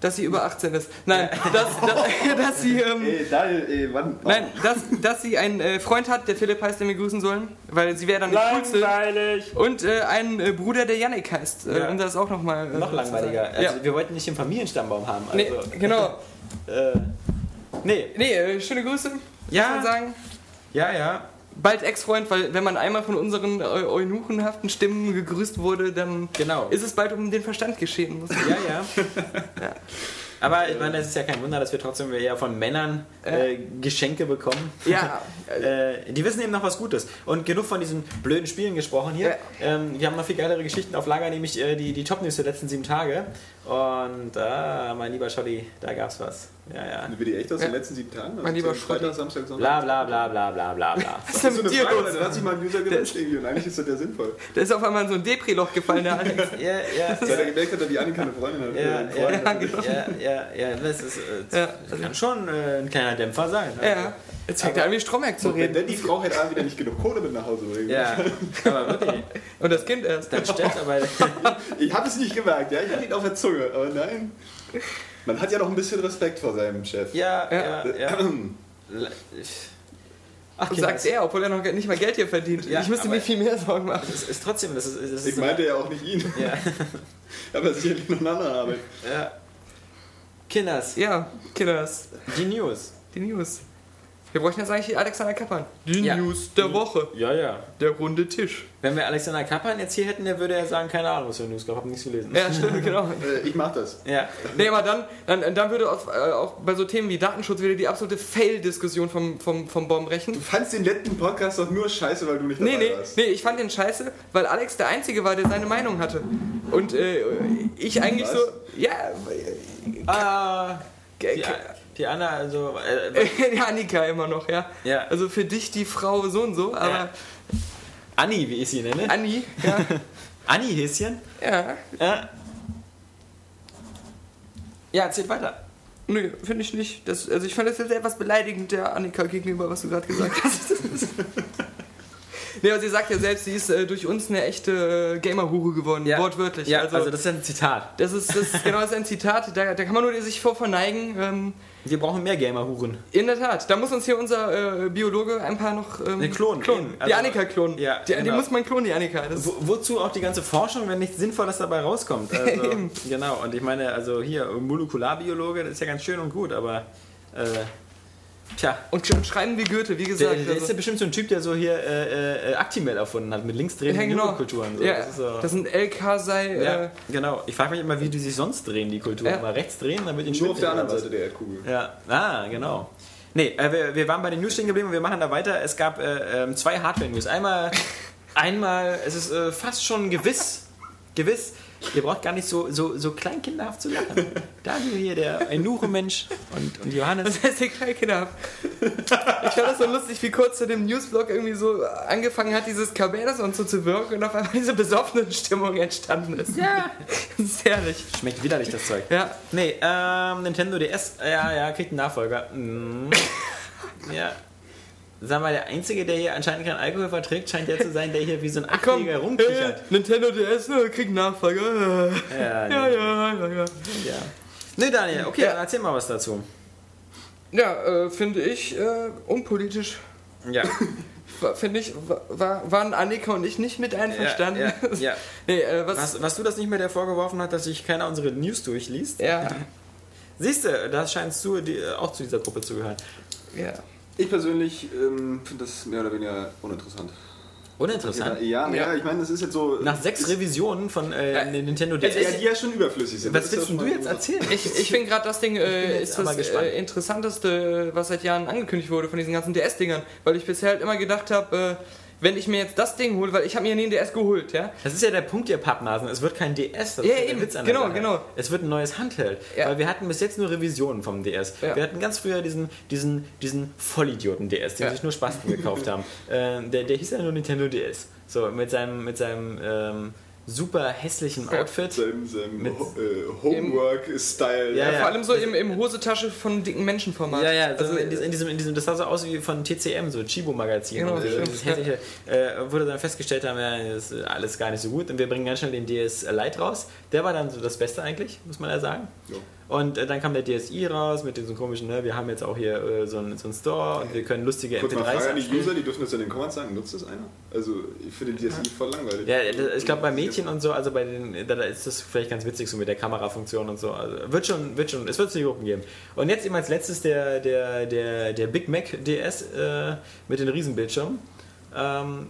Speaker 3: dass sie über 18 ist. Nein, dass, dass, dass sie. Ähm,
Speaker 4: Ey, Daniel, ey, wann?
Speaker 3: Nein, dass, dass sie einen äh, Freund hat, der Philipp heißt, den wir grüßen sollen, weil sie wäre dann die coolste.
Speaker 9: Langweilig.
Speaker 3: Und äh, einen äh, Bruder, der Yannick heißt. Äh,
Speaker 5: Ja.
Speaker 3: Und das auch nochmal. Äh,
Speaker 5: Noch langweiliger. Also,
Speaker 3: Ja.
Speaker 5: wir wollten nicht den Familienstammbaum haben.
Speaker 3: Nee,
Speaker 5: Also,
Speaker 3: genau.
Speaker 5: äh, nee.
Speaker 3: Nee, äh, schöne Grüße. Muss man
Speaker 5: Ja,
Speaker 3: sagen.
Speaker 5: ja, ja.
Speaker 3: Bald Ex-Freund, weil wenn man einmal von unseren äh, eunuchenhaften Stimmen gegrüßt wurde, dann
Speaker 5: Genau.
Speaker 3: ist es bald um den Verstand geschehen. muss-
Speaker 5: Ja, ja. Aber ich meine, es ist ja kein Wunder, dass wir trotzdem eher von Männern äh, Geschenke bekommen.
Speaker 3: Ja,
Speaker 5: Äh, die wissen eben noch was Gutes. Und genug von diesen blöden Spielen gesprochen hier.
Speaker 3: Ja.
Speaker 5: Ähm, wir haben noch viel geilere Geschichten auf Lager, nämlich äh, die, die Top-News der letzten sieben Tage. Und ah, mein lieber Scholli, da gab's was. Ja, ja.
Speaker 4: Bin ich echt aus den letzten sieben Tagen? Also
Speaker 3: Mein lieber
Speaker 4: Freitag, Samstag,
Speaker 5: Bla
Speaker 4: Sonntag.
Speaker 5: bla bla bla bla bla bla.
Speaker 3: was ist
Speaker 4: Das
Speaker 3: denn
Speaker 4: ist so
Speaker 3: mit
Speaker 4: eine
Speaker 3: dir
Speaker 4: Frage,
Speaker 3: los?
Speaker 4: oder? da hat sich mal ein User gewünscht irgendwie und eigentlich ist das ja sinnvoll.
Speaker 3: Da ist auf einmal in so ein Depri-Loch gefallen, der Alex.
Speaker 5: ja, ja,
Speaker 4: Seit er gemerkt hat, dass die Annika eine Freundin hat.
Speaker 5: Ja, genau.
Speaker 4: einen Freund
Speaker 5: ja.
Speaker 4: hat.
Speaker 5: ja, ja, ja, das ist, äh, das
Speaker 3: Ja,
Speaker 5: kann schon äh, ein kleiner Dämpfer sein. ne?
Speaker 3: Ja. Jetzt Äh, fängt er an, wie Stromberg zu
Speaker 4: Wenn
Speaker 3: reden.
Speaker 4: denn die Frau halt abends wieder nicht genug Kohle mit nach Hause bringt.
Speaker 5: Ja, aber wirklich,
Speaker 3: Und das Kind äh, erst.
Speaker 5: das stimmt, aber
Speaker 4: Ich habe es nicht gemerkt, ja, ich hatte ihn auf der Zunge, aber nein. Man hat ja noch ein bisschen Respekt vor seinem Chef.
Speaker 5: ja, ja, ja. Ach,
Speaker 3: Und sagt er, obwohl er noch nicht mal Geld hier verdient.
Speaker 5: Ja,
Speaker 3: ich müsste
Speaker 5: aber-
Speaker 3: mir viel mehr Sorgen machen.
Speaker 5: es ist trotzdem, das ist, das
Speaker 4: Ich
Speaker 5: ist
Speaker 4: meinte ja auch nicht ihn,
Speaker 5: ja,
Speaker 4: aber sicherlich noch eine andere Arbeit.
Speaker 5: ja. Kinders,
Speaker 3: Ja, Kinders,
Speaker 5: die News.
Speaker 3: die News. Wir bräuchten jetzt eigentlich Alexander Kappern. Die
Speaker 5: Ja.
Speaker 3: News der Woche.
Speaker 5: Ja, ja.
Speaker 3: Der runde Tisch.
Speaker 5: Wenn wir Alexander Kappan jetzt hier hätten, der würde ja sagen, keine Ahnung, was für News gab, hab nichts gelesen.
Speaker 3: Ja, stimmt, genau.
Speaker 4: Äh, Ich mach das.
Speaker 5: Ja.
Speaker 3: Nee, aber dann, dann, dann würde auf, äh, auch bei so Themen wie Datenschutz wieder die absolute Fail-Diskussion vom, vom, vom Bomben
Speaker 4: Du
Speaker 3: rächen.
Speaker 4: fandst den letzten Podcast doch nur scheiße, weil du nicht dabei
Speaker 3: Nee, nee,
Speaker 4: warst.
Speaker 3: nee, ich fand den scheiße, weil Alex der Einzige war, der seine Meinung hatte. Und äh, ich eigentlich
Speaker 4: Was?
Speaker 3: so, ja,
Speaker 5: Ah,
Speaker 3: äh,
Speaker 5: die, die Anna, also. Äh,
Speaker 3: ja, Annika immer noch, ja.
Speaker 5: Ja.
Speaker 3: Also für dich die Frau so und so, aber
Speaker 5: Ja. Anni, wie ich sie nenne.
Speaker 3: Anni, ja,
Speaker 5: Anni Häschen.
Speaker 3: ja.
Speaker 5: Äh. Ja, erzählt weiter.
Speaker 3: Nö, finde ich nicht. Das, also ich fand das jetzt etwas beleidigend der Annika gegenüber, was du gerade gesagt hast. nee, aber sie sagt ja selbst, sie ist äh, durch uns eine echte äh, Gamer-Hure geworden,
Speaker 5: Ja.
Speaker 3: wortwörtlich.
Speaker 5: Ja, also,
Speaker 3: also, das,
Speaker 5: das ist ein Zitat.
Speaker 3: ist, das ist genau das ist ein Zitat, da, da kann man nur sich vor verneigen. Ähm,
Speaker 5: Wir brauchen mehr Gamer-Huren.
Speaker 3: in der Tat, da muss uns hier unser äh, Biologe ein paar noch ähm,
Speaker 5: Ne, klonen.
Speaker 3: klonen.
Speaker 5: Also-
Speaker 3: die Annika klonen.
Speaker 5: Ja,
Speaker 3: die, die
Speaker 5: genau.
Speaker 3: muss man klonen, die Annika. Das,
Speaker 5: Wo, wozu auch die ganze Forschung, wenn nichts Sinnvolles dabei rauskommt? Also, genau, und ich meine, also hier, Molekularbiologe, das ist ja ganz schön und gut, aber. Äh, tja.
Speaker 3: und schon schreiben wie Goethe, wie
Speaker 5: Der,
Speaker 3: gesagt. also
Speaker 5: der ist ja bestimmt so ein Typ, der so hier äh, äh, Actimel erfunden hat mit
Speaker 3: Ja,
Speaker 5: linksdrehenden ja,
Speaker 3: genau.
Speaker 5: Kulturen. So.
Speaker 3: Ja,
Speaker 5: Das ist so,
Speaker 3: das sind LK sei.
Speaker 5: ja,
Speaker 3: Äh,
Speaker 5: genau. Ich frage mich immer, wie die sich sonst drehen, die Kulturen.
Speaker 3: Ja.
Speaker 5: Mal rechts drehen, dann wird ihnen
Speaker 4: Nur auf
Speaker 5: schwindelig
Speaker 4: der anderen
Speaker 5: oder was?
Speaker 4: Seite der Erdkugel.
Speaker 5: Ja, ah, genau. Nee, äh, wir, wir waren bei den News stehen geblieben und wir machen da weiter. Es gab äh, ähm, zwei Hardware-News. Einmal, einmal, es ist äh, fast schon gewiss, gewiss, ihr braucht gar nicht so, so, so kleinkinderhaft zu lachen. Daniel hier, der Enuche-Mensch und, und Johannes.
Speaker 3: das heißt, der Kleinkinder ab. genau. Ich fand das so lustig, wie kurz zu dem Newsblog irgendwie so angefangen hat, dieses Cabernet und so zu wirken und auf einmal diese besoffene Stimmung entstanden ist. Ja. Das ist herrlich.
Speaker 5: Schmeckt widerlich, das Zeug.
Speaker 3: Ja.
Speaker 5: Nee, ähm, Nintendo DS, ja, ja, kriegt einen Nachfolger. Mm. ja. Sag mal, der Einzige, der hier anscheinend keinen Alkohol verträgt, scheint der zu sein, der hier wie so ein
Speaker 3: Komm,
Speaker 5: Achtjähriger
Speaker 3: äh,
Speaker 5: rumkichert.
Speaker 3: Nintendo DS, äh, kriegt einen Nachfolger. Äh. Ja,
Speaker 5: Ja, nee.
Speaker 3: ja, ja, ja.
Speaker 5: ja. Nee, Daniel, okay,
Speaker 3: Ja.
Speaker 5: dann erzähl mal was dazu.
Speaker 3: Ja, äh, finde ich äh, unpolitisch.
Speaker 5: Ja,
Speaker 3: War- Finde ich, wa- war, waren Annika und ich nicht mit einverstanden.
Speaker 5: ja, ja.
Speaker 3: Nee, äh, was,
Speaker 5: Was, was du das nicht mehr der vorgeworfen hat, dass sich keiner unsere News durchliest.
Speaker 3: Ja,
Speaker 5: Siehst du, das scheinst du die, äh, auch zu dieser Gruppe zu gehören.
Speaker 3: ja.
Speaker 4: Ich persönlich ähm, finde das mehr oder weniger uninteressant.
Speaker 5: Uninteressant.
Speaker 4: Ja, ja, ich meine, das ist jetzt so.
Speaker 5: Nach sechs Revisionen von äh, Nintendo
Speaker 4: ja,
Speaker 5: DS.
Speaker 4: die ja schon überflüssig sind.
Speaker 5: Was
Speaker 4: Das ist
Speaker 5: willst
Speaker 4: ja
Speaker 5: denn du
Speaker 4: schon
Speaker 5: jetzt
Speaker 4: mal-
Speaker 5: erzählen?
Speaker 3: Ich, ich finde gerade das Ding äh,
Speaker 5: jetzt
Speaker 3: ist
Speaker 5: aber
Speaker 3: das
Speaker 5: gespannt.
Speaker 3: äh, interessanteste, was seit Jahren angekündigt wurde von diesen ganzen DS-Dingern, weil ich bisher halt immer gedacht habe, äh, wenn ich mir jetzt das Ding hole, weil ich habe mir nie einen DS geholt, ja?
Speaker 5: Das ist ja der Punkt, ihr Pappnasen. Es wird kein DS. Das
Speaker 3: Ja,
Speaker 5: ist der
Speaker 3: eben.
Speaker 5: Witz an der
Speaker 3: Genau,
Speaker 5: Sache.
Speaker 3: genau.
Speaker 5: Es wird ein neues Handheld.
Speaker 3: Ja.
Speaker 5: Weil wir hatten bis jetzt nur Revisionen vom DS.
Speaker 3: Ja.
Speaker 5: Wir hatten ganz früher diesen, diesen, diesen Vollidioten-DS, den
Speaker 3: Ja.
Speaker 5: sich nur Spasten gekauft haben. Äh, der, der hieß ja nur Nintendo DS. So, mit seinem, mit seinem ähm, super hässlichen
Speaker 3: Ja.
Speaker 5: Outfit.
Speaker 4: Seinem, seinem
Speaker 5: Mit-
Speaker 4: Ho- äh, Homework-Style.
Speaker 5: Ja, ja.
Speaker 3: Vor allem so im, im Hosetasche von dicken Menschenformat.
Speaker 5: Ja, ja, so
Speaker 3: Also,
Speaker 5: in, diesem, in, diesem, in diesem, das sah so aus wie von TCM, so Chibo-Magazin.
Speaker 3: Genau,
Speaker 5: Und
Speaker 3: stimmt,
Speaker 5: dieses hässliche, äh, wurde dann festgestellt haben, ja, das ist alles gar nicht so gut und wir bringen ganz schnell den DS Lite raus. Der war dann so das Beste eigentlich, muss man ja sagen.
Speaker 4: Ja.
Speaker 5: Und äh, dann kam der DSi raus mit diesem komischen, ne, wir haben jetzt auch hier äh, so einen so einen Store und wir können lustige
Speaker 4: Kurz mal Frage an
Speaker 5: MP3s.
Speaker 4: die User, die dürfen das in den Comments sagen. Nutzt das einer? Also, ich finde die DSI voll langweilig.
Speaker 5: Ja, das- ich glaube bei Mädchen und so, also bei den, da da ist das vielleicht ganz witzig so mit der Kamerafunktion und so. Also wird schon, wird schon, es wird zu Gruppen geben. Und jetzt eben als letztes der, der, der, der Big Mac DS äh, mit den Riesenbildschirmen. Ähm,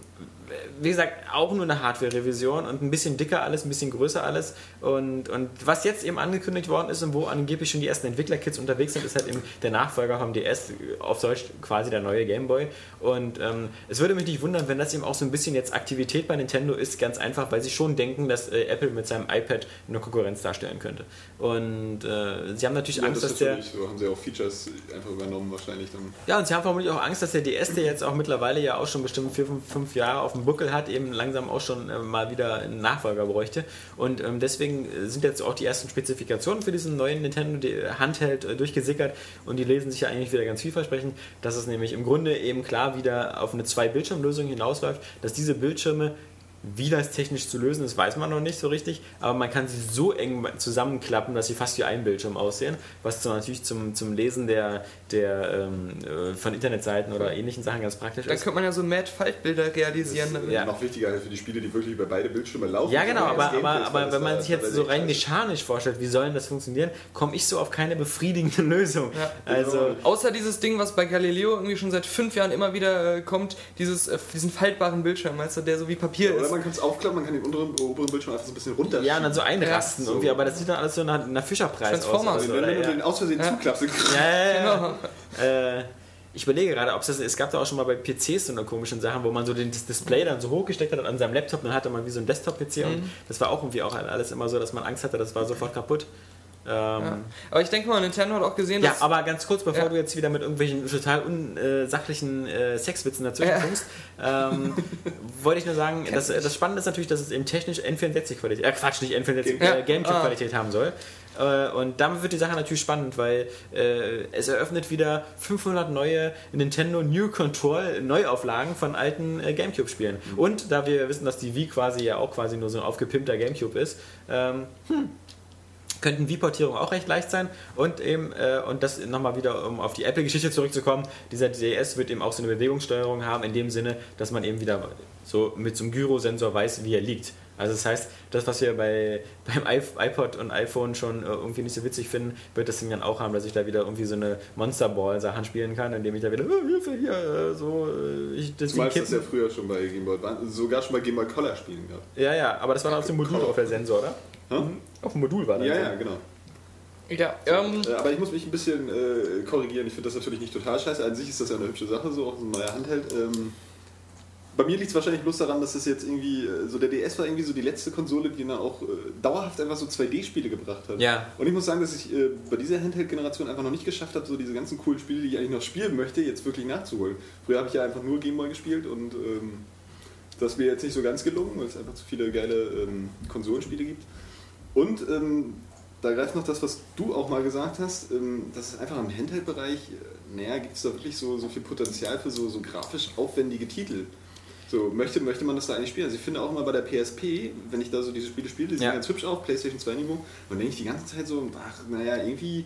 Speaker 5: wie gesagt, auch nur eine Hardware-Revision und ein bisschen dicker alles, ein bisschen größer alles. Und, und was jetzt eben angekündigt worden ist und wo angeblich schon die ersten Entwickler-Kits unterwegs sind, ist halt eben der Nachfolger vom DS, auf Deutsch quasi der neue Gameboy. Und ähm, es würde mich nicht wundern, wenn das eben auch so ein bisschen jetzt Aktivität bei Nintendo ist, ganz einfach, weil sie schon denken, dass äh, Apple mit seinem iPad eine Konkurrenz darstellen könnte. Und äh, sie haben natürlich
Speaker 4: Ja,
Speaker 5: Angst,
Speaker 4: das
Speaker 5: dass
Speaker 4: ist
Speaker 5: der.
Speaker 4: natürlich so. Haben sie auch Features einfach übernommen, wahrscheinlich dann.
Speaker 5: Ja, und sie haben vermutlich auch Angst, dass der DS, der jetzt auch mittlerweile ja auch schon bestimmt vier, fünf, fünf Jahre auf dem Buckel hat, eben langsam auch schon äh, mal wieder einen Nachfolger bräuchte. Und ähm, deswegen äh, sind jetzt auch die ersten Spezifikationen für diesen neuen Nintendo D- Handheld äh, durchgesickert und die lesen sich ja eigentlich wieder ganz vielversprechend, dass es nämlich im Grunde eben klar wieder auf eine Zwei-Bildschirm-Lösung hinausläuft, dass diese Bildschirme wie das technisch zu lösen ist, weiß man noch nicht so richtig, aber man kann sie so eng zusammenklappen, dass sie fast wie ein Bildschirm aussehen, was zu, natürlich zum, zum Lesen der, der, ähm, äh, von Internetseiten oder ähnlichen Sachen ganz praktisch
Speaker 3: da
Speaker 5: ist.
Speaker 3: könnte man ja so Mad-Faltbilder
Speaker 4: Das
Speaker 3: realisieren.
Speaker 4: ist
Speaker 3: damit.
Speaker 5: Ja.
Speaker 4: noch wichtiger also für die Spiele, die wirklich über beide Bildschirme laufen.
Speaker 5: Ja, genau,
Speaker 4: Das
Speaker 5: aber,
Speaker 4: Gameplay
Speaker 5: aber,
Speaker 4: ist
Speaker 5: aber
Speaker 4: alles
Speaker 5: wenn man
Speaker 4: da-
Speaker 5: sich jetzt
Speaker 4: teilweise
Speaker 5: so rein
Speaker 4: echt scheiße.
Speaker 5: mechanisch vorstellt, wie soll denn das funktionieren, komme ich so auf keine befriedigende Lösung. Also,
Speaker 3: Außer dieses Ding, was bei Galileo irgendwie schon seit fünf Jahren immer wieder äh, kommt, dieses, äh, diesen faltbaren Bildschirm, weißt du, der so wie Papier
Speaker 4: Oder
Speaker 3: ist.
Speaker 4: man kann es aufklappen, man kann den unteren, oberen Bildschirm einfach so ein bisschen runter.
Speaker 5: ja, und dann so einrasten
Speaker 4: so.
Speaker 5: irgendwie, aber das sieht dann alles so nach, nach Fischerpreis
Speaker 3: Transformers.
Speaker 5: aus.
Speaker 4: wenn,
Speaker 5: Also,
Speaker 4: wenn
Speaker 5: oder,
Speaker 4: du
Speaker 5: ja.
Speaker 4: den aus Versehen zuklappst, dann
Speaker 5: Ja, ja, ja.
Speaker 3: Genau.
Speaker 5: Äh, ich überlege gerade, ob es das. Es gab da auch schon mal bei PCs so eine komischen Sachen, wo man so den, das Display dann so hochgesteckt hat an seinem Laptop, dann hatte man wie so ein Desktop-PC und das war auch irgendwie auch alles immer so, dass man Angst hatte, das war sofort kaputt. Ähm, ja.
Speaker 3: Aber ich denke mal, Nintendo hat auch gesehen, dass.
Speaker 5: aber ganz kurz, bevor
Speaker 3: Ja.
Speaker 5: du jetzt wieder mit irgendwelchen total unsachlichen äh, Sexwitzen dazwischen
Speaker 3: Ja.
Speaker 5: kommst, ähm, wollte ich nur sagen, das, das Spannende ist natürlich, dass es eben technisch N64-Qualität, äh Quatsch, nicht N64,
Speaker 3: Ja. Ah.
Speaker 5: äh, Gamecube-Qualität haben soll. Äh, Und damit wird die Sache natürlich spannend, weil äh, es eröffnet wieder 500 neue Nintendo New Control Neuauflagen von alten äh, Gamecube-Spielen.
Speaker 3: Mhm.
Speaker 5: Und da wir wissen, dass die Wii quasi ja auch quasi nur so ein aufgepimpter Gamecube ist, ähm, könnten Wii-Portierungen auch recht leicht sein und eben, äh, und das nochmal wieder, um auf die Apple-Geschichte zurückzukommen, dieser DS wird eben auch so eine Bewegungssteuerung haben, in dem Sinne, dass man eben wieder so mit so einem Gyrosensor weiß, wie er liegt. Also das heißt, das, was wir bei, beim iP- iPod und iPhone schon äh, irgendwie nicht so witzig finden, wird das Ding dann auch haben, dass ich da wieder irgendwie so eine Monsterball-Sachen spielen kann, indem ich da wieder, äh, Hilfe, hier, äh, so, äh, ich, das
Speaker 4: Zumal es
Speaker 5: Ding
Speaker 4: das ja
Speaker 5: kippen.
Speaker 4: früher schon bei Game Boy, sogar schon bei Game Boy Color Spielen gab.
Speaker 5: Ja, ja, aber das war dann auf dem Modul drauf, der Sensor, oder?
Speaker 4: Hä?
Speaker 5: Auf dem Modul war das. ne?
Speaker 4: Ja, ja, genau.
Speaker 3: ja, ähm,
Speaker 4: Äh, Aber ich muss mich ein bisschen äh, korrigieren. Ich finde das natürlich nicht total scheiße. An sich ist das ja eine hübsche Sache, so auch so ein neuer Handheld. Ähm, bei mir liegt es wahrscheinlich bloß daran, dass das jetzt irgendwie, äh, so der DS war irgendwie so die letzte Konsole, die dann auch äh, dauerhaft einfach so 2D-Spiele gebracht hat.
Speaker 5: Ja.
Speaker 4: Und ich muss sagen, dass ich äh, bei dieser Handheld-Generation einfach noch nicht geschafft habe, so diese ganzen coolen Spiele, die ich eigentlich noch spielen möchte, jetzt wirklich nachzuholen. Früher habe ich ja einfach nur Gameboy gespielt und ähm, das ist mir jetzt nicht so ganz gelungen, weil es einfach zu viele geile ähm, Konsolenspiele gibt. Und ähm, da greift noch das, was du auch mal gesagt hast, ähm, dass es einfach im Handheld-Bereich, äh, naja, gibt es da wirklich so, so viel Potenzial für so, so grafisch aufwendige Titel. So, möchte, möchte man das da eigentlich spielen? Also ich finde auch immer bei der PSP, wenn ich da so diese Spiele spiele, die
Speaker 5: Ja.
Speaker 4: sehen ganz hübsch auf, Playstation 2 Niveau, und denke ich die ganze Zeit so, ach, naja, irgendwie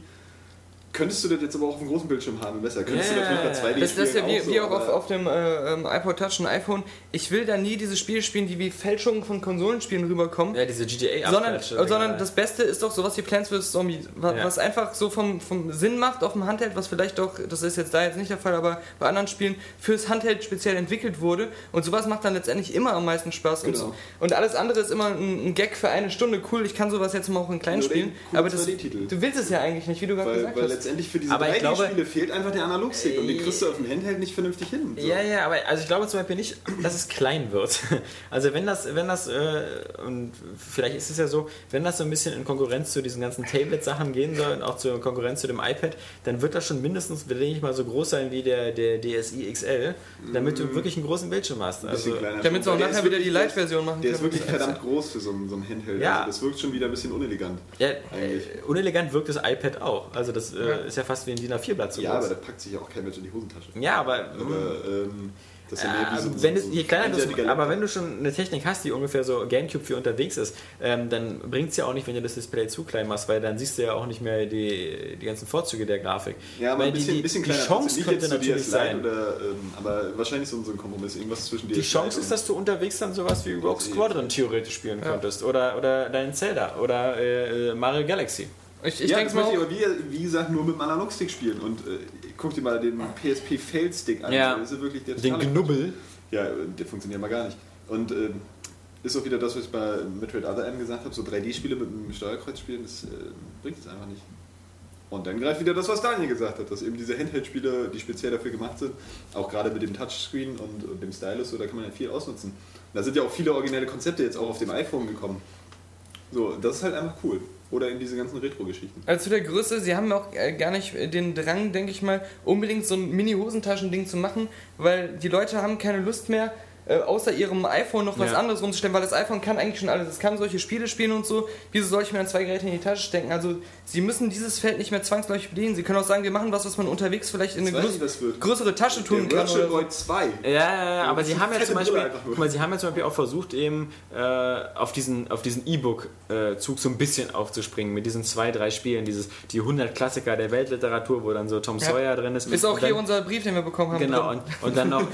Speaker 4: Könntest du das jetzt aber auch auf dem großen Bildschirm haben, besser. Könntest du natürlich mal 2D
Speaker 3: Das, das ist ja wie,
Speaker 4: so,
Speaker 3: wie auch auf,
Speaker 4: aber-
Speaker 3: auf dem äh, ähm, iPod Touch und iPhone. Ich will da nie diese Spiele spielen, die wie Fälschungen von Konsolenspielen rüberkommen.
Speaker 5: Ja, diese gta
Speaker 3: sondern,
Speaker 5: Abklatsche,
Speaker 3: sondern
Speaker 5: egal.
Speaker 3: das Beste ist doch sowas wie Plants vs. Zombies, was,
Speaker 5: Ja.
Speaker 3: was einfach so vom, vom Sinn macht auf dem Handheld, was vielleicht doch, das ist jetzt da jetzt nicht der Fall, aber bei anderen Spielen fürs Handheld speziell entwickelt wurde. Und sowas macht dann letztendlich immer am meisten Spaß. Und,
Speaker 4: Genau.
Speaker 3: so- und alles andere ist immer ein, ein Gag für eine Stunde. Cool, ich kann sowas jetzt mal auch in klein
Speaker 4: Nur den
Speaker 3: spielen.
Speaker 4: coolen
Speaker 3: Aber das,
Speaker 4: 2D-Titel.
Speaker 3: du willst es ja eigentlich nicht, wie du gerade
Speaker 4: Weil,
Speaker 3: gesagt
Speaker 4: weil
Speaker 3: hast.
Speaker 4: letztendlich für diese
Speaker 5: Aber ich glaube-
Speaker 4: 3D-Spiele fehlt einfach der Analogstick und den kriegst du auf dem Handheld nicht vernünftig hin. So.
Speaker 5: Ja, ja, aber also ich glaube zum Beispiel nicht, dass es klein wird. Also wenn das, wenn das, äh, und vielleicht ist es ja so, wenn das so ein bisschen in Konkurrenz zu diesen ganzen Tablet-Sachen gehen soll und auch zur Konkurrenz zu dem iPad, dann wird das schon mindestens, denke ich mal, so groß sein wie der, der DSi XL, damit du wirklich einen großen Bildschirm hast.
Speaker 4: Mhm.
Speaker 5: Also,
Speaker 4: Bisschen kleiner.
Speaker 3: Damit sie auch
Speaker 4: Weil der
Speaker 3: nachher
Speaker 4: ist
Speaker 3: wieder die
Speaker 4: wirklich-
Speaker 3: Light-Version machen
Speaker 4: Der ist
Speaker 3: können.
Speaker 4: wirklich verdammt groß für so einen, so einen Handheld.
Speaker 5: Ja.
Speaker 4: Also das wirkt schon wieder ein bisschen unelegant.
Speaker 5: ja,
Speaker 4: Eigentlich.
Speaker 5: äh, unelegant wirkt das iPad auch. Also das äh, ist ja fast wie ein DIN A4-Blatt so
Speaker 4: Ja, aber
Speaker 5: groß.
Speaker 4: da packt sich ja auch kein Mensch in die Hosentasche.
Speaker 5: Ja, aber...
Speaker 4: Aber, ähm, das ist ja mehr wie so,
Speaker 5: Ähm, wenn es,
Speaker 4: so
Speaker 5: je kleiner
Speaker 4: einseitiger
Speaker 5: du, aber
Speaker 4: Laptop.
Speaker 5: wenn du schon eine Technik hast, die ungefähr so Gamecube für unterwegs ist, ähm, dann bringt es ja auch nicht, wenn du das Display zu klein machst, weil dann siehst du ja auch nicht mehr die, die ganzen Vorzüge der Grafik.
Speaker 4: Ja, aber
Speaker 5: weil
Speaker 4: ein bisschen,
Speaker 5: die, die,
Speaker 4: bisschen
Speaker 5: die
Speaker 4: kleiner.
Speaker 5: Chance
Speaker 4: Nicht
Speaker 5: könnte
Speaker 4: jetzt zu
Speaker 5: natürlich
Speaker 4: DSLite
Speaker 5: sein.
Speaker 4: Oder, ähm, aber wahrscheinlich so, ein- so ein Kompromiss. Irgendwas zwischen dir.
Speaker 5: die Chance ist, dass du unterwegs dann sowas wie Rogue
Speaker 4: DSi.
Speaker 5: Squadron theoretisch spielen könntest oder, oder dein Zelda oder äh, äh, Mario Galaxy.
Speaker 3: Ich, ich
Speaker 4: Ich ja,
Speaker 3: denke
Speaker 4: das
Speaker 3: mal,
Speaker 4: möchte ich
Speaker 3: auch,
Speaker 4: aber wie, wie gesagt nur mit dem Analogstick spielen. Und äh, guck dir mal den PSP Fail Stick an.
Speaker 5: Ja.
Speaker 4: Das ist wirklich der
Speaker 5: Den
Speaker 4: totale-
Speaker 5: Knubbel.
Speaker 4: Ja, der funktioniert mal gar nicht. Und ähm, ist auch wieder das, was ich bei Metroid Other M gesagt habe: so 3D-Spiele mit dem Steuerkreuz spielen, das äh, bringt es einfach nicht. Und dann greift wieder das, was Daniel gesagt hat, dass eben diese Handheld-Spiele, die speziell dafür gemacht sind, auch gerade mit dem Touchscreen und, und dem Stylus, so, da kann man ja viel ausnutzen. Da sind ja auch viele originelle Konzepte jetzt auch auf dem iPhone gekommen. So, das ist halt einfach cool. Oder in diese ganzen Retro-Geschichten.
Speaker 3: also zu der Größe, sie haben auch äh, gar nicht äh, den Drang, denke ich mal, unbedingt so ein Mini-Hosentaschending zu machen, weil die Leute haben keine Lust mehr, äh, außer ihrem iPhone noch was
Speaker 5: Ja.
Speaker 3: anderes rumzustellen, weil das iPhone kann eigentlich schon alles. Es kann solche Spiele spielen und so. Wieso soll ich mir dann zwei Geräte in die Tasche stecken? Also, sie müssen dieses Feld nicht mehr zwangsläufig bedienen. Sie können auch sagen, wir machen was, was man unterwegs vielleicht in eine
Speaker 4: weiß
Speaker 3: größ
Speaker 4: ich, was wird.
Speaker 3: größere Tasche tun
Speaker 4: Der
Speaker 3: kann.
Speaker 4: Virtual
Speaker 3: Oder so.
Speaker 4: Boy 2.
Speaker 5: Ja, ja, ja, aber sie haben ja
Speaker 4: Fette
Speaker 5: zum
Speaker 4: Brille
Speaker 5: Beispiel,
Speaker 4: einfach nur.
Speaker 5: guck mal, sie haben ja zum Beispiel auch versucht, eben äh, auf diesen auf diesen E-Book-Zug so ein bisschen aufzuspringen mit diesen zwei, drei Spielen, dieses die 100 Klassiker der Weltliteratur, wo dann so Tom
Speaker 3: Ja.
Speaker 5: Sawyer drin ist.
Speaker 3: Ist auch
Speaker 5: Und dann,
Speaker 3: hier unser Brief, den wir bekommen haben.
Speaker 5: Genau,
Speaker 3: drin.
Speaker 5: und, und dann noch,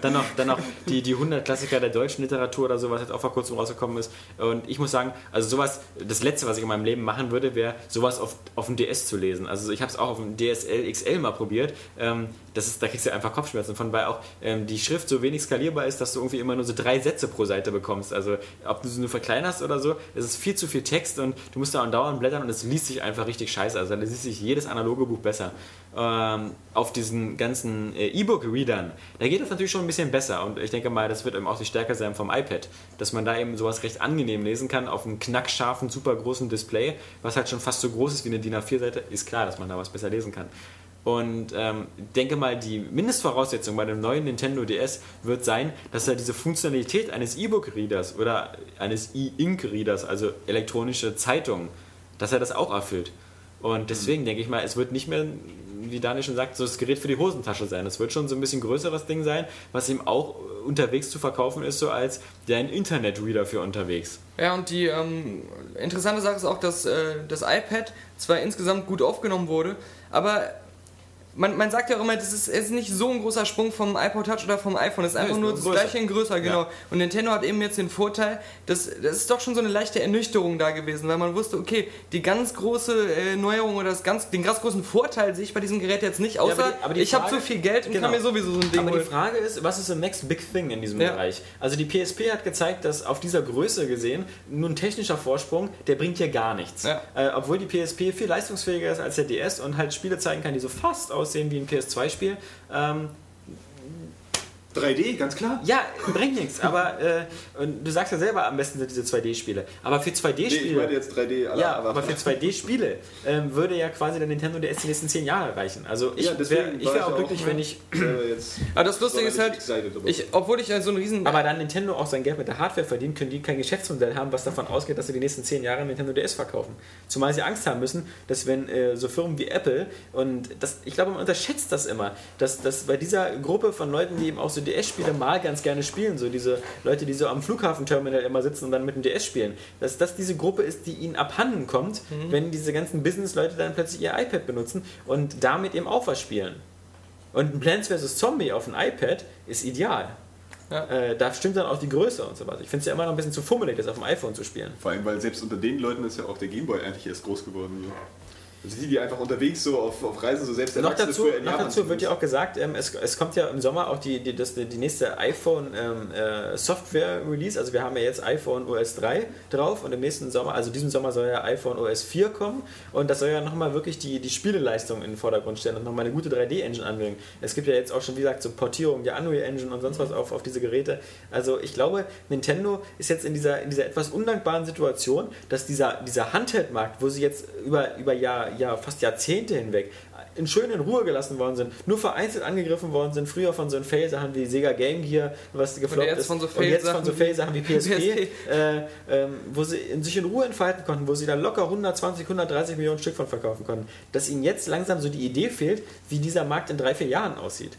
Speaker 5: dann noch, dann noch die, die 100 Klassiker der deutschen Literatur oder so, was jetzt auch vor kurzem rausgekommen ist. Und ich muss sagen, also sowas, das Letzte, was ich in meinem Leben machen würde, wäre sowas auf, auf dem DS zu lesen. Also ich habe es auch auf dem DSL XL mal probiert. Ähm, das ist, da kriegst du einfach Kopfschmerzen von, weil auch ähm, die Schrift so wenig skalierbar ist, dass du irgendwie immer nur so drei Sätze pro Seite bekommst. Also ob du sie nur verkleinerst oder so, es ist viel zu viel Text und du musst da andauernd blättern und es liest sich einfach richtig scheiße. Also da liest sich jedes analoge Buch besser. Ähm, auf diesen ganzen äh, E-Book-Readern, da geht das natürlich schon ein bisschen besser und ich denke mal, das wird eben auch die Stärke sein vom iPad, dass man da eben sowas recht angenehm lesen kann auf einem knackscharfen, super großen Display, was halt schon fast so groß ist wie eine DIN A4-Seite, ist klar, dass man da was besser lesen kann. Und ähm, denke mal, die Mindestvoraussetzung bei dem neuen Nintendo DS wird sein, dass er diese Funktionalität eines E-Book-Readers oder eines E-Ink-Readers, also elektronische Zeitung, dass er das auch erfüllt. Und deswegen denke ich mal, es wird nicht mehr, wie Daniel schon sagt, so das Gerät für die Hosentasche sein. Es wird schon so ein bisschen größeres Ding sein, was eben auch äh, unterwegs zu verkaufen ist, so als dein Internet-Reader für unterwegs.
Speaker 3: Ja, und die ähm, interessante Sache ist auch, dass äh, das iPad zwar insgesamt gut aufgenommen wurde, aber man, man sagt ja auch immer, das ist, es ist nicht so ein großer Sprung vom iPod Touch oder vom iPhone, es ist einfach
Speaker 5: ist
Speaker 3: nur
Speaker 5: nur
Speaker 3: das
Speaker 5: größer.
Speaker 3: gleiche in größer, genau. Und Nintendo hat eben jetzt den Vorteil, dass das ist doch schon so eine leichte Ernüchterung da gewesen, weil man wusste, okay, die ganz große äh, Neuerung oder das ganz, den ganz großen Vorteil sehe ich bei diesem Gerät jetzt nicht, außer
Speaker 5: aber die- aber die
Speaker 3: ich habe
Speaker 5: Frage-
Speaker 3: so viel Geld und
Speaker 5: Genau.
Speaker 3: kann mir sowieso so ein Ding
Speaker 5: Aber die
Speaker 3: holen.
Speaker 5: Frage ist, was ist the next big thing in diesem
Speaker 3: Ja.
Speaker 5: Bereich? Also die PSP hat gezeigt, dass auf dieser Größe gesehen nur ein technischer Vorsprung, der bringt hier gar nichts.
Speaker 3: Ja.
Speaker 5: Äh, obwohl die PSP viel leistungsfähiger ist als der DS und halt Spiele zeigen kann, die so fast aussehen wie ein PS2-Spiel. Ähm,
Speaker 4: 3D, ganz klar.
Speaker 5: ja, bringt nichts. Aber äh, und du sagst ja selber, am besten sind diese 2D-Spiele. Aber für
Speaker 4: Nee, ich meine
Speaker 5: 2D-Spiele...
Speaker 4: jetzt 3D.
Speaker 5: ja,
Speaker 4: aber-
Speaker 5: aber für 2D-Spiele ähm, würde ja quasi der Nintendo DS die nächsten 10 Jahre reichen. Also ich
Speaker 4: Ja,
Speaker 5: wäre
Speaker 4: deswegen war ich
Speaker 5: wär auch
Speaker 4: auch ne?
Speaker 5: glücklich, wenn ich Ah,
Speaker 4: selber jetzt
Speaker 3: Aber das Lustige ist halt,
Speaker 4: sonderlich excited, aber-
Speaker 3: ich, obwohl ich äh, so einen riesen
Speaker 5: Aber da Nintendo auch sein Geld mit der Hardware verdient, können die kein Geschäftsmodell haben, was davon ausgeht, dass sie die nächsten zehn Jahre einen Nintendo DS verkaufen. Zumal sie Angst haben müssen, dass wenn äh, so Firmen wie Apple und das, ich glaube, man unterschätzt das immer, dass, dass bei dieser Gruppe von Leuten, die eben auch so DS-Spiele mal ganz gerne spielen. So diese Leute, die so am Flughafenterminal immer sitzen und dann mit dem DS spielen. Dass das diese Gruppe ist, die ihnen abhanden kommt, wenn diese ganzen Business-Leute dann plötzlich ihr iPad benutzen und damit eben auch was spielen. Und ein Plants vs. Zombie auf dem iPad ist ideal. Äh, da stimmt dann auch die Größe und so was. Ich finde es ja immer noch ein bisschen zu fummelig, das auf dem iPhone zu spielen.
Speaker 4: Vor allem, weil selbst unter den Leuten ist ja auch der Gameboy eigentlich erst groß geworden. So. Also die, die einfach unterwegs so auf, auf Reisen so selbst
Speaker 5: Noch
Speaker 4: Erwachsene
Speaker 5: dazu,
Speaker 4: früher in
Speaker 5: noch
Speaker 4: Japan
Speaker 5: dazu
Speaker 4: sind.
Speaker 5: wird ja auch gesagt, ähm, es, es kommt ja im Sommer auch die, die, das, die nächste iPhone ähm, äh, Software Release. Also wir haben ja jetzt iPhone OS 3 drauf und im nächsten Sommer, also diesem Sommer soll ja iPhone OS 4 kommen und das soll ja nochmal wirklich die, die Spieleleistung in den Vordergrund stellen und nochmal eine gute 3D-Engine anbringen. Es gibt ja jetzt auch schon, wie gesagt, so Portierung der Unreal Engine und sonst was auf, auf diese Geräte. Also ich glaube, Nintendo ist jetzt in dieser, in dieser etwas undankbaren Situation, dass dieser, dieser Handheld-Markt, wo sie jetzt über, über Jahr, Jahr, fast Jahrzehnte hinweg in schön in Ruhe gelassen worden sind, nur vereinzelt angegriffen worden sind, früher von so Fail-Sachen wie Sega Game Gear, was gefloppt
Speaker 3: jetzt
Speaker 5: ist,
Speaker 3: von so
Speaker 5: und jetzt von so
Speaker 3: Fail-Sachen
Speaker 5: Fail-Sachen wie PSP,
Speaker 3: PSP.
Speaker 5: Äh, ähm, wo sie in, sich in Ruhe entfalten konnten, wo sie dann locker 120, 130 Millionen Stück von verkaufen konnten, dass ihnen jetzt langsam so die Idee fehlt, wie dieser Markt in drei, vier Jahren aussieht.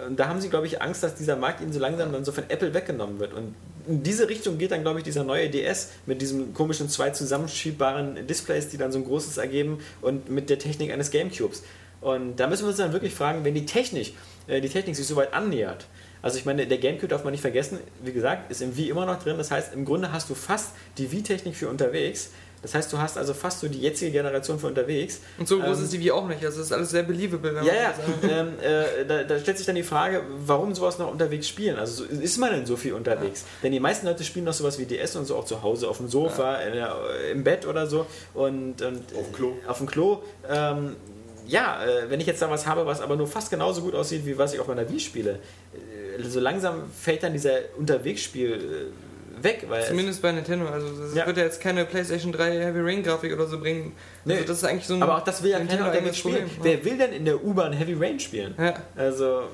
Speaker 5: Äh, Und da haben sie, glaube ich, Angst, dass dieser Markt ihnen so langsam dann so von Apple weggenommen wird. Und in diese Richtung geht dann, glaube ich, dieser neue DS mit diesem komischen zwei zusammensschiebbaren Displays, die dann so ein großes ergeben und mit der Technik eines Gamecubes. Und da müssen wir uns dann wirklich fragen, wenn die Technik, äh, die Technik sich so weit annähert. Also ich meine, der Gamecube darf man nicht vergessen, wie gesagt, ist im Wii immer noch drin. Das heißt, im Grunde hast du fast die Wii-Technik für unterwegs. Das heißt, du hast also fast so die jetzige Generation für unterwegs.
Speaker 3: Und so groß
Speaker 5: Ähm,
Speaker 3: ist die wie auch nicht. Also das ist alles sehr believable, wenn
Speaker 5: Ja,
Speaker 3: man
Speaker 5: ja.
Speaker 3: das sagt.
Speaker 5: ähm, äh, da, da stellt sich dann die Frage, warum sowas noch unterwegs spielen? Also so- ist man denn so viel unterwegs? Denn die meisten Leute spielen noch sowas wie DS und so auch zu Hause, auf dem Sofa, in der, im Bett oder so und, und
Speaker 4: Auf dem Klo.
Speaker 5: Auf dem Klo. Ähm, ja, äh, wenn ich jetzt da was habe, was aber nur fast genauso gut aussieht, wie was ich auf meiner Wii spiele, äh, so langsam fällt dann dieser Unterwegsspiel äh, weg, weil
Speaker 3: Zumindest bei Nintendo. Also das
Speaker 5: Ja.
Speaker 3: wird ja jetzt keine PlayStation 3 Heavy Rain Grafik oder so bringen.
Speaker 5: Nee.
Speaker 3: Also das ist eigentlich so ein
Speaker 5: Aber auch das will ja keiner
Speaker 3: Nintendo-eigenes
Speaker 5: unterwegs spielen.
Speaker 3: Problem. ne?
Speaker 5: Wer will denn in der U-Bahn Heavy Rain spielen?
Speaker 3: Ja.
Speaker 5: Also,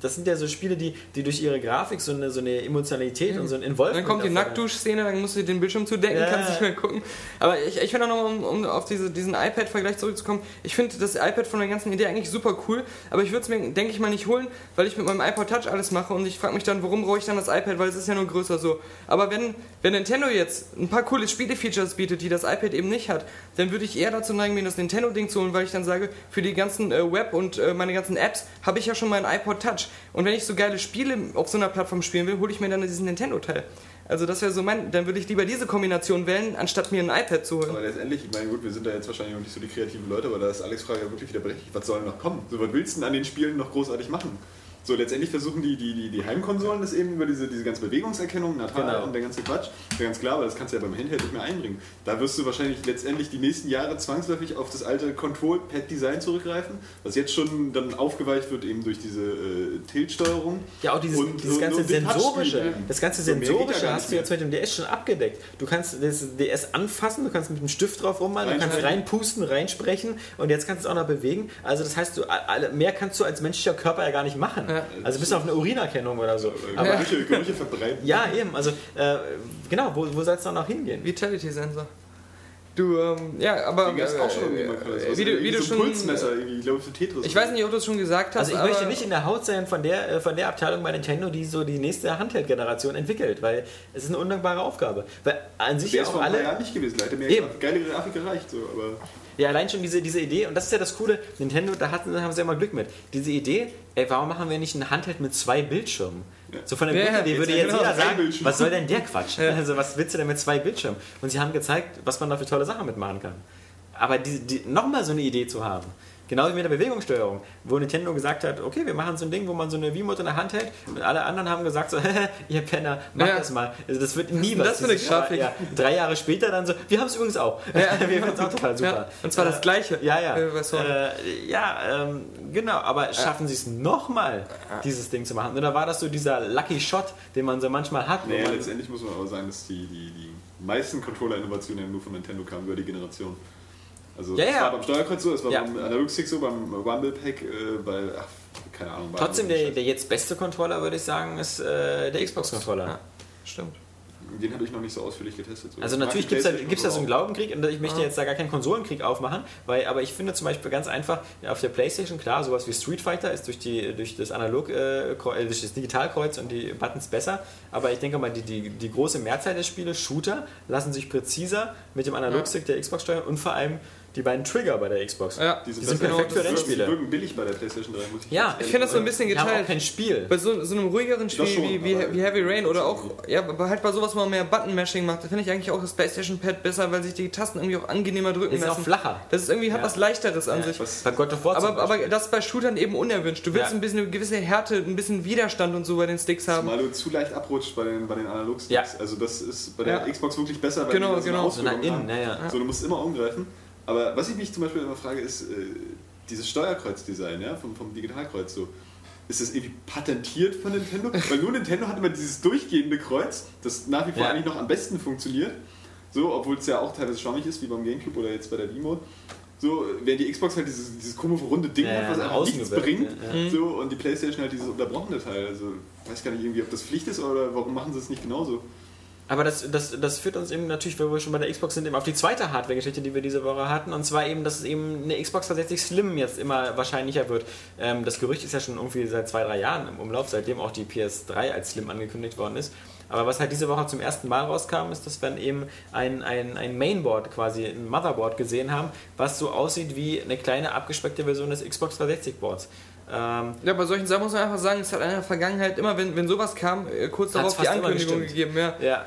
Speaker 5: das sind ja so Spiele, die, die durch ihre Grafik so eine, so eine Emotionalität und so ein
Speaker 3: Und
Speaker 5: Involvement.
Speaker 3: Mhm. Dann kommt die
Speaker 5: erfordern.
Speaker 3: Nacktduschszene, dann musst du den Bildschirm zudecken,
Speaker 5: Ja.
Speaker 3: kannst nicht mehr gucken. Aber ich, ich finde auch nochmal, um, um auf diese, diesen iPad-Vergleich zurückzukommen, ich finde das iPad von der ganzen Idee eigentlich super cool, aber ich würde es mir, denke ich mal, nicht holen, weil ich mit meinem iPod Touch alles mache und ich frage mich dann, warum brauche ich dann das iPad, weil es ist ja nur größer so. Aber wenn, wenn Nintendo jetzt ein paar coole Spiele-Features bietet, die das iPad eben nicht hat, dann würde ich eher dazu neigen, mir das Nintendo-Ding zu holen, weil ich dann sage, für die ganzen äh, Web- und äh, meine ganzen Apps habe ich ja schon meinen iPod Touch. Und wenn ich so geile Spiele auf so einer Plattform spielen will, hole ich mir dann diesen Nintendo-Teil. Also das wäre so mein, dann würde ich lieber diese Kombination wählen, anstatt mir ein iPad zu holen.
Speaker 4: Aber letztendlich, ich meine, gut, wir sind da jetzt wahrscheinlich noch nicht so die kreativen Leute, aber da ist Alex Frage ja wirklich wieder berechtigt, was soll denn noch kommen? So, was willst du denn an den Spielen noch großartig machen? So, letztendlich versuchen die, die, die, die Heimkonsolen das eben über diese, diese ganze Bewegungserkennung, Natal
Speaker 5: Genau.
Speaker 4: und der ganze Quatsch. Ist ja ganz klar, aber das kannst du ja beim Handheld nicht mehr einbringen. Da wirst du wahrscheinlich letztendlich die nächsten Jahre zwangsläufig auf das alte Control-Pad-Design zurückgreifen, was jetzt schon dann aufgeweicht wird eben durch diese äh, Tilt-Steuerung.
Speaker 5: Ja, auch dieses,
Speaker 4: Und-
Speaker 5: dieses
Speaker 4: und-
Speaker 5: ganze
Speaker 4: und den Touchscreen.
Speaker 5: sensorische. Das ganze
Speaker 4: So, mehr geht ja
Speaker 5: sensorische
Speaker 4: gar
Speaker 5: hast
Speaker 4: nicht
Speaker 5: du
Speaker 4: mehr.
Speaker 5: jetzt mit dem DS schon abgedeckt. Du kannst das DS anfassen, du kannst mit dem Stift drauf rummalen, du kannst
Speaker 4: Reinschneiden.
Speaker 5: reinpusten, reinsprechen und jetzt kannst du es auch noch bewegen. Also das heißt, du, alle, mehr kannst du als menschlicher Körper ja gar nicht machen. Also bis auf eine Urinerkennung oder so.
Speaker 4: Äh,
Speaker 5: Aber
Speaker 4: Gerüche, Gerüche verbreiten.
Speaker 5: ja, eben. Also äh, genau, wo, wo soll es dann noch hingehen?
Speaker 3: Vitality-Sensor. Du, ähm, ja, aber
Speaker 4: Den gab's auch schon irgendwie mal krass.
Speaker 3: äh, wie du, wie du
Speaker 4: so
Speaker 3: schon,
Speaker 4: ein Pulsmesser, irgendwie, ich glaube für Tetris.
Speaker 3: ich weiß nicht, ob du es schon gesagt hast,
Speaker 5: Also ich
Speaker 3: aber
Speaker 5: möchte nicht in der Haut sein von der, äh, von der Abteilung bei Nintendo, die so die nächste Handheld-Generation entwickelt, weil es ist eine undankbare Aufgabe. Weil an sich
Speaker 4: Wäre
Speaker 5: ja
Speaker 4: es vor
Speaker 5: auch
Speaker 4: ein paar
Speaker 5: alle,
Speaker 4: Jahren nicht gewesen, da hätte mir
Speaker 5: Eben.
Speaker 4: eine geile Grafik gereicht. So, aber
Speaker 5: ja allein schon diese, diese Idee, und das ist ja das Coole, Nintendo, da hatten, da haben sie ja immer Glück mit, diese Idee, ey, warum machen wir nicht ein Handheld mit zwei Bildschirmen? So von der
Speaker 3: Ja,
Speaker 5: Grundidee
Speaker 3: jetzt
Speaker 5: würde
Speaker 4: ja
Speaker 5: jetzt
Speaker 4: genau,
Speaker 5: jeder
Speaker 4: drei
Speaker 5: sagen,
Speaker 4: Bildschirme.
Speaker 5: was soll denn der Quatsch? Also was willst du denn mit zwei Bildschirmen? Und sie haben gezeigt, was man da für tolle Sachen mitmachen kann. Aber die, die, nochmal so eine Idee zu haben, genauso wie mit der Bewegungssteuerung, wo Nintendo gesagt hat, okay, wir machen so ein Ding, wo man so eine Wiimote in der Hand hält und alle anderen haben gesagt so, ihr Penner, mach
Speaker 3: Ja.
Speaker 5: das mal. Also das wird nie
Speaker 3: denn
Speaker 5: was.
Speaker 3: das für eine
Speaker 5: dieses Jahr.
Speaker 3: Grafik?
Speaker 5: Ja, drei Jahre später dann so, wir haben es übrigens auch. wir finden es auch total super.
Speaker 3: Ja, und zwar das Gleiche.
Speaker 5: Ja, ja.
Speaker 3: Äh, bei Sony.
Speaker 5: Äh, ja, ähm, genau, aber schaffen sie es nochmal, dieses Ding zu machen? Oder war das so dieser Lucky Shot, den man so manchmal hat? wo
Speaker 4: naja,
Speaker 5: man,
Speaker 4: letztendlich muss man aber sagen, dass die, die, die meisten Controller-Innovationen ja nur von Nintendo kamen über die Generation. Also
Speaker 5: Ja,
Speaker 4: es
Speaker 5: ja.
Speaker 4: war beim Steuerkreuz so, es war
Speaker 5: Ja.
Speaker 4: beim Analogstick so, beim Rumble Pack, äh, bei, ach, keine Ahnung. bei
Speaker 5: trotzdem,
Speaker 4: anderen
Speaker 5: der, der jetzt beste Controller, würde ich sagen, ist äh, der Xbox-Controller.
Speaker 3: Ah, Stimmt.
Speaker 4: Scheiß. Den habe ich noch nicht so ausführlich getestet. So,
Speaker 5: Also
Speaker 4: das
Speaker 5: natürlich
Speaker 4: mag
Speaker 5: gibt es da,
Speaker 4: PlayStation
Speaker 5: gibt's da so einen
Speaker 4: auch.
Speaker 5: Glaubenkrieg und ich
Speaker 3: Ah.
Speaker 5: möchte jetzt da gar keinen Konsolenkrieg aufmachen, weil, aber ich finde zum Beispiel ganz einfach, auf der Playstation, klar, sowas wie Street Fighter ist durch, die, durch das Analog, äh, Kreu- äh, durch das Digitalkreuz und die Buttons besser, aber ich denke mal, die, die, die große Mehrzahl der Spiele, Shooter, lassen sich präziser mit dem Analogstick der Xbox steuern und vor allem die beiden Trigger bei der Xbox.
Speaker 3: Ja,
Speaker 4: Die sind,
Speaker 5: Die sind
Speaker 4: besser.
Speaker 5: perfekt für
Speaker 4: Die wirken-
Speaker 5: Rennspiele.
Speaker 4: Die wirken billig bei der PlayStation 3, muss ich
Speaker 5: Ja,
Speaker 4: ganz
Speaker 3: Ich finde das so ein
Speaker 4: ehrlich
Speaker 3: bisschen
Speaker 5: Die haben auch
Speaker 3: geteilt.
Speaker 5: kein Spiel.
Speaker 3: Bei so, so einem ruhigeren Spiel
Speaker 4: Das schon,
Speaker 3: wie, wie,
Speaker 4: aber-
Speaker 3: wie Heavy Rain oder auch, ja, aber halt bei sowas, wo man mehr Button-Mashing macht, da finde ich eigentlich auch das PlayStation-Pad besser, weil sich die Tasten irgendwie auch angenehmer drücken
Speaker 5: Ist auch
Speaker 3: lassen.
Speaker 5: flacher.
Speaker 3: Das ist irgendwie, hat
Speaker 5: Ja.
Speaker 3: was Leichteres an sich.
Speaker 4: Was,
Speaker 5: Bei God of War zum
Speaker 3: Aber,
Speaker 5: Beispiel.
Speaker 3: aber das ist bei Shootern eben unerwünscht. Du willst
Speaker 5: Ja.
Speaker 3: ein bisschen eine gewisse Härte, ein bisschen Widerstand und so bei den Sticks haben.
Speaker 4: weil du zu leicht abrutscht bei den, bei den Analogsticks.
Speaker 5: Ja.
Speaker 4: Also das ist bei der
Speaker 3: Ja.
Speaker 4: Xbox wirklich besser, weil
Speaker 3: Genau,
Speaker 4: die da so
Speaker 3: genau.
Speaker 4: eine
Speaker 5: So nach
Speaker 4: Ausführung
Speaker 5: innen,
Speaker 4: haben.
Speaker 5: ja, ja.
Speaker 4: So, du musst immer umgreifen. Aber was ich mich zum Beispiel immer frage, ist äh, dieses Steuerkreuz-Design ja, vom, vom Digitalkreuz so. Ist das irgendwie patentiert von Nintendo? Weil nur Nintendo hat immer dieses durchgehende Kreuz, das nach wie vor
Speaker 5: Ja.
Speaker 4: eigentlich noch am besten funktioniert. So, obwohl es ja auch teilweise schwammig ist, wie beim Gamecube oder jetzt bei der Wii-Mode. So, während die Xbox halt dieses, dieses komische runde Ding
Speaker 5: Ja,
Speaker 4: hat, was
Speaker 5: nach
Speaker 4: einfach
Speaker 5: außen
Speaker 4: nichts
Speaker 5: gewölbt,
Speaker 4: bringt. So, und die Playstation halt dieses unterbrochene Teil. Also, weiß gar nicht irgendwie, ob das Pflicht ist oder warum machen sie es nicht genauso.
Speaker 5: Aber das, das, das führt uns eben natürlich, weil wir schon bei der Xbox sind, eben auf die zweite Hardware-Geschichte, die wir diese Woche hatten. Und zwar eben, dass es eben eine Xbox tatsächlich Slim jetzt immer wahrscheinlicher wird. Ähm, das Gerücht ist ja schon irgendwie seit zwei, drei Jahren im Umlauf, seitdem auch die PS3 als Slim angekündigt worden ist. Aber was halt diese Woche zum ersten Mal rauskam, ist, dass wir dann eben ein, ein, ein Mainboard quasi, ein Motherboard gesehen haben, was so aussieht wie eine kleine abgespeckte Version des Xbox 360-Boards. Ähm,
Speaker 3: Ja, bei solchen Sachen muss man einfach sagen, es hat in der Vergangenheit immer, wenn, wenn sowas kam, äh, kurz
Speaker 5: Hat's
Speaker 3: darauf die
Speaker 5: fast immer
Speaker 3: Ankündigung
Speaker 5: gestimmt.
Speaker 3: gegeben. Ja.
Speaker 5: Ja.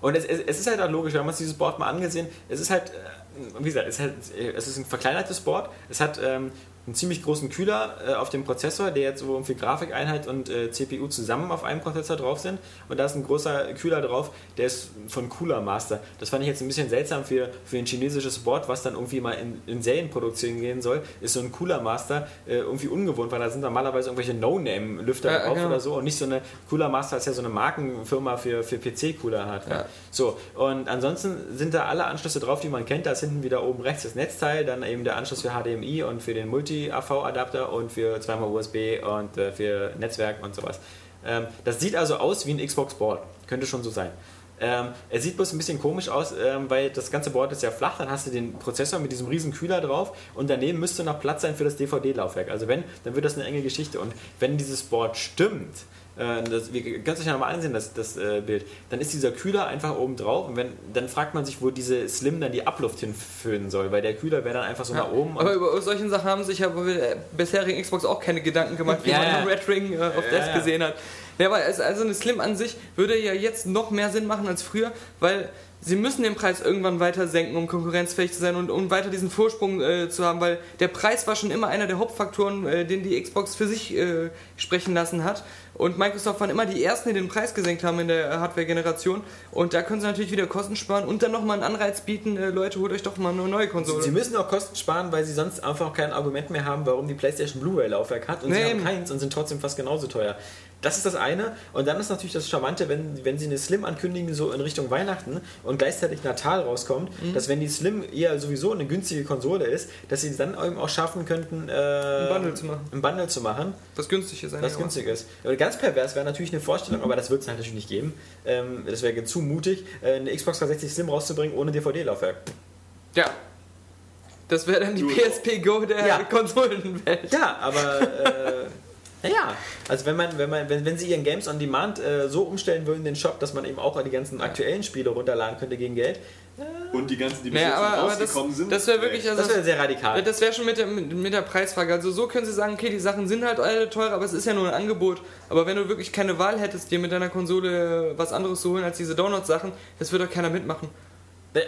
Speaker 5: Und es, es, es ist halt auch logisch, wir haben uns dieses Board mal angesehen. Es ist halt, äh, wie gesagt, es ist, halt, es ist ein verkleinertes Board. Es hat ähm, einen ziemlich großen Kühler äh, auf dem Prozessor, der jetzt so für Grafikeinheit und äh, CPU zusammen auf einem Prozessor drauf sind. Und da ist ein großer Kühler drauf, der ist von Cooler Master. Das fand ich jetzt ein bisschen seltsam für, für ein chinesisches Board, was dann irgendwie mal in, in Serienproduktion gehen soll. Ist so ein Cooler Master äh, irgendwie ungewohnt, weil da sind normalerweise irgendwelche No-Name-Lüfter
Speaker 3: Ja,
Speaker 5: drauf
Speaker 3: genau.
Speaker 5: oder so so und nicht so eine Cooler Master ist ja so eine Markenfirma für, für PC-Cooler Hardware.
Speaker 3: Ja.
Speaker 5: So, und ansonsten sind da alle Anschlüsse drauf, die man kennt. Da ist hinten wieder oben rechts das Netzteil, dann eben der Anschluss für HDMI und für den Multi-AV-Adapter und für zweimal USB und äh, für Netzwerk und sowas. Ähm, das sieht also aus wie ein Xbox-Board. Könnte schon so sein. Ähm, er sieht bloß ein bisschen komisch aus, ähm, weil das ganze Board ist ja flach, dann hast du den Prozessor mit diesem riesen Kühler drauf und daneben müsste noch Platz sein für das DVD-Laufwerk. Also wenn, dann wird das eine enge Geschichte und wenn dieses Board stimmt, äh, das, wir können es euch ja nochmal ansehen, das, das äh, Bild, dann ist dieser Kühler einfach oben drauf und wenn, dann fragt man sich, wo diese Slim dann die Abluft hinföhnen soll, weil der Kühler wäre dann einfach so nach oben.
Speaker 3: Aber
Speaker 5: und-
Speaker 3: über solchen Sachen haben sich ja bei der bisherigen Xbox auch keine Gedanken gemacht, wie
Speaker 5: Ja,
Speaker 3: man
Speaker 5: ja.
Speaker 3: am Red Ring äh, auf Death
Speaker 5: ja.
Speaker 3: gesehen hat. Ja, aber es- also eine Slim an sich würde ja jetzt noch mehr Sinn machen als früher, weil sie müssen den Preis irgendwann weiter senken, um konkurrenzfähig zu sein und um weiter diesen Vorsprung äh, zu haben, weil der Preis war schon immer einer der Hauptfaktoren, äh, den die Xbox für sich äh, sprechen lassen hat. Und Microsoft waren immer die Ersten, die den Preis gesenkt haben in der Hardware-Generation. Und da können sie natürlich wieder Kosten sparen und dann nochmal einen Anreiz bieten, äh, Leute, holt euch doch mal eine neue Konsole.
Speaker 5: Sie müssen auch Kosten sparen, weil sie sonst einfach kein Argument mehr haben, warum die PlayStation Blu-ray-Laufwerk hat und
Speaker 3: Nee,
Speaker 5: sie haben
Speaker 3: eben.
Speaker 5: keins und sind trotzdem fast genauso teuer. Das ist das eine. Und dann ist natürlich das Charmante, wenn, wenn sie eine Slim ankündigen, so in Richtung Weihnachten und gleichzeitig Natal rauskommt,
Speaker 3: Mhm.
Speaker 5: dass wenn die Slim eher sowieso eine günstige Konsole ist, dass sie dann eben auch schaffen könnten, äh, ein
Speaker 3: Bundle zu machen.
Speaker 5: Ein Bundle zu machen
Speaker 3: was günstig ist.
Speaker 5: was günstig ist. Aber ganz pervers wäre natürlich eine Vorstellung, aber das wird es natürlich nicht geben. Ähm, das wäre zu mutig, äh, eine Xbox 360 Slim rauszubringen ohne DVD-Laufwerk.
Speaker 3: Ja. Das wäre dann die
Speaker 4: Du-
Speaker 3: PSP Go der
Speaker 5: Ja.
Speaker 3: Konsolenwelt.
Speaker 5: Ja, aber äh, naja, also wenn man, wenn man, wenn, wenn sie ihren Games on Demand äh, so umstellen würden, den Shop, dass man eben auch die ganzen aktuellen Spiele runterladen könnte gegen Geld,
Speaker 4: Und die ganzen, die bis
Speaker 3: Naja,
Speaker 4: jetzt
Speaker 3: aber,
Speaker 4: nicht
Speaker 3: aber das,
Speaker 4: rausgekommen sind. äh,
Speaker 3: das wäre wirklich,
Speaker 4: ey,
Speaker 3: also
Speaker 5: das wäre sehr radikal.
Speaker 3: das wäre schon mit der, mit mit der Preisfrage. Also so können sie sagen, okay, die Sachen sind halt alle teurer, aber es ist ja nur ein Angebot. Aber wenn du wirklich keine Wahl hättest, dir mit deiner Konsole was anderes zu holen als diese Donuts-Sachen, das würde doch keiner mitmachen.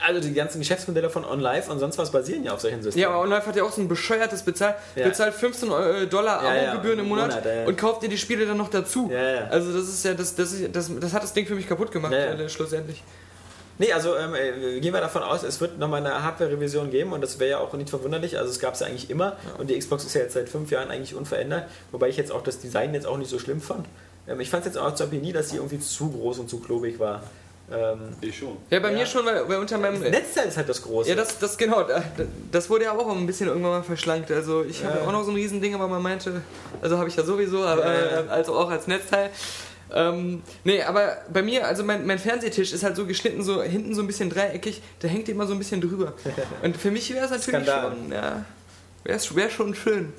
Speaker 5: Also die ganzen Geschäftsmodelle von OnLive und sonst was basieren ja auf solchen
Speaker 3: Ja,
Speaker 5: Systemen.
Speaker 3: aber OnLive hat ja auch so ein bescheuertes Bezahl.
Speaker 5: Ja.
Speaker 3: Bezahlt 15 Eu- Dollar
Speaker 5: Ja, ja,
Speaker 3: Abo-Gebühren im
Speaker 5: im
Speaker 3: Monat,
Speaker 5: Monat, ja, ja.
Speaker 3: und kauft dir die Spiele dann noch dazu.
Speaker 5: Ja, ja.
Speaker 3: Also das ist ja, das, das, ist, das, das hat das Ding für mich kaputt gemacht,
Speaker 5: Ja, ja.
Speaker 3: äh, schlussendlich.
Speaker 5: Nee, also ähm, äh, gehen wir davon aus, es wird nochmal eine Hardware-Revision geben und das wäre ja auch nicht verwunderlich. Also es gab es ja eigentlich immer und die Xbox ist ja jetzt seit fünf Jahren eigentlich unverändert, wobei ich jetzt auch das Design jetzt auch nicht so schlimm fand. Ähm, ich fand es jetzt auch zum Beispiel nie, dass sie irgendwie zu groß und zu klobig war. Ähm,
Speaker 4: Ich schon.
Speaker 3: Ja, bei
Speaker 5: Ja.
Speaker 3: mir schon, weil, weil unter meinem.
Speaker 5: das Netzteil ist halt das große.
Speaker 3: Ja, das, das genau. da- Das wurde ja auch ein bisschen irgendwann mal verschlankt. Also ich habe ja. auch noch so ein Riesending, aber man meinte, also habe ich ja sowieso, aber
Speaker 5: Ja, ja.
Speaker 3: äh, also auch als Netzteil. Ähm, nee, aber bei mir, also mein, mein Fernsehtisch ist halt so geschnitten, so hinten so ein bisschen dreieckig, da hängt die immer so ein bisschen drüber. Und für mich wäre es natürlich
Speaker 5: Skandal.
Speaker 3: schon, ja, wäre wär schon schön.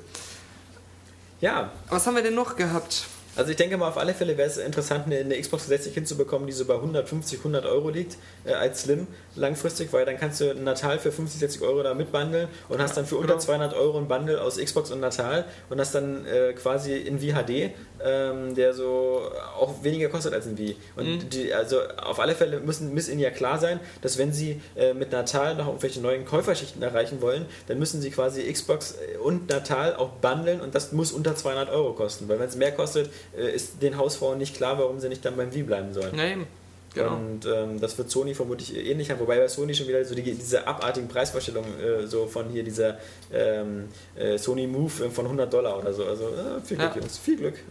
Speaker 5: Ja,
Speaker 3: Aber was haben wir denn noch gehabt?
Speaker 5: also ich denke mal, auf alle Fälle wäre es interessant, eine, eine Xbox 60 hinzubekommen, die so bei 150, 100 Euro liegt, äh, als Slim, langfristig, weil dann kannst du ein Natal für 50, 60 Euro da mitbundeln und hast dann für unter 200 Euro ein Bundle aus Xbox und Natal und hast dann äh, quasi in VHD, ähm, der so auch weniger kostet als ein Wii. Und die, also auf alle Fälle müssen, müssen ihnen ja klar sein, dass wenn sie äh, mit Natal noch irgendwelche neuen Käuferschichten erreichen wollen, dann müssen sie quasi Xbox äh, und Natal auch bundeln und das muss unter 200 Euro kosten. Weil wenn es mehr kostet, äh, ist den Hausfrauen nicht klar, warum sie nicht dann beim Wii bleiben sollen.
Speaker 3: Na eben, genau.
Speaker 5: Und ähm, das wird Sony vermutlich ähnlich haben, wobei bei Sony schon wieder so die, diese abartigen Preisvorstellungen äh, so von hier dieser ähm, äh, Sony Move von 100 Dollar oder so. Also äh, viel Glück,
Speaker 3: Ja.
Speaker 5: Jungs, viel Glück.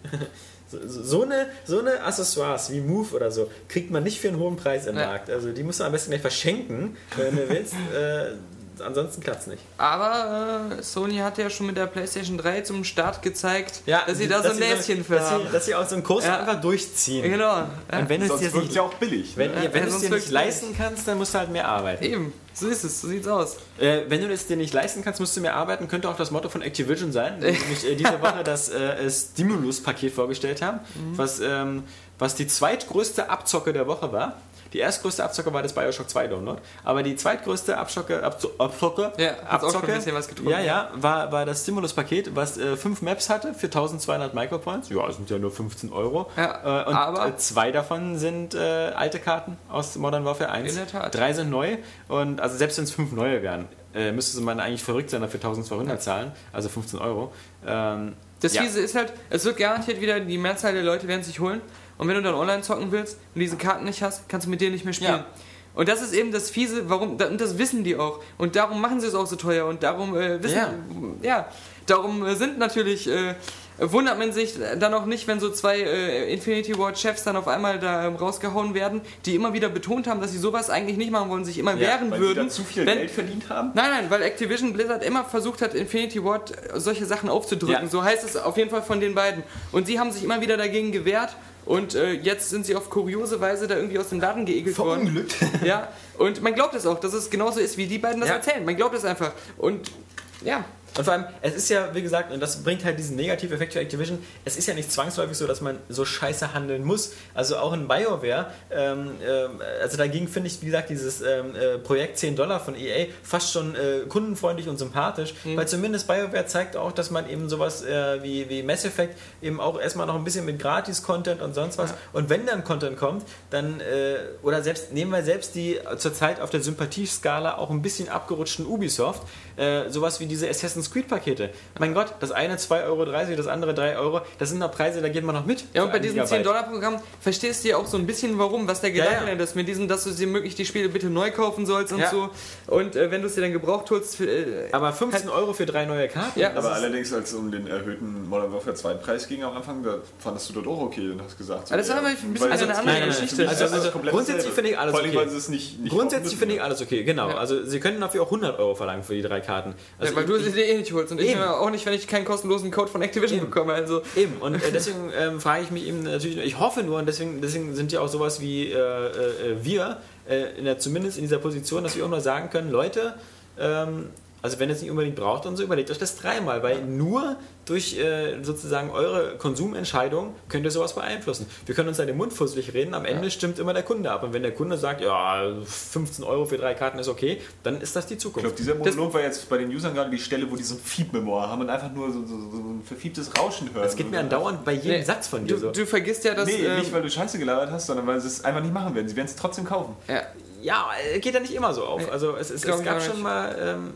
Speaker 5: So, so, so eine, so eine Accessoires wie Move oder so kriegt man nicht für einen hohen Preis im
Speaker 3: Ja.
Speaker 5: Markt. Also die musst du am besten gleich verschenken, wenn du willst. Äh, ansonsten klappt's nicht.
Speaker 3: Aber äh, Sony hat ja schon mit der PlayStation 3 zum Start gezeigt, dass sie da so ein Näschen für
Speaker 5: dass
Speaker 3: haben.
Speaker 5: Sie, dass sie auch so einen Kurs
Speaker 3: Ja.
Speaker 5: einfach durchziehen.
Speaker 3: Genau, ja,
Speaker 10: Und wenn du es dir
Speaker 4: Sonst wirkt
Speaker 10: nicht,
Speaker 4: ja auch billig.
Speaker 10: wenn, ihr- wenn du
Speaker 3: Ja,
Speaker 10: es
Speaker 3: sonst
Speaker 10: dir
Speaker 3: wirkt's
Speaker 10: nicht leisten kannst, dann musst du halt mehr arbeiten.
Speaker 3: eben, so ist es, so sieht's aus.
Speaker 10: Äh, wenn du es dir nicht leisten kannst, musst du mehr arbeiten, könnte auch das Motto von Activision sein, die nämlich äh, diese Woche das äh, Stimulus-Paket vorgestellt haben,
Speaker 3: Mhm.
Speaker 10: was, ähm, was die zweitgrößte Abzocke der Woche war. Die erstgrößte Abzocke war das Bioshock 2 Download, aber die zweitgrößte Abzocke, Abzo Abzocke,
Speaker 3: Ja, hat's auch schon ein bisschen was getrunken.
Speaker 10: ja, ja, war, war das Stimulus-Paket, was äh, fünf Maps hatte für 1200 Micropoints. Ja, sind ja nur 15 Euro.
Speaker 3: Ja,
Speaker 10: äh, und
Speaker 3: aber-
Speaker 10: äh, zwei davon sind äh, alte Karten aus Modern Warfare 1.
Speaker 3: In der Tat.
Speaker 10: Drei sind neu und also selbst wenn es fünf neue wären, äh, müsste man eigentlich verrückt sein, dafür 1200 zahlen, also 15 Euro. Ähm,
Speaker 3: Das
Speaker 10: ja.
Speaker 3: Fiese ist halt, es wird garantiert wieder, die Mehrzahl der Leute werden sich holen. Und wenn du dann online zocken willst und diese Karten nicht hast, kannst du mit denen nicht mehr spielen.
Speaker 10: Ja.
Speaker 3: Und das ist eben das Fiese, warum, da- und das wissen die auch. Und darum machen sie es auch so teuer und darum äh, wissen, ja.
Speaker 10: Ja.
Speaker 3: darum äh, sind natürlich, äh, wundert man sich dann auch nicht, wenn so zwei äh, Infinity Ward Chefs dann auf einmal da ähm, rausgehauen werden, die immer wieder betont haben, dass sie sowas eigentlich nicht machen wollen, sich immer wehren
Speaker 4: weil
Speaker 3: würden.
Speaker 4: sie da zu viel
Speaker 3: wenn,
Speaker 4: Geld verdient haben.
Speaker 3: Nein, nein, weil Activision Blizzard immer versucht hat, Infinity Ward äh, solche Sachen aufzudrücken.
Speaker 10: Ja.
Speaker 3: So heißt es auf jeden Fall von den beiden. Und sie haben sich immer wieder dagegen gewehrt und äh, jetzt sind sie auf kuriose Weise da irgendwie aus dem Laden geekelt worden.
Speaker 4: Verunglückt.
Speaker 3: Ja, und man glaubt es auch, dass es genauso ist, wie die beiden das erzählen. Man glaubt es einfach. Und ja,
Speaker 5: Und vor allem, es ist ja, wie gesagt, und das bringt halt diesen Negativeffekt für Activision, es ist ja nicht zwangsläufig so, dass man so scheiße handeln muss. Also auch in BioWare, ähm, ähm, also dagegen finde ich, wie gesagt, dieses ähm, äh, Projekt 10 Dollar von EA fast schon äh, kundenfreundlich und sympathisch,
Speaker 10: Mhm.
Speaker 5: weil zumindest BioWare zeigt auch, dass man eben sowas äh, wie, wie Mass Effect eben auch erstmal noch ein bisschen mit Gratis-Content und sonst was. Und wenn dann Content kommt, dann, äh, oder selbst, nehmen wir selbst die zurzeit auf der Sympathieskala auch ein bisschen abgerutschten Ubisoft, äh, sowas wie diese Assassin's Creed-Pakete. Mein Gott, das eine 2,30 Euro, das andere 3 Euro, das sind noch Preise, da geht man noch mit.
Speaker 3: ja und
Speaker 5: Für
Speaker 3: bei
Speaker 5: ein
Speaker 3: diesem
Speaker 5: Gigabyte.
Speaker 3: 10-Dollar-Programm verstehst du ja auch so ein bisschen, warum, was der Gedanke
Speaker 5: ja.
Speaker 3: dahinter ist. Mit diesem, dass du sie möglichst die Spiele bitte neu kaufen sollst und
Speaker 10: Ja.
Speaker 3: so. Und äh, wenn du es dir dann gebraucht holst, äh,
Speaker 5: Aber 15 Euro für drei neue Karten?
Speaker 3: ja,
Speaker 4: Aber allerdings, als es um den erhöhten Modern Warfare 2 Preis ging am Anfang, da fandest du das auch okay und hast gesagt. So,
Speaker 3: Aber das war
Speaker 4: ja,
Speaker 3: aber ein bisschen
Speaker 4: weil-
Speaker 3: eine andere
Speaker 4: nein, nein,
Speaker 3: Geschichte.
Speaker 4: für mich ist
Speaker 5: Also-
Speaker 4: das
Speaker 5: also
Speaker 4: komplett
Speaker 5: grundsätzlich
Speaker 4: dasselbe.
Speaker 5: finde ich alles
Speaker 4: Vor allem,
Speaker 5: okay.
Speaker 4: weil sie es nicht, nicht
Speaker 5: Grundsätzlich finde ich
Speaker 4: alles.
Speaker 5: alles okay, genau. Also sie könnten dafür auch 100 Euro verlangen für die drei Karten. Also
Speaker 3: ja, weil
Speaker 5: ich-
Speaker 3: du sie dir eh nicht holst. Und ich
Speaker 5: Eben.
Speaker 3: nehme auch nicht, wenn ich keinen kostenlosen Code von Activision
Speaker 5: Eben.
Speaker 3: bekomme. Also
Speaker 5: Eben, und äh, deswegen ähm, frage ich mich eben natürlich, ich hoffe nur, und deswegen, deswegen sind ja auch sowas wie äh, äh, wir, äh, in der, zumindest in dieser Position, dass wir auch nur sagen können, Leute, ähm, also wenn ihr es nicht unbedingt braucht und so, überlegt euch das dreimal, weil nur durch äh, sozusagen eure Konsumentscheidung könnt ihr sowas beeinflussen. Wir können uns da den Mund fusselig reden, am Ende stimmt immer der Kunde ab. Und wenn der Kunde sagt, ja, 15 Euro für drei Karten ist okay, dann ist das die
Speaker 4: Ich
Speaker 5: Zukunft.
Speaker 4: glaube, dieser Monolog war jetzt bei den Usern gerade die Stelle, wo die so ein Fieb-Memoir haben und einfach nur so, so, so ein verfiebtes Rauschen hören.
Speaker 5: Das geht mir andauernd bei jedem
Speaker 3: Nee,
Speaker 5: Satz von dir
Speaker 3: du,
Speaker 5: so.
Speaker 3: du vergisst ja, dass.
Speaker 4: Nee,
Speaker 3: ähm,
Speaker 4: nicht weil du Scheiße gelabert hast, sondern weil sie es einfach nicht machen werden. Sie werden es trotzdem kaufen.
Speaker 3: ja.
Speaker 5: Ja, äh, geht ja nicht immer so auf. Also es, es,
Speaker 3: glaub
Speaker 5: es
Speaker 3: ich
Speaker 5: gab
Speaker 3: auch
Speaker 5: schon
Speaker 3: nicht.
Speaker 5: mal... Ähm,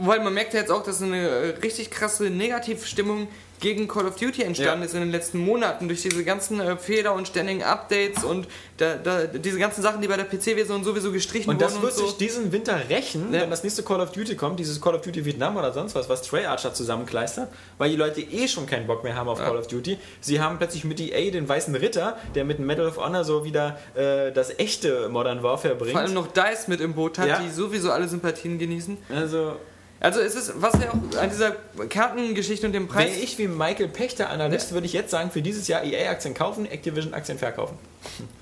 Speaker 3: Wobei man merkt ja jetzt auch, dass eine äh, richtig krasse Negativstimmung gegen Call of Duty entstanden
Speaker 5: Ja.
Speaker 3: ist in den letzten Monaten durch diese ganzen äh, Fehler und ständigen Updates und da, da, diese ganzen Sachen, die bei der PC-Version sowieso gestrichen
Speaker 5: Und
Speaker 3: wurden.
Speaker 5: das wird
Speaker 3: und so.
Speaker 5: sich diesen Winter rächen,
Speaker 3: Ja.
Speaker 5: wenn das nächste Call of Duty kommt, dieses Call of Duty Vietnam oder sonst was, was Treyarch da zusammenkleistert, weil die Leute eh schon keinen Bock mehr haben auf Call of Duty. Sie haben plötzlich mit EA den Weißen Ritter, der mit Medal of Honor so wieder äh, das echte Modern Warfare bringt.
Speaker 3: Vor allem noch DICE mit im Boot hat,
Speaker 5: Ja.
Speaker 3: die sowieso alle Sympathien genießen.
Speaker 5: also,
Speaker 3: Also es ist, was ja auch an dieser Kartengeschichte und dem Preis.
Speaker 5: Wäre ich wie Michael Pechter Analyst, würde ich jetzt sagen, für dieses Jahr EA-Aktien kaufen, Activision-Aktien verkaufen.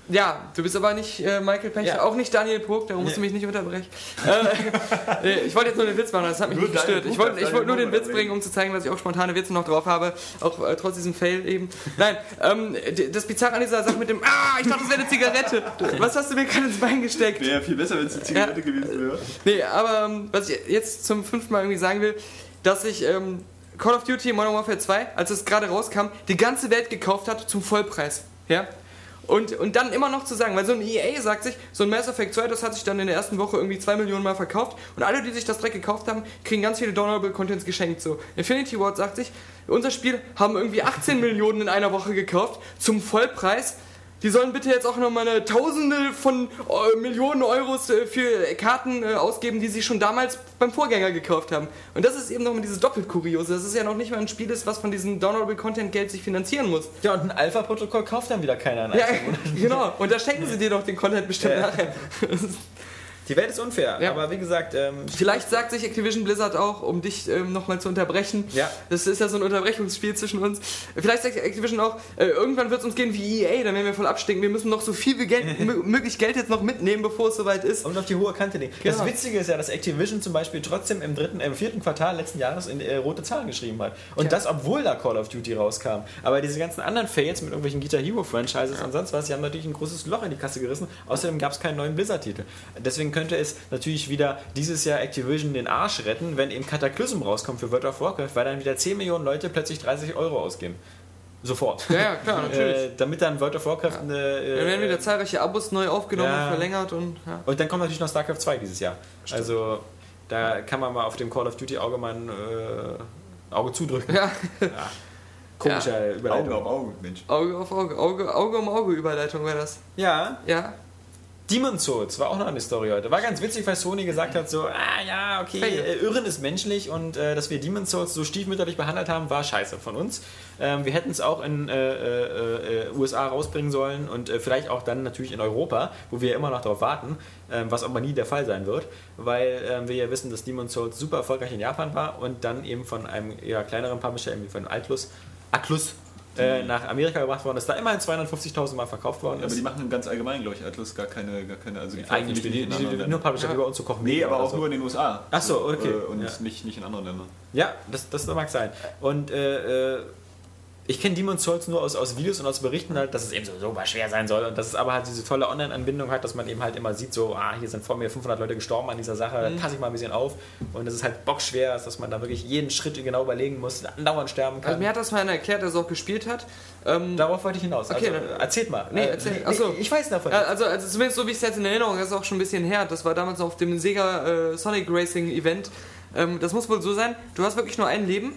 Speaker 3: Ja, du bist aber nicht äh, Michael Pechter,
Speaker 5: Ja.
Speaker 3: auch nicht Daniel Pog, darum musst du mich nicht unterbrechen. Äh, nee, ich wollte jetzt nur den Witz machen, das hat mich
Speaker 4: Nur
Speaker 3: nicht gestört.
Speaker 4: Daniel
Speaker 3: Ich
Speaker 4: Pog
Speaker 3: wollte
Speaker 4: darf
Speaker 3: ich wollte
Speaker 4: Daniel
Speaker 3: nur den
Speaker 4: Pog
Speaker 3: Witz bringen, um zu zeigen, dass ich auch spontane Witze noch drauf habe, auch äh, trotz diesem Fail eben. Nein, ähm, d- das Bizarre an dieser Sache mit dem, ah, ich dachte, das wäre eine Zigarette. Was hast du mir gerade ins Bein gesteckt?
Speaker 4: Wäre ja viel besser, wenn es eine Zigarette
Speaker 3: Ja.
Speaker 4: gewesen wäre.
Speaker 3: Nee, aber ähm, was ich jetzt zum fünften Mal irgendwie sagen will, dass ich ähm, Call of Duty Modern Warfare 2, als es gerade rauskam, die ganze Welt gekauft hat zum Vollpreis. Ja? Und, und dann immer noch zu sagen, weil so ein EA sagt sich, so ein Mass Effect 2, das hat sich dann in der ersten Woche irgendwie 2 Millionen Mal verkauft und alle, die sich das Dreck gekauft haben, kriegen ganz viele Downloadable Contents geschenkt. So, Infinity Ward sagt sich, unser Spiel haben irgendwie 18 Millionen in einer Woche gekauft zum Vollpreis. Die sollen bitte jetzt auch nochmal eine Tausende von äh, Millionen Euros äh, für Karten äh, ausgeben, die sie schon damals beim Vorgänger gekauft haben. Und das ist eben nochmal dieses doppelt kuriose, dass es ja noch nicht mal ein Spiel ist, was von diesem Downloadable Content Geld sich finanzieren muss.
Speaker 5: Ja, und ein Alpha-Protokoll kauft dann wieder keiner. an.
Speaker 3: Ja, genau. Und da schenken sie dir doch den Content bestimmt
Speaker 5: Ja.
Speaker 3: nachher.
Speaker 5: Die Welt ist unfair,
Speaker 3: Ja.
Speaker 5: aber wie gesagt, ähm,
Speaker 3: Vielleicht sagt sich Activision Blizzard auch, um dich ähm, nochmal zu unterbrechen,
Speaker 5: Ja.
Speaker 3: das ist ja so ein Unterbrechungsspiel zwischen uns, vielleicht sagt Activision auch, äh, irgendwann wird es uns gehen wie EA, dann werden wir voll abstinken, wir müssen noch so viel wie Geld, mö- möglich Geld jetzt noch mitnehmen, bevor es soweit ist.
Speaker 5: und auf die hohe Kante legen. Das
Speaker 3: Genau.
Speaker 5: Witzige ist ja, dass Activision zum Beispiel trotzdem im dritten, im vierten Quartal letzten Jahres in äh, rote Zahlen geschrieben hat. Und
Speaker 3: Ja.
Speaker 5: das, obwohl da Call of Duty rauskam. Aber diese ganzen anderen Fails mit irgendwelchen Guitar Hero Franchises und sonst was, die haben natürlich ein großes Loch in die Kasse gerissen. Außerdem gab es keinen neuen Blizzard-Titel. Deswegen könnte es natürlich wieder dieses Jahr Activision den Arsch retten, wenn eben Cataclysm rauskommt für World of Warcraft, weil dann wieder 10 Millionen Leute plötzlich 30 Euro ausgeben. Sofort.
Speaker 3: Ja, ja, klar, natürlich.
Speaker 5: Äh, damit dann World of Warcraft eine.
Speaker 3: Dann werden
Speaker 5: Äh,
Speaker 3: wieder zahlreiche Abos neu aufgenommen
Speaker 5: Ja.
Speaker 3: und verlängert und ja.
Speaker 5: und dann kommt natürlich noch StarCraft 2 dieses Jahr. Also da kann man mal auf dem Call of Duty Auge mal ein äh, Auge zudrücken.
Speaker 3: Ja.
Speaker 5: Komischer Überleitung.
Speaker 4: Augen auf Augen, Mensch.
Speaker 3: Auge auf Auge, Auge, Auge um Auge Überleitung wäre das.
Speaker 5: Ja,
Speaker 3: Ja.
Speaker 5: Demon's Souls war auch noch eine Story heute. War ganz witzig, weil Sony gesagt hat so, ah ja, okay,
Speaker 3: Fail.
Speaker 5: äh, Irren ist menschlich und äh, dass wir Demon's Souls so stiefmütterlich behandelt haben, war scheiße von uns. Ähm, wir hätten es auch in äh, äh, äh, USA rausbringen sollen und äh, vielleicht auch dann natürlich in Europa, wo wir ja immer noch darauf warten, ähm, was aber nie der Fall sein wird, weil ähm, wir ja wissen, dass Demon's Souls super erfolgreich in Japan war und dann eben von einem eher kleineren Publisher, irgendwie von Atlus, Atlus, äh, nach Amerika gebracht worden ist, da immerhin 250.000 Mal verkauft worden
Speaker 4: Mhm. Aber
Speaker 5: ist.
Speaker 4: die machen ganz allgemein, glaube ich, Atlas gar keine, gar keine, also die veröffentlichen
Speaker 5: Eigene Spiele, die,
Speaker 4: nicht in
Speaker 5: die,
Speaker 4: anderen
Speaker 5: die nur
Speaker 4: Ländern.
Speaker 5: Publisher über uns zu kochen.
Speaker 4: Nee, aber
Speaker 5: oder
Speaker 4: auch
Speaker 5: so.
Speaker 3: Also
Speaker 4: nur in den USA.
Speaker 5: Ach so, okay.
Speaker 4: Äh, Und
Speaker 5: Ja.
Speaker 4: nicht, nicht in anderen Ländern.
Speaker 5: Ja, das, das mag sein. Und äh, äh, ich kenne Demon's Souls nur aus, aus Videos und aus Berichten halt, dass es eben so super schwer sein soll und dass es aber halt diese tolle Online-Anbindung hat, dass man eben halt immer sieht, so, ah, hier sind vor mir 500 Leute gestorben an dieser Sache,
Speaker 3: Mhm.
Speaker 5: dann passe ich mal ein bisschen auf. Und es ist halt bockschwer, ist, dass man da wirklich jeden Schritt genau überlegen muss, andauernd sterben kann.
Speaker 3: Also mir hat das mal einer erklärt, der es auch gespielt hat. Ähm,
Speaker 5: Darauf wollte ich hinaus.
Speaker 3: Okay,
Speaker 5: also,
Speaker 3: dann-
Speaker 5: erzählt mal.
Speaker 3: Nee,
Speaker 5: Äh,
Speaker 3: erzähl. Ach so.
Speaker 5: Ich weiß davon.
Speaker 3: Ja, also, also zumindest so wie ich es jetzt in Erinnerung, das ist auch schon ein bisschen her. Das war damals auf dem Sega äh, Sonic Racing Event. Ähm, das muss wohl so sein, du hast wirklich nur ein Leben.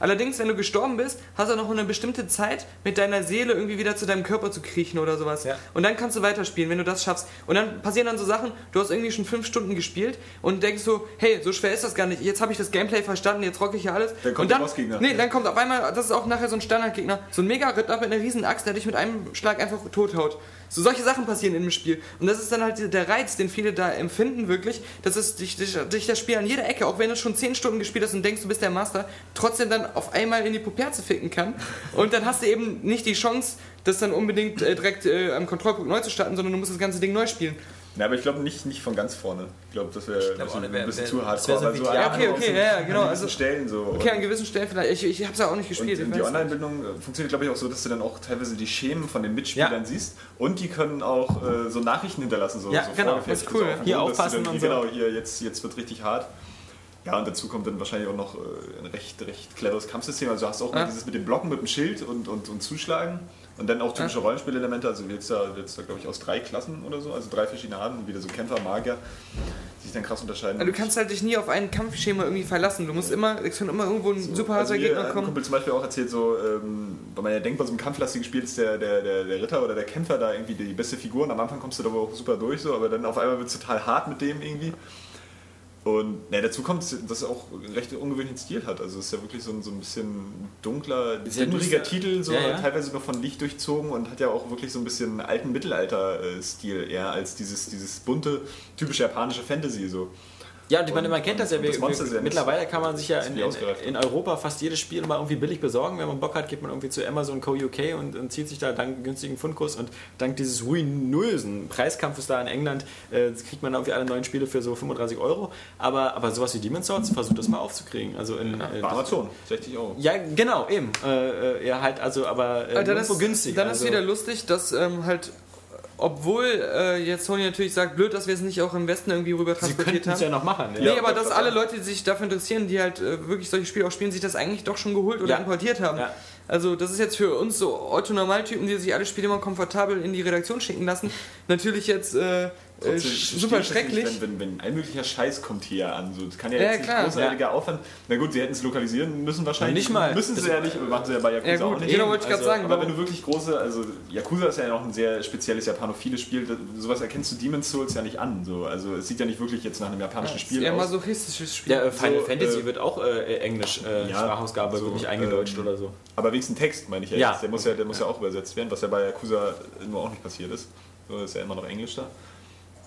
Speaker 3: Allerdings, wenn du gestorben bist, hast du noch eine bestimmte Zeit, mit deiner Seele irgendwie wieder zu deinem Körper zu kriechen oder sowas.
Speaker 5: Ja.
Speaker 3: Und dann kannst du weiterspielen, wenn du das schaffst. Und dann passieren dann so Sachen, du hast irgendwie schon fünf Stunden gespielt und denkst so, hey, so schwer ist das gar nicht. Jetzt habe ich das Gameplay verstanden, jetzt rocke ich ja alles.
Speaker 4: Dann kommt
Speaker 3: und
Speaker 4: der
Speaker 3: dann,
Speaker 4: Bossgegner.
Speaker 3: Nee, dann kommt auf einmal, das ist auch nachher so ein Standardgegner, so ein Mega-Ritter mit einer riesen Axt, der dich mit einem Schlag einfach tothaut. So solche Sachen passieren in dem Spiel. Und das ist dann halt der Reiz, den viele da empfinden wirklich, dass es dich, dich, dich das Spiel an jeder Ecke, auch wenn du schon 10 Stunden gespielt hast und denkst, du bist der Master, trotzdem dann auf einmal in die Puperze ficken kann. Und dann hast du eben nicht die Chance, das dann unbedingt äh, direkt äh, am Kontrollpunkt neu zu starten, sondern du musst das ganze Ding neu spielen.
Speaker 4: Na, aber ich glaube nicht, nicht von ganz vorne. Ich glaube, das wäre
Speaker 5: glaub auch
Speaker 4: ein
Speaker 5: nicht, wär-
Speaker 4: bisschen
Speaker 5: wär-
Speaker 4: zu
Speaker 5: das wär
Speaker 4: hardcore.
Speaker 5: so
Speaker 4: weil
Speaker 5: wie
Speaker 4: so
Speaker 5: die
Speaker 4: an-
Speaker 3: Okay,
Speaker 4: an
Speaker 3: okay,
Speaker 4: diesen-
Speaker 3: ja, ja, genau.
Speaker 4: an diesen
Speaker 3: Also,
Speaker 4: Stellen so.
Speaker 3: okay,
Speaker 4: Und-
Speaker 3: an gewissen Stellen vielleicht. Ich, ich hab's ja auch nicht gespielt.
Speaker 4: Und
Speaker 3: ich
Speaker 4: die
Speaker 3: weiß nicht.
Speaker 4: Online-Bindung äh, funktioniert, glaube ich, auch so, dass du dann auch teilweise die Schemen von den Mitspielern
Speaker 5: Ja.
Speaker 4: siehst und die können auch äh, so Nachrichten hinterlassen. So,
Speaker 5: Ja,
Speaker 4: so
Speaker 5: genau,
Speaker 4: vorgefertigt,
Speaker 5: das ist cool.
Speaker 4: auf dem
Speaker 5: Hier
Speaker 4: Boden, dass du
Speaker 5: aufpassen
Speaker 4: dann,
Speaker 5: und
Speaker 4: Genau,
Speaker 5: so.
Speaker 4: hier, jetzt, jetzt wird richtig hart. Ja, und dazu kommt dann wahrscheinlich auch noch äh, ein recht, recht cleveres Kampfsystem. Also du hast auch mal dieses mit dem Blocken, mit dem Schild und, und, und Zuschlagen. Und dann auch typische Rollenspielelemente. Also du wählst da, wählst da glaube ich, aus drei Klassen oder so. Also drei verschiedene Arten. Wieder so Kämpfer, Magier, die sich dann krass unterscheiden.
Speaker 3: Also du kannst halt dich nie auf ein Kampfschema irgendwie verlassen. Du musst immer, es kann immer irgendwo ein super harter
Speaker 5: also
Speaker 4: mir
Speaker 3: Gegner
Speaker 5: äh,
Speaker 4: hat Also ein
Speaker 3: kommen.
Speaker 4: Kumpel zum Beispiel auch erzählt, so, ähm, weil man ja denkt, bei so einem kampflastigen Spiel ist der, der, der, der Ritter oder der Kämpfer da irgendwie die beste Figur und am Anfang kommst du da aber auch super durch, so, aber dann auf einmal wird es total hart mit dem irgendwie. Und na, dazu kommt, dass er auch einen recht ungewöhnlichen Stil hat. Also es ist ja wirklich so ein, so ein bisschen dunkler,
Speaker 5: ja
Speaker 4: dümmeriger
Speaker 5: düster.
Speaker 4: Titel, so
Speaker 5: Ja, ja.
Speaker 4: teilweise noch von Licht durchzogen und hat ja auch wirklich so ein bisschen alten Mittelalter-Stil eher als dieses, dieses bunte, typisch japanische Fantasy so.
Speaker 5: Ja, und ich meine, man kennt das ja.
Speaker 4: und
Speaker 5: Wir,
Speaker 4: das Monster ist ja
Speaker 5: wir,
Speaker 4: nicht-
Speaker 5: mittlerweile kann man sich ja in,
Speaker 4: nicht
Speaker 5: in,
Speaker 4: ausgereift.
Speaker 5: in Europa fast jedes Spiel mal irgendwie billig besorgen. Wenn man Bock hat, geht man irgendwie zu Amazon Co. UK und, und zieht sich da dank günstigen Fundkurs und dank dieses ruinösen Preiskampfes da in England äh, kriegt man irgendwie alle neuen Spiele für so 35 Euro. Aber, aber sowas wie Demon's Souls versucht das mal aufzukriegen. Also in, äh,
Speaker 4: Bei Amazon, 60 Euro.
Speaker 5: ja, genau, eben. Äh, äh, ja, halt, also, aber äh,
Speaker 3: Äh, dann
Speaker 5: nirgendwo
Speaker 3: ist, Dann ist
Speaker 5: also.
Speaker 3: wieder lustig, dass ähm, halt, obwohl äh, jetzt Sony natürlich sagt, blöd, dass wir es nicht auch im Westen irgendwie rüber
Speaker 5: Sie
Speaker 3: transportiert
Speaker 5: könnten es
Speaker 3: haben.
Speaker 5: ja noch machen. Ja.
Speaker 3: Nee, aber dass alle Leute, die sich dafür interessieren, die halt äh, wirklich solche Spiele auch spielen, sich das eigentlich doch schon geholt oder
Speaker 5: Ja.
Speaker 3: importiert haben.
Speaker 5: Ja.
Speaker 3: Also das ist jetzt für uns so Otto-Normaltypen, die sich alle Spiele immer komfortabel in die Redaktion schicken lassen, natürlich jetzt äh, äh, sch-
Speaker 4: Trotzdem verstehe
Speaker 3: super
Speaker 4: ich das nicht,
Speaker 3: schrecklich.
Speaker 4: Wenn, wenn, wenn ein möglicher Scheiß kommt hier an. So, das kann ja,
Speaker 3: Ja,
Speaker 4: jetzt
Speaker 3: klar.
Speaker 4: nicht großartiger Aufwand. Na gut, sie hätten es lokalisieren müssen wahrscheinlich.
Speaker 5: Nicht mal.
Speaker 4: Müssen sie ja nicht, aber machen sie ja bei Yakuza
Speaker 3: Ja gut,
Speaker 4: auch nicht.
Speaker 3: genau wollte ich gerade
Speaker 5: Also,
Speaker 3: sagen.
Speaker 4: Aber wenn du wirklich große, also Yakuza ist ja auch ein sehr spezielles japanophiles Spiel, das, sowas erkennst du Demon's Souls ja nicht an. So. Also es sieht ja nicht wirklich jetzt nach einem japanischen
Speaker 3: ist
Speaker 4: Spiel
Speaker 3: eher
Speaker 4: aus.
Speaker 3: mal sochistisches Spiel.
Speaker 5: Ja, äh, Final
Speaker 4: So,
Speaker 5: Fantasy
Speaker 4: äh,
Speaker 5: wird auch äh, englisch äh,
Speaker 4: Ja,
Speaker 5: Sprachausgabe,
Speaker 4: so,
Speaker 5: wird nicht eingedeutscht
Speaker 4: ähm,
Speaker 5: oder so.
Speaker 4: Aber wenigstens Text, meine ich ja.
Speaker 5: Ja.
Speaker 4: jetzt. Der muss ja, der muss ja auch übersetzt werden, was ja bei Yakuza nur auch nicht passiert ist. So ist ja immer noch Englisch da.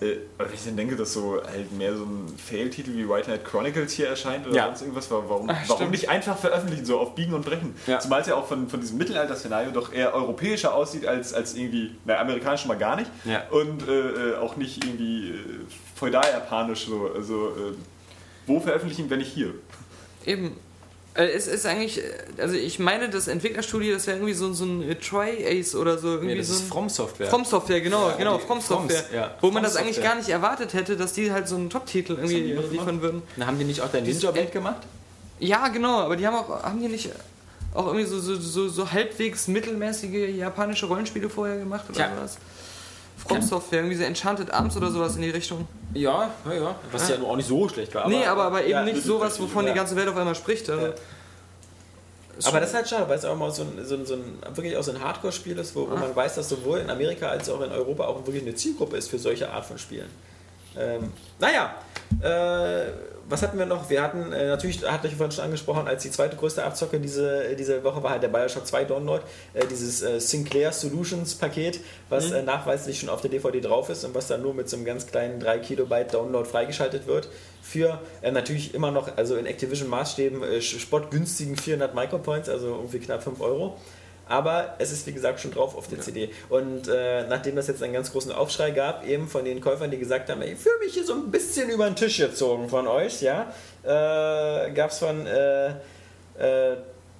Speaker 4: Äh, Aber wenn ich dann denke, dass so halt mehr so ein Fail-Titel wie White Knight Chronicles hier erscheint oder
Speaker 5: Ja. Ah,
Speaker 4: sonst irgendwas, wa- warum, warum nicht einfach veröffentlichen, so auf Biegen und Brechen?
Speaker 5: Ja.
Speaker 4: Zumal es ja auch von, von diesem Mittelalter-Szenario doch eher europäischer aussieht als, als irgendwie, na, amerikanisch schon mal gar nicht
Speaker 5: Ja.
Speaker 4: und äh, äh, auch nicht irgendwie äh, feudal-japanisch so. Also, äh, wo veröffentlichen, wenn nicht hier?
Speaker 3: Eben. Äh, Es ist eigentlich, äh, also ich meine, das Entwicklerstudio, das wäre irgendwie so, so ein Try-Ace oder so. Irgendwie
Speaker 5: Nee, das
Speaker 3: so
Speaker 5: ist
Speaker 3: ein-
Speaker 5: From Software.
Speaker 3: From Software, genau, genau, From
Speaker 5: Froms,
Speaker 3: Software.
Speaker 5: ja.
Speaker 3: Wo
Speaker 5: From
Speaker 3: man das eigentlich
Speaker 5: Software.
Speaker 3: gar nicht erwartet hätte, dass die halt so einen Top-Titel irgendwie
Speaker 4: haben die
Speaker 3: liefern würden.
Speaker 5: Na, haben die nicht auch dein
Speaker 3: Dieses
Speaker 5: Ninja Blade
Speaker 3: App-
Speaker 5: gemacht?
Speaker 3: Ja, genau, aber die haben auch, haben die nicht auch irgendwie so, so, so, so halbwegs mittelmäßige japanische Rollenspiele vorher gemacht oder
Speaker 5: Tja.
Speaker 3: sowas? From Software, irgendwie so Enchanted Arms oder sowas in die Richtung.
Speaker 5: Ja, ja, ja. Was ja nur auch nicht so schlecht war.
Speaker 3: nee, aber, aber eben
Speaker 5: ja,
Speaker 3: nicht sowas, wovon die ganze Welt auf einmal spricht. Also,
Speaker 5: Aber das ist halt schade, weil es auch mal so ein, so ein, so ein wirklich auch so ein Hardcore-Spiel ist, wo, wo man weiß, dass sowohl in Amerika als auch in Europa auch wirklich eine Zielgruppe ist für solche Art von Spielen. Ähm, naja, äh, was hatten wir noch? Wir hatten, äh, natürlich hatte ich vorhin schon angesprochen, als die zweite größte Abzocke diese, diese Woche war halt der Bioshock 2 Download, äh, dieses äh, Sinclair Solutions Paket, was äh, nachweislich schon auf der DVD drauf ist und was dann nur mit so einem ganz kleinen 3 Kilobyte Download freigeschaltet wird. Für äh, natürlich immer noch, also in Activision Maßstäben, äh, spottgünstigen 400 Micropoints, also irgendwie knapp 5 Euro. Aber es ist wie gesagt schon drauf auf der CD. Und äh, nachdem das jetzt einen ganz großen Aufschrei gab, eben von den Käufern, die gesagt haben, ich fühle mich hier so ein bisschen über den Tisch gezogen von euch, ja, äh, gab es von äh, äh,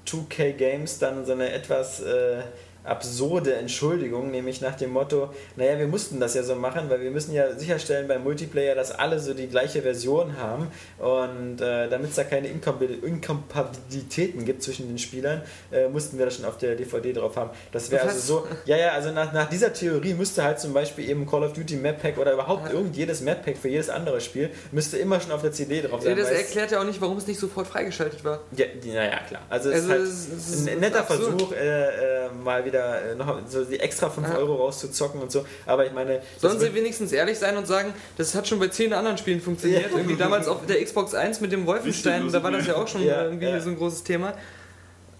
Speaker 5: 2K Games dann so eine etwas äh, absurde Entschuldigung, nämlich nach dem Motto, naja, wir mussten das ja so machen, weil wir müssen ja sicherstellen beim Multiplayer, dass alle so die gleiche Version haben und äh, damit es da keine Inkompa- Inkompatibilitäten gibt zwischen den Spielern, äh, mussten wir das schon auf der DVD drauf haben. Das wäre also so, ja, ja, also nach, nach dieser Theorie müsste halt zum Beispiel eben Call of Duty Map Pack oder überhaupt irgend jedes Map Pack für jedes andere Spiel müsste immer schon auf der CD drauf sein.
Speaker 3: ja, das
Speaker 5: weil es-
Speaker 3: erklärt ja auch nicht, warum es nicht sofort freigeschaltet war.
Speaker 5: ja, die- naja, klar. Also, es
Speaker 3: Also, es
Speaker 5: ist
Speaker 3: ist-
Speaker 5: halt
Speaker 3: es ist
Speaker 5: ein netter
Speaker 3: absurd.
Speaker 5: Versuch, äh, äh, mal wieder äh, noch so die extra 5 Euro rauszuzocken und so. Aber ich meine, das
Speaker 3: Sollen sie
Speaker 5: wird-
Speaker 3: wenigstens ehrlich sein und sagen, das hat schon bei zehn anderen Spielen funktioniert.
Speaker 5: Ja.
Speaker 3: Irgendwie damals auf der Xbox 1 mit dem Wolfenstein, da war das ja auch schon
Speaker 5: Ja,
Speaker 3: irgendwie
Speaker 5: ja.
Speaker 3: so ein großes Thema.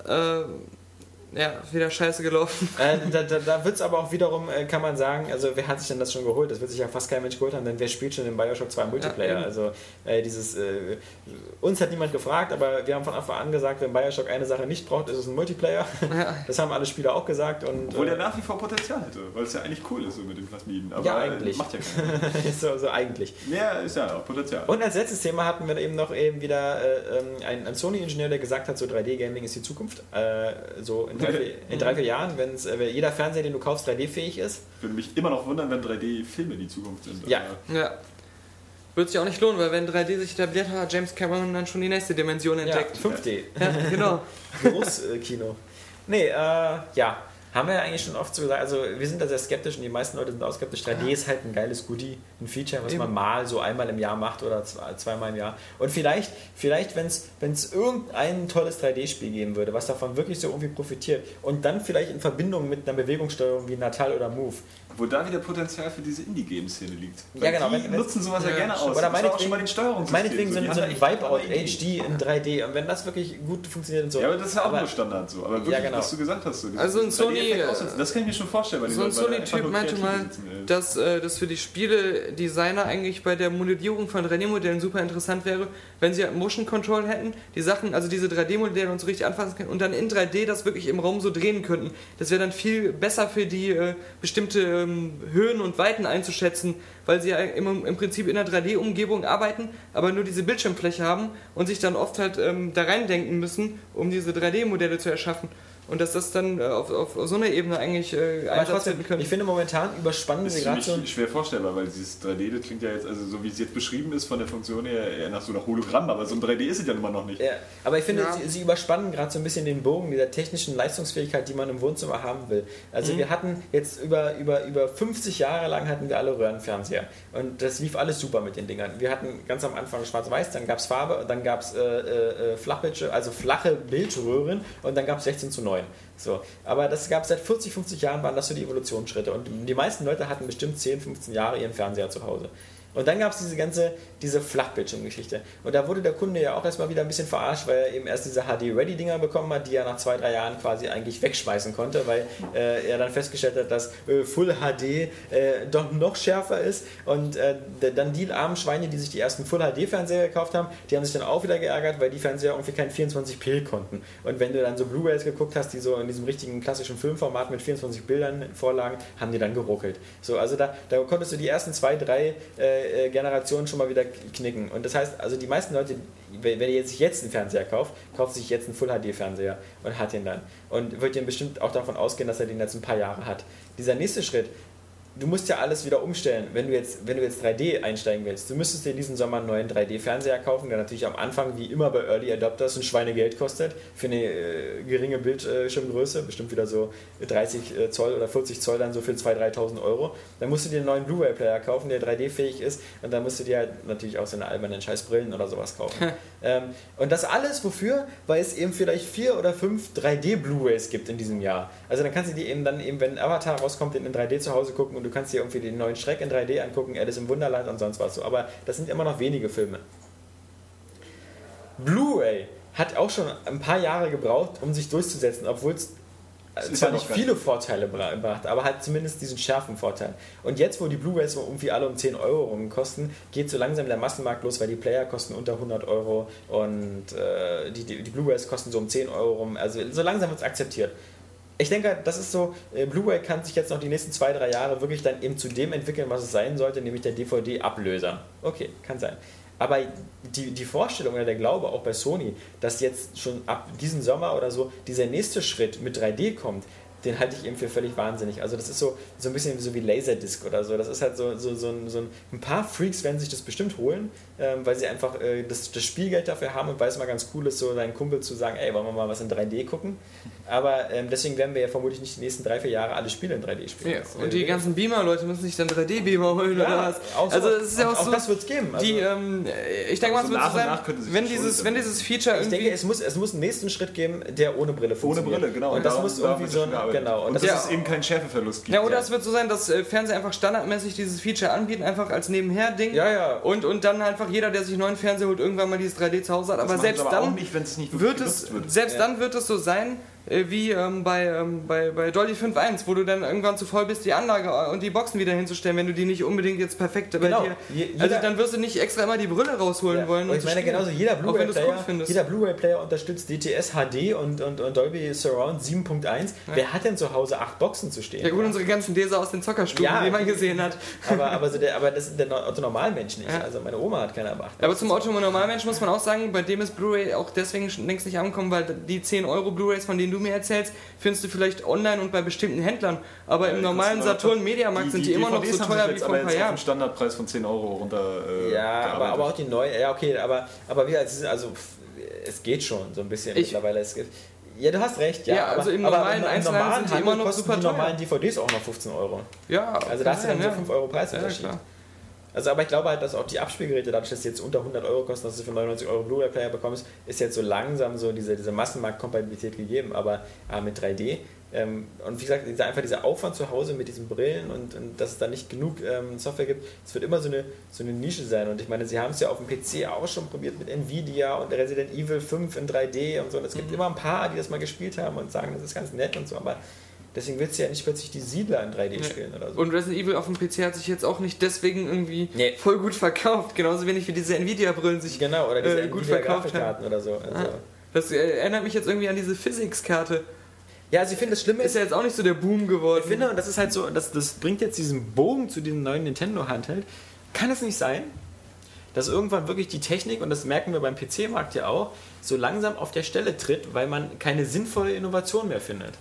Speaker 3: Äh, ja, wieder scheiße gelaufen.
Speaker 5: äh, da, da, da wird es aber auch wiederum, äh, kann man sagen, also wer hat sich denn das schon geholt? Das wird sich ja fast kein Mensch geholt haben, denn wer spielt schon den Bioshock 2 Multiplayer?
Speaker 3: eben.
Speaker 5: also äh, dieses, äh, uns hat niemand gefragt, aber wir haben von Anfang an gesagt, wenn Bioshock eine Sache nicht braucht, ist es ein Multiplayer. Das haben alle Spieler auch gesagt und
Speaker 4: Obwohl
Speaker 5: äh,
Speaker 4: der nach wie vor Potenzial hätte, weil es ja eigentlich cool ist so mit den Plasmiden. Aber
Speaker 5: Ja, eigentlich.
Speaker 4: macht ja keiner.
Speaker 5: so, so eigentlich.
Speaker 4: Mehr ist ja auch Potenzial.
Speaker 5: Und als letztes Thema hatten wir eben noch eben wieder äh, ähm, einen, einen Sony-Ingenieur, der gesagt hat, so 3D-Gaming ist die Zukunft. Äh, so in drei, vier- in drei, vier Jahren, wenn's, äh, wenn jeder Fernseher, den du kaufst, 3D-fähig ist.
Speaker 4: Würde mich immer noch wundern, wenn 3D-Filme die Zukunft sind.
Speaker 5: Ja.
Speaker 4: Aber
Speaker 3: Ja. Wird sich auch nicht lohnen, weil wenn 3D sich etabliert hat, hat James Cameron dann schon die nächste Dimension entdeckt.
Speaker 5: 5D.
Speaker 3: Ja, genau.
Speaker 5: Großkino. Nee, äh, ja. Haben wir ja eigentlich schon oft so gesagt, also wir sind da sehr skeptisch und die meisten Leute sind auch skeptisch. 3D ist halt ein geiles Goodie, ein Feature, was man mal so einmal im Jahr macht oder zwei- zweimal im Jahr. Und vielleicht, vielleicht wenn es irgendein tolles 3D-Spiel geben würde, was davon wirklich so irgendwie profitiert und dann vielleicht in Verbindung mit einer Bewegungssteuerung wie Natal oder Move.
Speaker 4: Wo da wieder Potenzial für diese Indie-Game-Szene liegt.
Speaker 5: Ja,
Speaker 4: Weil
Speaker 5: genau,
Speaker 4: Die
Speaker 5: wenn- wenn-
Speaker 4: nutzen sowas ja,
Speaker 3: ja,
Speaker 4: gerne aus.
Speaker 5: Oder
Speaker 4: Das war auch
Speaker 5: meinetwegen,
Speaker 4: schon mal den Steuerungssystemen.
Speaker 5: meinetwegen so,
Speaker 4: die
Speaker 5: ein-
Speaker 4: haben
Speaker 5: so
Speaker 4: da
Speaker 5: ein
Speaker 4: echt
Speaker 5: Wipeout
Speaker 4: tolle Ideen.
Speaker 5: HD in 3D und wenn das wirklich gut funktioniert und so.
Speaker 4: Ja, aber das ist ja auch
Speaker 5: Aber-
Speaker 4: nur Standard so. Aber wirklich,
Speaker 5: genau.
Speaker 4: was du gesagt hast. So.
Speaker 3: Also ein
Speaker 4: Das ist 3D
Speaker 3: Sony,
Speaker 4: Endeffekt ausnutzen. Das kann ich mir schon vorstellen. Also Bei den
Speaker 3: so ein
Speaker 4: Leuten, weil da einfach
Speaker 3: Sony-Typ
Speaker 4: nur
Speaker 3: meinte
Speaker 4: Kreative
Speaker 3: mal,
Speaker 4: sitzen, ey.
Speaker 3: dass, äh, dass für die Spiele-Designer eigentlich bei der Modellierung von 3D-Modellen super interessant wäre, wenn sie halt Motion Control hätten, die Sachen, also diese 3D-Modelle und so richtig anfassen können und dann in 3D das wirklich im Raum so drehen könnten. Das wäre dann viel besser für die äh, bestimmte ähm, Höhen und Weiten einzuschätzen, weil sie ja im, im Prinzip in einer 3D-Umgebung arbeiten, aber nur diese Bildschirmfläche haben und sich dann oft halt ähm, da reindenken müssen, um diese 3D-Modelle zu erschaffen. Und dass das dann äh, auf, auf so einer Ebene eigentlich äh,
Speaker 5: Aber
Speaker 3: eingesetzt
Speaker 5: trotzdem,
Speaker 3: werden können.
Speaker 5: ich finde momentan überspannen
Speaker 4: Das
Speaker 5: sie
Speaker 4: ist
Speaker 5: gerade so
Speaker 4: für
Speaker 5: ein
Speaker 4: mich schwer vorstellbar, weil dieses 3D, das klingt ja jetzt, also so wie es jetzt beschrieben ist, von der Funktion her eher nach so einer Hologramm, aber so ein 3D ist es ja nun mal noch nicht.
Speaker 5: Ja, aber ich finde, sie, sie überspannen gerade so ein bisschen den Bogen dieser technischen Leistungsfähigkeit, die man im Wohnzimmer haben will. Also wir hatten jetzt über, über, über 50 Jahre lang hatten wir alle Röhrenfernseher und das lief alles super mit den Dingern. Wir hatten ganz am Anfang schwarz-weiß, dann gab es Farbe, und dann gab es äh, äh, äh, Flachbildschir- also flache Bildröhren und dann gab es 16 zu 9. So. Aber das gab es seit 40, 50 Jahren, waren das so die Evolutionsschritte und die meisten Leute hatten bestimmt 10, 15 Jahre ihren Fernseher zu Hause. Und dann gab es diese ganze diese Flachbildschirmgeschichte. Und da wurde der Kunde ja auch erstmal wieder ein bisschen verarscht, weil er eben erst diese HD-Ready-Dinger bekommen hat, die er nach zwei, drei Jahren quasi eigentlich wegschmeißen konnte, weil äh, er dann festgestellt hat, dass äh, Full HD äh, doch noch schärfer ist. Und äh, d- dann die armen Schweine, die sich die ersten Full HD-Fernseher gekauft haben, die haben sich dann auch wieder geärgert, weil die Fernseher irgendwie kein 24p konnten. Und wenn du dann so Blu-rays geguckt hast, die so in diesem richtigen klassischen Filmformat mit 24 Bildern vorlagen, haben die dann geruckelt. So, also da, da konntest du die ersten zwei, drei äh, äh, Generationen schon mal wieder knicken. Und das heißt, also die meisten Leute, wenn wenn ihr jetzt sich jetzt einen Fernseher kauft, kauft sich jetzt einen Full HD Fernseher und hat den dann. Und wird ihr bestimmt auch davon ausgehen, dass er den jetzt ein paar Jahre hat. Dieser nächste Schritt, du musst ja alles wieder umstellen, wenn du jetzt, wenn du jetzt 3D einsteigen willst. Du müsstest dir diesen Sommer einen neuen 3D-Fernseher kaufen, der natürlich am Anfang, wie immer bei Early Adopters, ein Schweinegeld kostet für eine äh, geringe Bildschirmgröße, bestimmt wieder so 30 äh, Zoll oder 40 Zoll, dann so für 2.000, 3.000 Euro. Dann musst du dir einen neuen Blu-ray-Player kaufen, der 3D-fähig ist und dann musst du dir halt natürlich auch so eine albernen Scheißbrillen oder sowas kaufen. ähm, und das alles wofür? Weil es eben vielleicht vier oder fünf 3D-Blu-rays gibt in diesem Jahr. Also dann kannst du die eben dann eben, wenn Avatar rauskommt, den in 3D zu Hause gucken und du kannst dir irgendwie den neuen Schreck in 3D angucken, Alice im Wunderland und sonst was so. Aber das sind immer noch wenige Filme. Blu-ray hat auch schon ein paar Jahre gebraucht, um sich durchzusetzen, obwohl es äh,
Speaker 4: ist
Speaker 5: zwar
Speaker 4: ja
Speaker 5: nicht
Speaker 4: noch gar
Speaker 5: viele Vorteile bra- brachte, aber hat zumindest diesen schärfen Vorteil. Und jetzt, wo die Blu-rays so irgendwie alle um 10 Euro rum kosten, geht so langsam der Massenmarkt los, weil die Player kosten unter 100 Euro und äh, die, die, die Blu-rays kosten so um 10 Euro rum. Also so langsam wird es akzeptiert. Ich denke, das ist so, äh, Blu-ray kann sich jetzt noch die nächsten zwei, drei Jahre wirklich dann eben zu dem entwickeln, was es sein sollte, nämlich der DVD-Ablöser. Okay, kann sein. Aber die, die Vorstellung oder der Glaube auch bei Sony, dass jetzt schon ab diesem Sommer oder so dieser nächste Schritt mit 3D kommt, den halte ich eben für völlig wahnsinnig. Also das ist so, so ein bisschen so wie Laserdisc oder so. Das ist halt so, so, so, ein, so ein, ein paar Freaks werden sich das bestimmt holen, ähm, weil sie einfach äh, das, das Spielgeld dafür haben und weil es mal ganz cool ist, so deinen Kumpel zu sagen, ey, wollen wir mal was in 3D gucken. Aber ähm, deswegen werden wir ja vermutlich nicht die nächsten drei, vier Jahre alle Spiele in 3D spielen.
Speaker 3: Ja,
Speaker 5: Das, äh,
Speaker 3: und die
Speaker 5: Ding.
Speaker 3: ganzen Beamer-Leute müssen sich dann 3D-Beamer holen
Speaker 5: Ja,
Speaker 3: oder was?
Speaker 5: auch
Speaker 3: also
Speaker 5: sowas.
Speaker 3: es ist ja auch,
Speaker 5: auch
Speaker 3: so,
Speaker 5: das wird es geben. Also-
Speaker 3: die, ähm, ich denke mal, es
Speaker 4: Aber so
Speaker 3: wird so
Speaker 4: also nach und
Speaker 3: sein,
Speaker 4: nach könnte sich
Speaker 3: wenn
Speaker 4: das
Speaker 3: dieses,
Speaker 4: schon
Speaker 3: wenn
Speaker 4: ändern.
Speaker 3: dieses Feature
Speaker 5: Ich
Speaker 3: irgendwie...
Speaker 5: denke, es muss, es muss einen nächsten Schritt geben, der ohne Brille funktioniert.
Speaker 4: Brille, genau.
Speaker 5: Und das
Speaker 4: Daran-
Speaker 5: muss
Speaker 4: daran
Speaker 5: irgendwie
Speaker 4: wird
Speaker 5: so ein,
Speaker 4: schon gearbeitet.
Speaker 5: genau. Und
Speaker 4: Und
Speaker 5: das
Speaker 4: dass
Speaker 5: ist
Speaker 4: es eben keinen Schärfeverlust gibt.
Speaker 3: ja, oder es wird so sein, dass äh, Fernseher einfach standardmäßig dieses Feature anbieten, einfach als Nebenher-Ding.
Speaker 5: Ja, ja.
Speaker 3: Und, und dann einfach jeder, der sich einen neuen Fernseher holt, irgendwann mal dieses 3D zu Hause hat. Aber
Speaker 4: Das
Speaker 3: selbst
Speaker 4: machen sie aber
Speaker 3: dann
Speaker 4: auch nicht, wenn es nicht
Speaker 3: wird
Speaker 4: wirklich
Speaker 3: es,
Speaker 4: genutzt wird.
Speaker 3: selbst dann wird es so sein, äh, wie ähm, bei, ähm, bei, bei Dolly 5.1, wo du dann irgendwann zu voll bist, die Anlage äh, und die Boxen wieder hinzustellen, wenn du die nicht unbedingt jetzt perfekt bei
Speaker 5: Genau.
Speaker 3: dir...
Speaker 5: Je- jeder-
Speaker 3: also dann wirst du nicht extra immer die Brille rausholen
Speaker 5: Ja,
Speaker 3: wollen.
Speaker 5: Und
Speaker 3: um
Speaker 5: ich
Speaker 3: zu
Speaker 5: meine,
Speaker 3: spielen.
Speaker 5: genauso jeder
Speaker 3: Auch wenn du es
Speaker 5: Blu-ray-Player
Speaker 3: gut findest.
Speaker 5: jeder Blu-ray-Player unterstützt DTS HD und, und, und Dolby Surround 7.1. Wer hat denn zu Hause acht Boxen zu stehen?
Speaker 3: ja gut, unsere ganzen Leser aus den Zockerstuben,
Speaker 5: Ja.
Speaker 3: die man gesehen hat.
Speaker 5: aber, aber, so der, aber das ist der no- Otto-Normalmensch nicht.
Speaker 3: Ja.
Speaker 5: Also meine Oma hat keine ab acht.
Speaker 3: Aber zum Otto Normalmensch muss man auch sagen, bei dem ist Blu-ray auch deswegen schon längst nicht angekommen, weil die 10 Euro Blu-rays, von denen du mir erzählst, findest du vielleicht online und bei bestimmten Händlern. Aber im normalen Saturn Mediamarkt sind die immer noch so teuer wie vor ein paar Jahren.
Speaker 4: Den Standardpreis von 10 Euro runter. äh,
Speaker 5: Ja, aber,
Speaker 4: gearbeitet.
Speaker 5: aber auch die neue. Ja, okay, aber, aber wie als also pff, es geht schon so ein bisschen
Speaker 3: Ich-
Speaker 5: mittlerweile. Es geht, ja, du hast recht. Ja,
Speaker 3: Ja, also im normalen Einzelhandel sind die
Speaker 5: Handel
Speaker 3: immer noch
Speaker 5: kosten
Speaker 3: super
Speaker 5: die
Speaker 3: teuer.
Speaker 5: normalen DVDs auch noch 15 Euro.
Speaker 3: Ja,
Speaker 5: Also da hast du dann
Speaker 3: ja,
Speaker 5: so 5 Euro Preisunterschied.
Speaker 3: Ja, klar.
Speaker 5: also aber ich glaube halt, dass auch die Abspielgeräte, dadurch, dass die jetzt unter 100 Euro kosten, dass du für 99 Euro Blu-ray-Player bekommst, ist jetzt so langsam so diese, diese Massenmarktkompatibilität gegeben, aber ah, mit 3D. Ähm, und wie gesagt, dieser, einfach dieser Aufwand zu Hause mit diesen Brillen und, und dass es da nicht genug ähm, Software gibt, es wird immer so eine, so eine Nische sein. Und ich meine, sie haben es ja auf dem PC auch schon probiert mit Nvidia und Resident Evil 5 in 3D und so. Und es gibt immer ein paar, die das mal gespielt haben und sagen, das ist ganz nett und so, aber
Speaker 8: Deswegen willst du ja nicht plötzlich die Siedler in 3D spielen oder so.
Speaker 3: Und Resident Evil auf dem PC hat sich jetzt auch nicht deswegen irgendwie
Speaker 8: Nee.
Speaker 3: voll gut verkauft. Genauso wenig wie diese Nvidia-Brillen sich.
Speaker 8: genau, oder diese
Speaker 3: äh, gut
Speaker 8: Nvidia
Speaker 3: verkauft
Speaker 8: Grafikkarten oder so. Also.
Speaker 5: Ah.
Speaker 3: Das äh, erinnert mich jetzt irgendwie an diese Physics-Karte.
Speaker 8: Ja, also ich finde, das Schlimme
Speaker 3: Ist
Speaker 8: ist,
Speaker 3: ja jetzt auch nicht so der Boom geworden.
Speaker 5: Ich finde, und das ist halt so, das, das bringt jetzt diesen Bogen zu diesem neuen Nintendo-Handheld. Kann es nicht sein, dass irgendwann wirklich die Technik, und das merken wir beim PC-Markt ja auch, so langsam auf der Stelle tritt, weil man keine sinnvolle Innovation mehr findet.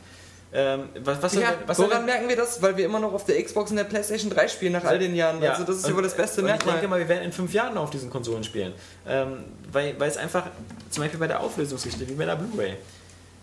Speaker 5: Ähm, was, was soll
Speaker 3: ja,
Speaker 5: denn- was soll
Speaker 3: woran
Speaker 5: denn-
Speaker 3: merken wir das? Weil wir immer noch auf der Xbox und der PlayStation 3 spielen nach all den Jahren. Also das ist ja
Speaker 5: und-
Speaker 3: wohl das beste
Speaker 5: und Ich denke
Speaker 3: Merkmal.
Speaker 5: mal, wir werden in fünf Jahren noch auf diesen Konsolen spielen. Ähm, weil, weil es einfach, zum Beispiel bei der Auflösungsgeschichte, wie bei der Blu-ray.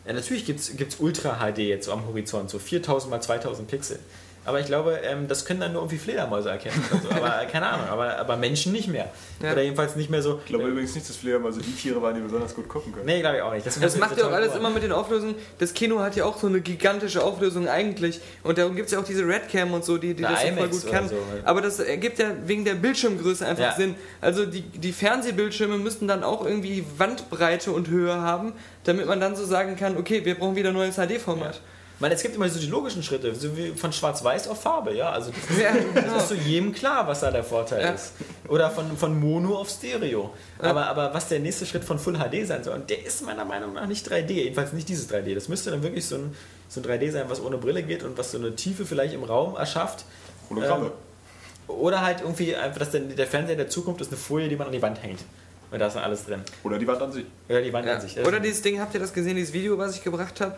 Speaker 5: Ja, natürlich gibt es Ultra-HD jetzt so am Horizont, so 4000 mal 2000 Pixel. Aber ich glaube, ähm, das können dann nur irgendwie Fledermäuse erkennen. Oder so. aber äh, keine Ahnung, aber, aber Menschen nicht mehr. Oder jedenfalls nicht mehr so. äh,
Speaker 4: Ich glaube übrigens nicht, dass Flair mal so die Tiere waren, die besonders gut gucken können.
Speaker 5: Nee, glaube ich auch nicht.
Speaker 3: Das macht ja auch alles immer mit den Auflösungen. Das Kino hat ja auch so eine gigantische Auflösung eigentlich. Und darum gibt es ja auch diese Redcam und so, die, die
Speaker 5: Na,
Speaker 3: das ja voll
Speaker 5: IMAX
Speaker 3: gut
Speaker 5: oder
Speaker 3: kann.
Speaker 5: so.
Speaker 3: Aber das ergibt ja wegen der Bildschirmgröße einfach
Speaker 5: Ja.
Speaker 3: Sinn. Also die, die Fernsehbildschirme müssten dann auch irgendwie Wandbreite und Höhe haben, damit man dann so sagen kann, okay, wir brauchen wieder ein neues HD-Format.
Speaker 5: Ich meine, es gibt immer so die logischen Schritte, so wie von Schwarz-Weiß auf Farbe, ja. Also das ist,
Speaker 3: Ja, genau.
Speaker 5: das ist so jedem klar, was da der Vorteil
Speaker 3: Ja.
Speaker 5: ist. Oder von, von Mono auf Stereo. Aber, aber was der nächste Schritt von Full HD sein soll, und der ist meiner Meinung nach nicht 3D, jedenfalls nicht dieses 3D. Das müsste dann wirklich so ein, so ein 3D sein, was ohne Brille geht und was so eine Tiefe vielleicht im Raum erschafft.
Speaker 4: Hologramme.
Speaker 5: Oder halt irgendwie einfach, dass der, der Fernseher der Zukunft ist eine Folie, die man an die Wand hängt. Und da ist dann alles drin.
Speaker 4: Oder die Wand an sich.
Speaker 5: Oder die Wand
Speaker 3: Ja.
Speaker 5: an sich.
Speaker 3: Oder dieses Ding, habt ihr das gesehen, dieses Video, was ich gebracht habe?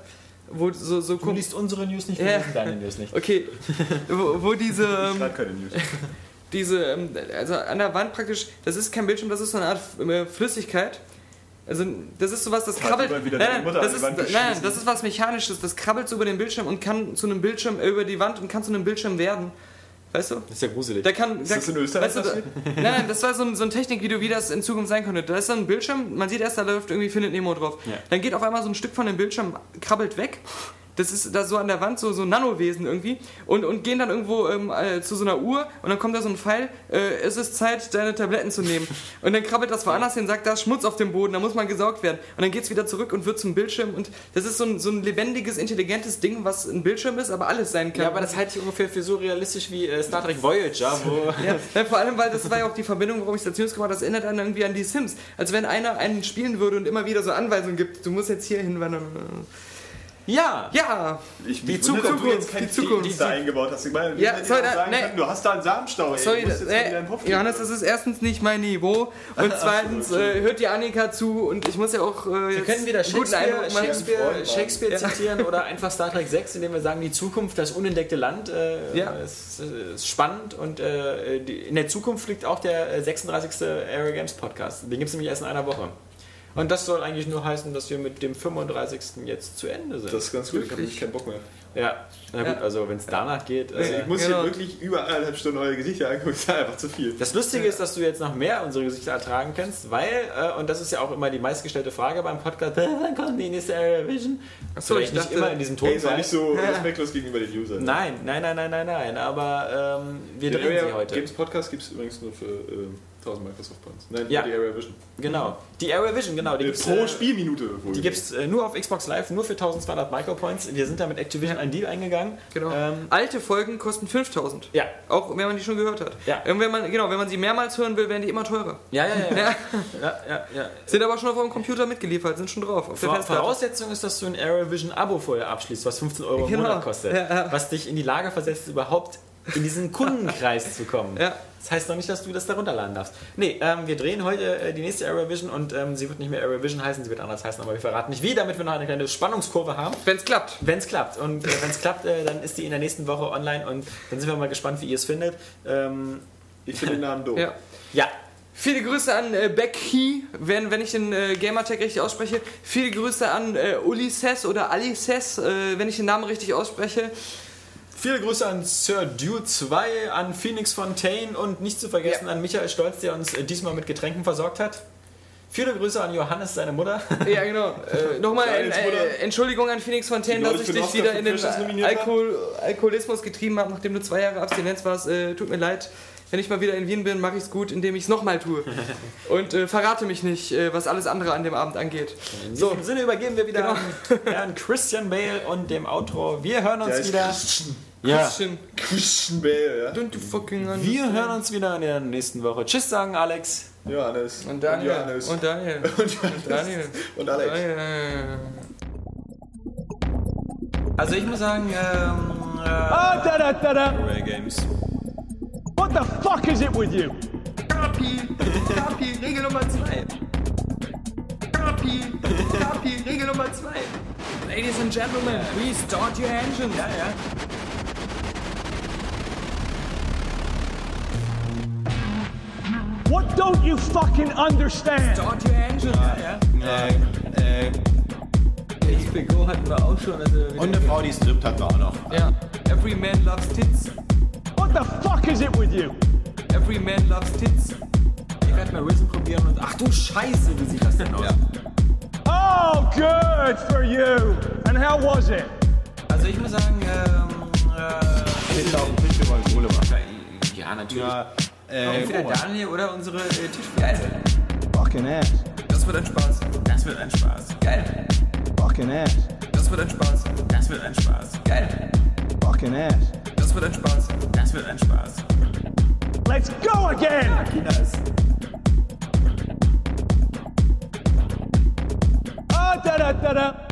Speaker 3: Wo so, so
Speaker 5: du
Speaker 3: guck-
Speaker 5: liest unsere News nicht, wir
Speaker 3: Ja.
Speaker 5: lesen deine News nicht.
Speaker 3: Okay, wo, wo diese.
Speaker 4: Ich
Speaker 3: ähm,
Speaker 4: schreibe keine News.
Speaker 3: diese, ähm, also an der Wand praktisch, das ist kein Bildschirm, das ist so eine Art äh, Flüssigkeit. Also das ist sowas, das
Speaker 4: Hat
Speaker 3: krabbelt.
Speaker 4: jemand wieder
Speaker 3: Nein,
Speaker 4: deine
Speaker 3: nein,
Speaker 4: Mutter
Speaker 3: das
Speaker 4: an die
Speaker 3: ist,
Speaker 4: Wand
Speaker 3: nein, nein,
Speaker 4: geschmissen?
Speaker 3: das ist was Mechanisches, das krabbelt so über den Bildschirm und kann zu einem Bildschirm, äh, über die Wand und kann zu einem Bildschirm werden. Weißt du?
Speaker 5: Das ist ja gruselig.
Speaker 3: Da kann, da,
Speaker 4: das in Österreich
Speaker 3: weißt du, da, nein, nein, das war so ein, so ein Technikvideo, wie das in Zukunft sein könnte. Da ist so ein Bildschirm, man sieht erst, da läuft irgendwie Findet Nemo drauf. Dann geht auf einmal so ein Stück von dem Bildschirm, krabbelt weg. Das ist da so an der Wand, so, so Nanowesen irgendwie. Und, und gehen dann irgendwo ähm, äh, zu so einer Uhr und dann kommt da so ein Pfeil, äh, es ist Zeit, deine Tabletten zu nehmen. Und dann krabbelt das woanders hin, sagt, da ist Schmutz auf dem Boden, da muss man gesaugt werden. Und dann geht es wieder zurück und wird zum Bildschirm. Und das ist so ein, so ein lebendiges, intelligentes Ding, was ein Bildschirm ist, aber alles sein kann.
Speaker 5: Ja, aber das halte ich ungefähr für so realistisch wie äh, Star Trek Voyager, wo
Speaker 3: Ja, ja, vor allem, weil das war ja auch die Verbindung, warum ich das News gemacht habe, das erinnert einen irgendwie an die Sims. Als wenn einer einen spielen würde und immer wieder so Anweisungen gibt, du musst jetzt hier hinwandern.
Speaker 5: ja,
Speaker 3: Ja,
Speaker 4: Ich
Speaker 5: Die
Speaker 4: mich wundere,
Speaker 5: Zukunft,
Speaker 4: ob du jetzt
Speaker 3: die
Speaker 4: kein
Speaker 3: Zukunft.
Speaker 4: Zukunft da eingebaut hast. Ich meine,
Speaker 3: Ja,
Speaker 4: wenn
Speaker 3: sorry,
Speaker 4: jemand
Speaker 3: da-
Speaker 4: sagen
Speaker 3: nee.
Speaker 4: kann, du hast da einen Samenstau. Ey,
Speaker 3: sorry,
Speaker 4: du musst jetzt mal wieder
Speaker 3: äh,
Speaker 4: einen Puff nehmen.
Speaker 3: Johannes, das ist erstens nicht mein Niveau und zweitens äh, hört die Annika zu und ich muss ja auch äh,
Speaker 5: wir können wieder
Speaker 3: einen guten
Speaker 5: Shakespeare,
Speaker 3: Eindruck machen.
Speaker 5: Shakespeare, Shakespeare zitieren oder einfach Star Trek 6, indem wir sagen, die Zukunft, das unentdeckte Land, äh,
Speaker 3: Ja.
Speaker 5: ist, äh, ist spannend und äh, die, in der Zukunft liegt auch der äh, 36. Aero Games Podcast. Den gibt es nämlich erst in einer Woche. Und das soll eigentlich nur heißen, dass wir mit dem 35. jetzt zu Ende sind.
Speaker 4: Das ist ganz gut, ich habe nämlich keinen Bock mehr.
Speaker 5: ja, na gut,
Speaker 3: Ja.
Speaker 5: also wenn es danach geht.
Speaker 4: Also
Speaker 5: Äh,
Speaker 4: ich muss
Speaker 3: Genau.
Speaker 4: hier wirklich über eineinhalb Stunden eure Gesichter angucken, das ist einfach zu viel.
Speaker 5: Das Lustige ist, dass du jetzt noch mehr unsere Gesichter ertragen kannst, weil, äh, und das ist ja auch immer die meistgestellte Frage beim Podcast, äh, wann kommt die nächste Eurovision?
Speaker 3: Achso,
Speaker 5: Vielleicht
Speaker 3: ich
Speaker 5: nicht
Speaker 3: dachte,
Speaker 5: immer in diesem Ton
Speaker 4: Hey, sei
Speaker 5: sein.
Speaker 4: nicht so respektlos gegenüber den Usern.
Speaker 5: Nein, nein, nein, nein, nein, nein, aber ähm, wir
Speaker 4: Den
Speaker 5: drehen sie
Speaker 4: Area
Speaker 5: heute.
Speaker 4: Games Podcast gibt es übrigens nur für äh, 1000 Microsoft Points. Nein,
Speaker 5: Ja.
Speaker 4: für die Area Vision.
Speaker 5: Genau. Die Eurovision, genau. Die
Speaker 4: Äh,
Speaker 5: gibt's,
Speaker 4: Pro
Speaker 5: äh,
Speaker 4: Spielminute wohl.
Speaker 5: Die gibt es äh, nur auf Xbox Live, nur für 1200 Micropoints. Wir sind da mit Activision einen Deal eingegangen.
Speaker 3: Genau.
Speaker 5: Ähm,
Speaker 3: Alte Folgen kosten 5000.
Speaker 5: ja,
Speaker 3: Auch wenn man die schon gehört hat.
Speaker 5: Ja.
Speaker 3: Und wenn man, genau, wenn man sie mehrmals hören will, werden die immer teurer.
Speaker 5: ja, ja, ja. ja.
Speaker 3: Ja.
Speaker 5: ja, ja, ja.
Speaker 3: Sind aber schon auf eurem Computer mitgeliefert, sind schon drauf. Auf der
Speaker 5: Vor-
Speaker 3: Festplatte.
Speaker 5: Voraussetzung ist, dass du ein Aerovision-Abo vorher abschließt, was 15 Euro im
Speaker 3: Genau.
Speaker 5: Monat kostet.
Speaker 3: Ja, ja.
Speaker 5: Was dich in die Lage versetzt, überhaupt in diesen Kundenkreis zu kommen.
Speaker 3: Ja.
Speaker 5: Das heißt noch nicht, dass du das da runterladen darfst. Nee, ähm, wir drehen heute äh, die nächste Aerovision und ähm, sie wird nicht mehr Aerovision heißen, sie wird anders heißen, aber wir verraten nicht wie, damit wir noch eine kleine Spannungskurve haben.
Speaker 3: Wenn es klappt.
Speaker 5: Wenn es klappt. Und äh, wenn es klappt, äh, dann ist die in der nächsten Woche online und dann sind wir mal gespannt, wie ihr es findet. Ähm,
Speaker 4: ich finde den Namen doof.
Speaker 3: Ja.
Speaker 5: ja,
Speaker 3: Viele Grüße an äh, Becky, wenn, wenn ich den äh, Gamertag richtig ausspreche. Viele Grüße an äh, Ulises oder Alices, äh, wenn ich den Namen richtig ausspreche.
Speaker 5: Viele Grüße an Sir Dew 2, an Phoenix Fontaine und nicht zu vergessen an Michael Stolz, der uns äh, diesmal mit Getränken versorgt hat. Viele Grüße an Johannes, seine Mutter.
Speaker 3: Ja, genau. Äh, Nochmal
Speaker 4: Deine
Speaker 3: äh,
Speaker 4: Mutter.
Speaker 3: Entschuldigung an Phoenix Fontaine,
Speaker 4: Die
Speaker 3: dass
Speaker 4: Leute
Speaker 3: ich
Speaker 4: für den
Speaker 3: dich
Speaker 4: Oscar
Speaker 3: wieder
Speaker 4: für
Speaker 3: in den
Speaker 4: Christmas nominiert
Speaker 3: Alkohol, Alkoholismus getrieben habe, nachdem du zwei Jahre Abstinenz warst. Äh, tut mir leid. wenn ich mal wieder in Wien bin, mache ich es gut, indem ich es nochmal tue. Und äh, verrate mich nicht, äh, was alles andere an dem Abend angeht.
Speaker 5: In diesem Sinne übergeben wir wieder Genau. an Herrn Christian Bale und dem Outro. Wir hören uns
Speaker 4: Der ist
Speaker 5: wieder.
Speaker 4: Christian,
Speaker 5: Ja.
Speaker 3: Christian,
Speaker 4: Christian Bale, ja?
Speaker 3: don't you fucking understand.
Speaker 5: Wir hören uns wieder in der nächsten Woche. Tschüss sagen, Alex.
Speaker 4: Johannes.
Speaker 3: Und Daniel.
Speaker 4: Johannes.
Speaker 3: Und Daniel.
Speaker 4: Und Johannes.
Speaker 3: Daniel.
Speaker 4: Und Alex.
Speaker 3: Daniel.
Speaker 5: Also ich muss sagen, ähm, äh,
Speaker 11: Ah, da, da, da, da.
Speaker 5: Rare Games.
Speaker 11: What the fuck is it with you?
Speaker 7: Kapi, Kapi, Regel Nummer 2. Kapi, Kapi, Regel Nummer 2.
Speaker 3: Ladies and Gentlemen, please start your engines. Ja, ja.
Speaker 11: What don't you fucking understand?
Speaker 3: Start your engines.
Speaker 5: HBO hatten wir auch schon. Also
Speaker 4: Und eine Frau, die strippt, hatten wir auch noch.
Speaker 3: Ja. Every man loves tits.
Speaker 11: What the fuck is it with you?
Speaker 3: Every man loves tits.
Speaker 5: ich werde mal Risen probieren und ach du Scheiße, wie sieht das denn aus?
Speaker 11: Oh, good for you. And how was it?
Speaker 5: Also ich muss sagen, ähm, äh,
Speaker 4: Ich glaube, wir wollen Kohle machen.
Speaker 5: ja natürlich.
Speaker 4: Ja, äh,
Speaker 5: Entweder Daniel oder unsere äh, Tischgeil.
Speaker 11: Fucking ass.
Speaker 7: Das wird ein Spaß.
Speaker 5: Das wird ein Spaß. Geil.
Speaker 11: Fucking ass.
Speaker 7: Das wird ein Spaß.
Speaker 5: Das wird ein Spaß. Geil.
Speaker 11: Fucking ass.
Speaker 7: Das wird ein Spaß.
Speaker 5: Das wird ein Spaß.
Speaker 11: Let's go again.
Speaker 5: Nice.
Speaker 11: Ah, da, da, da, da.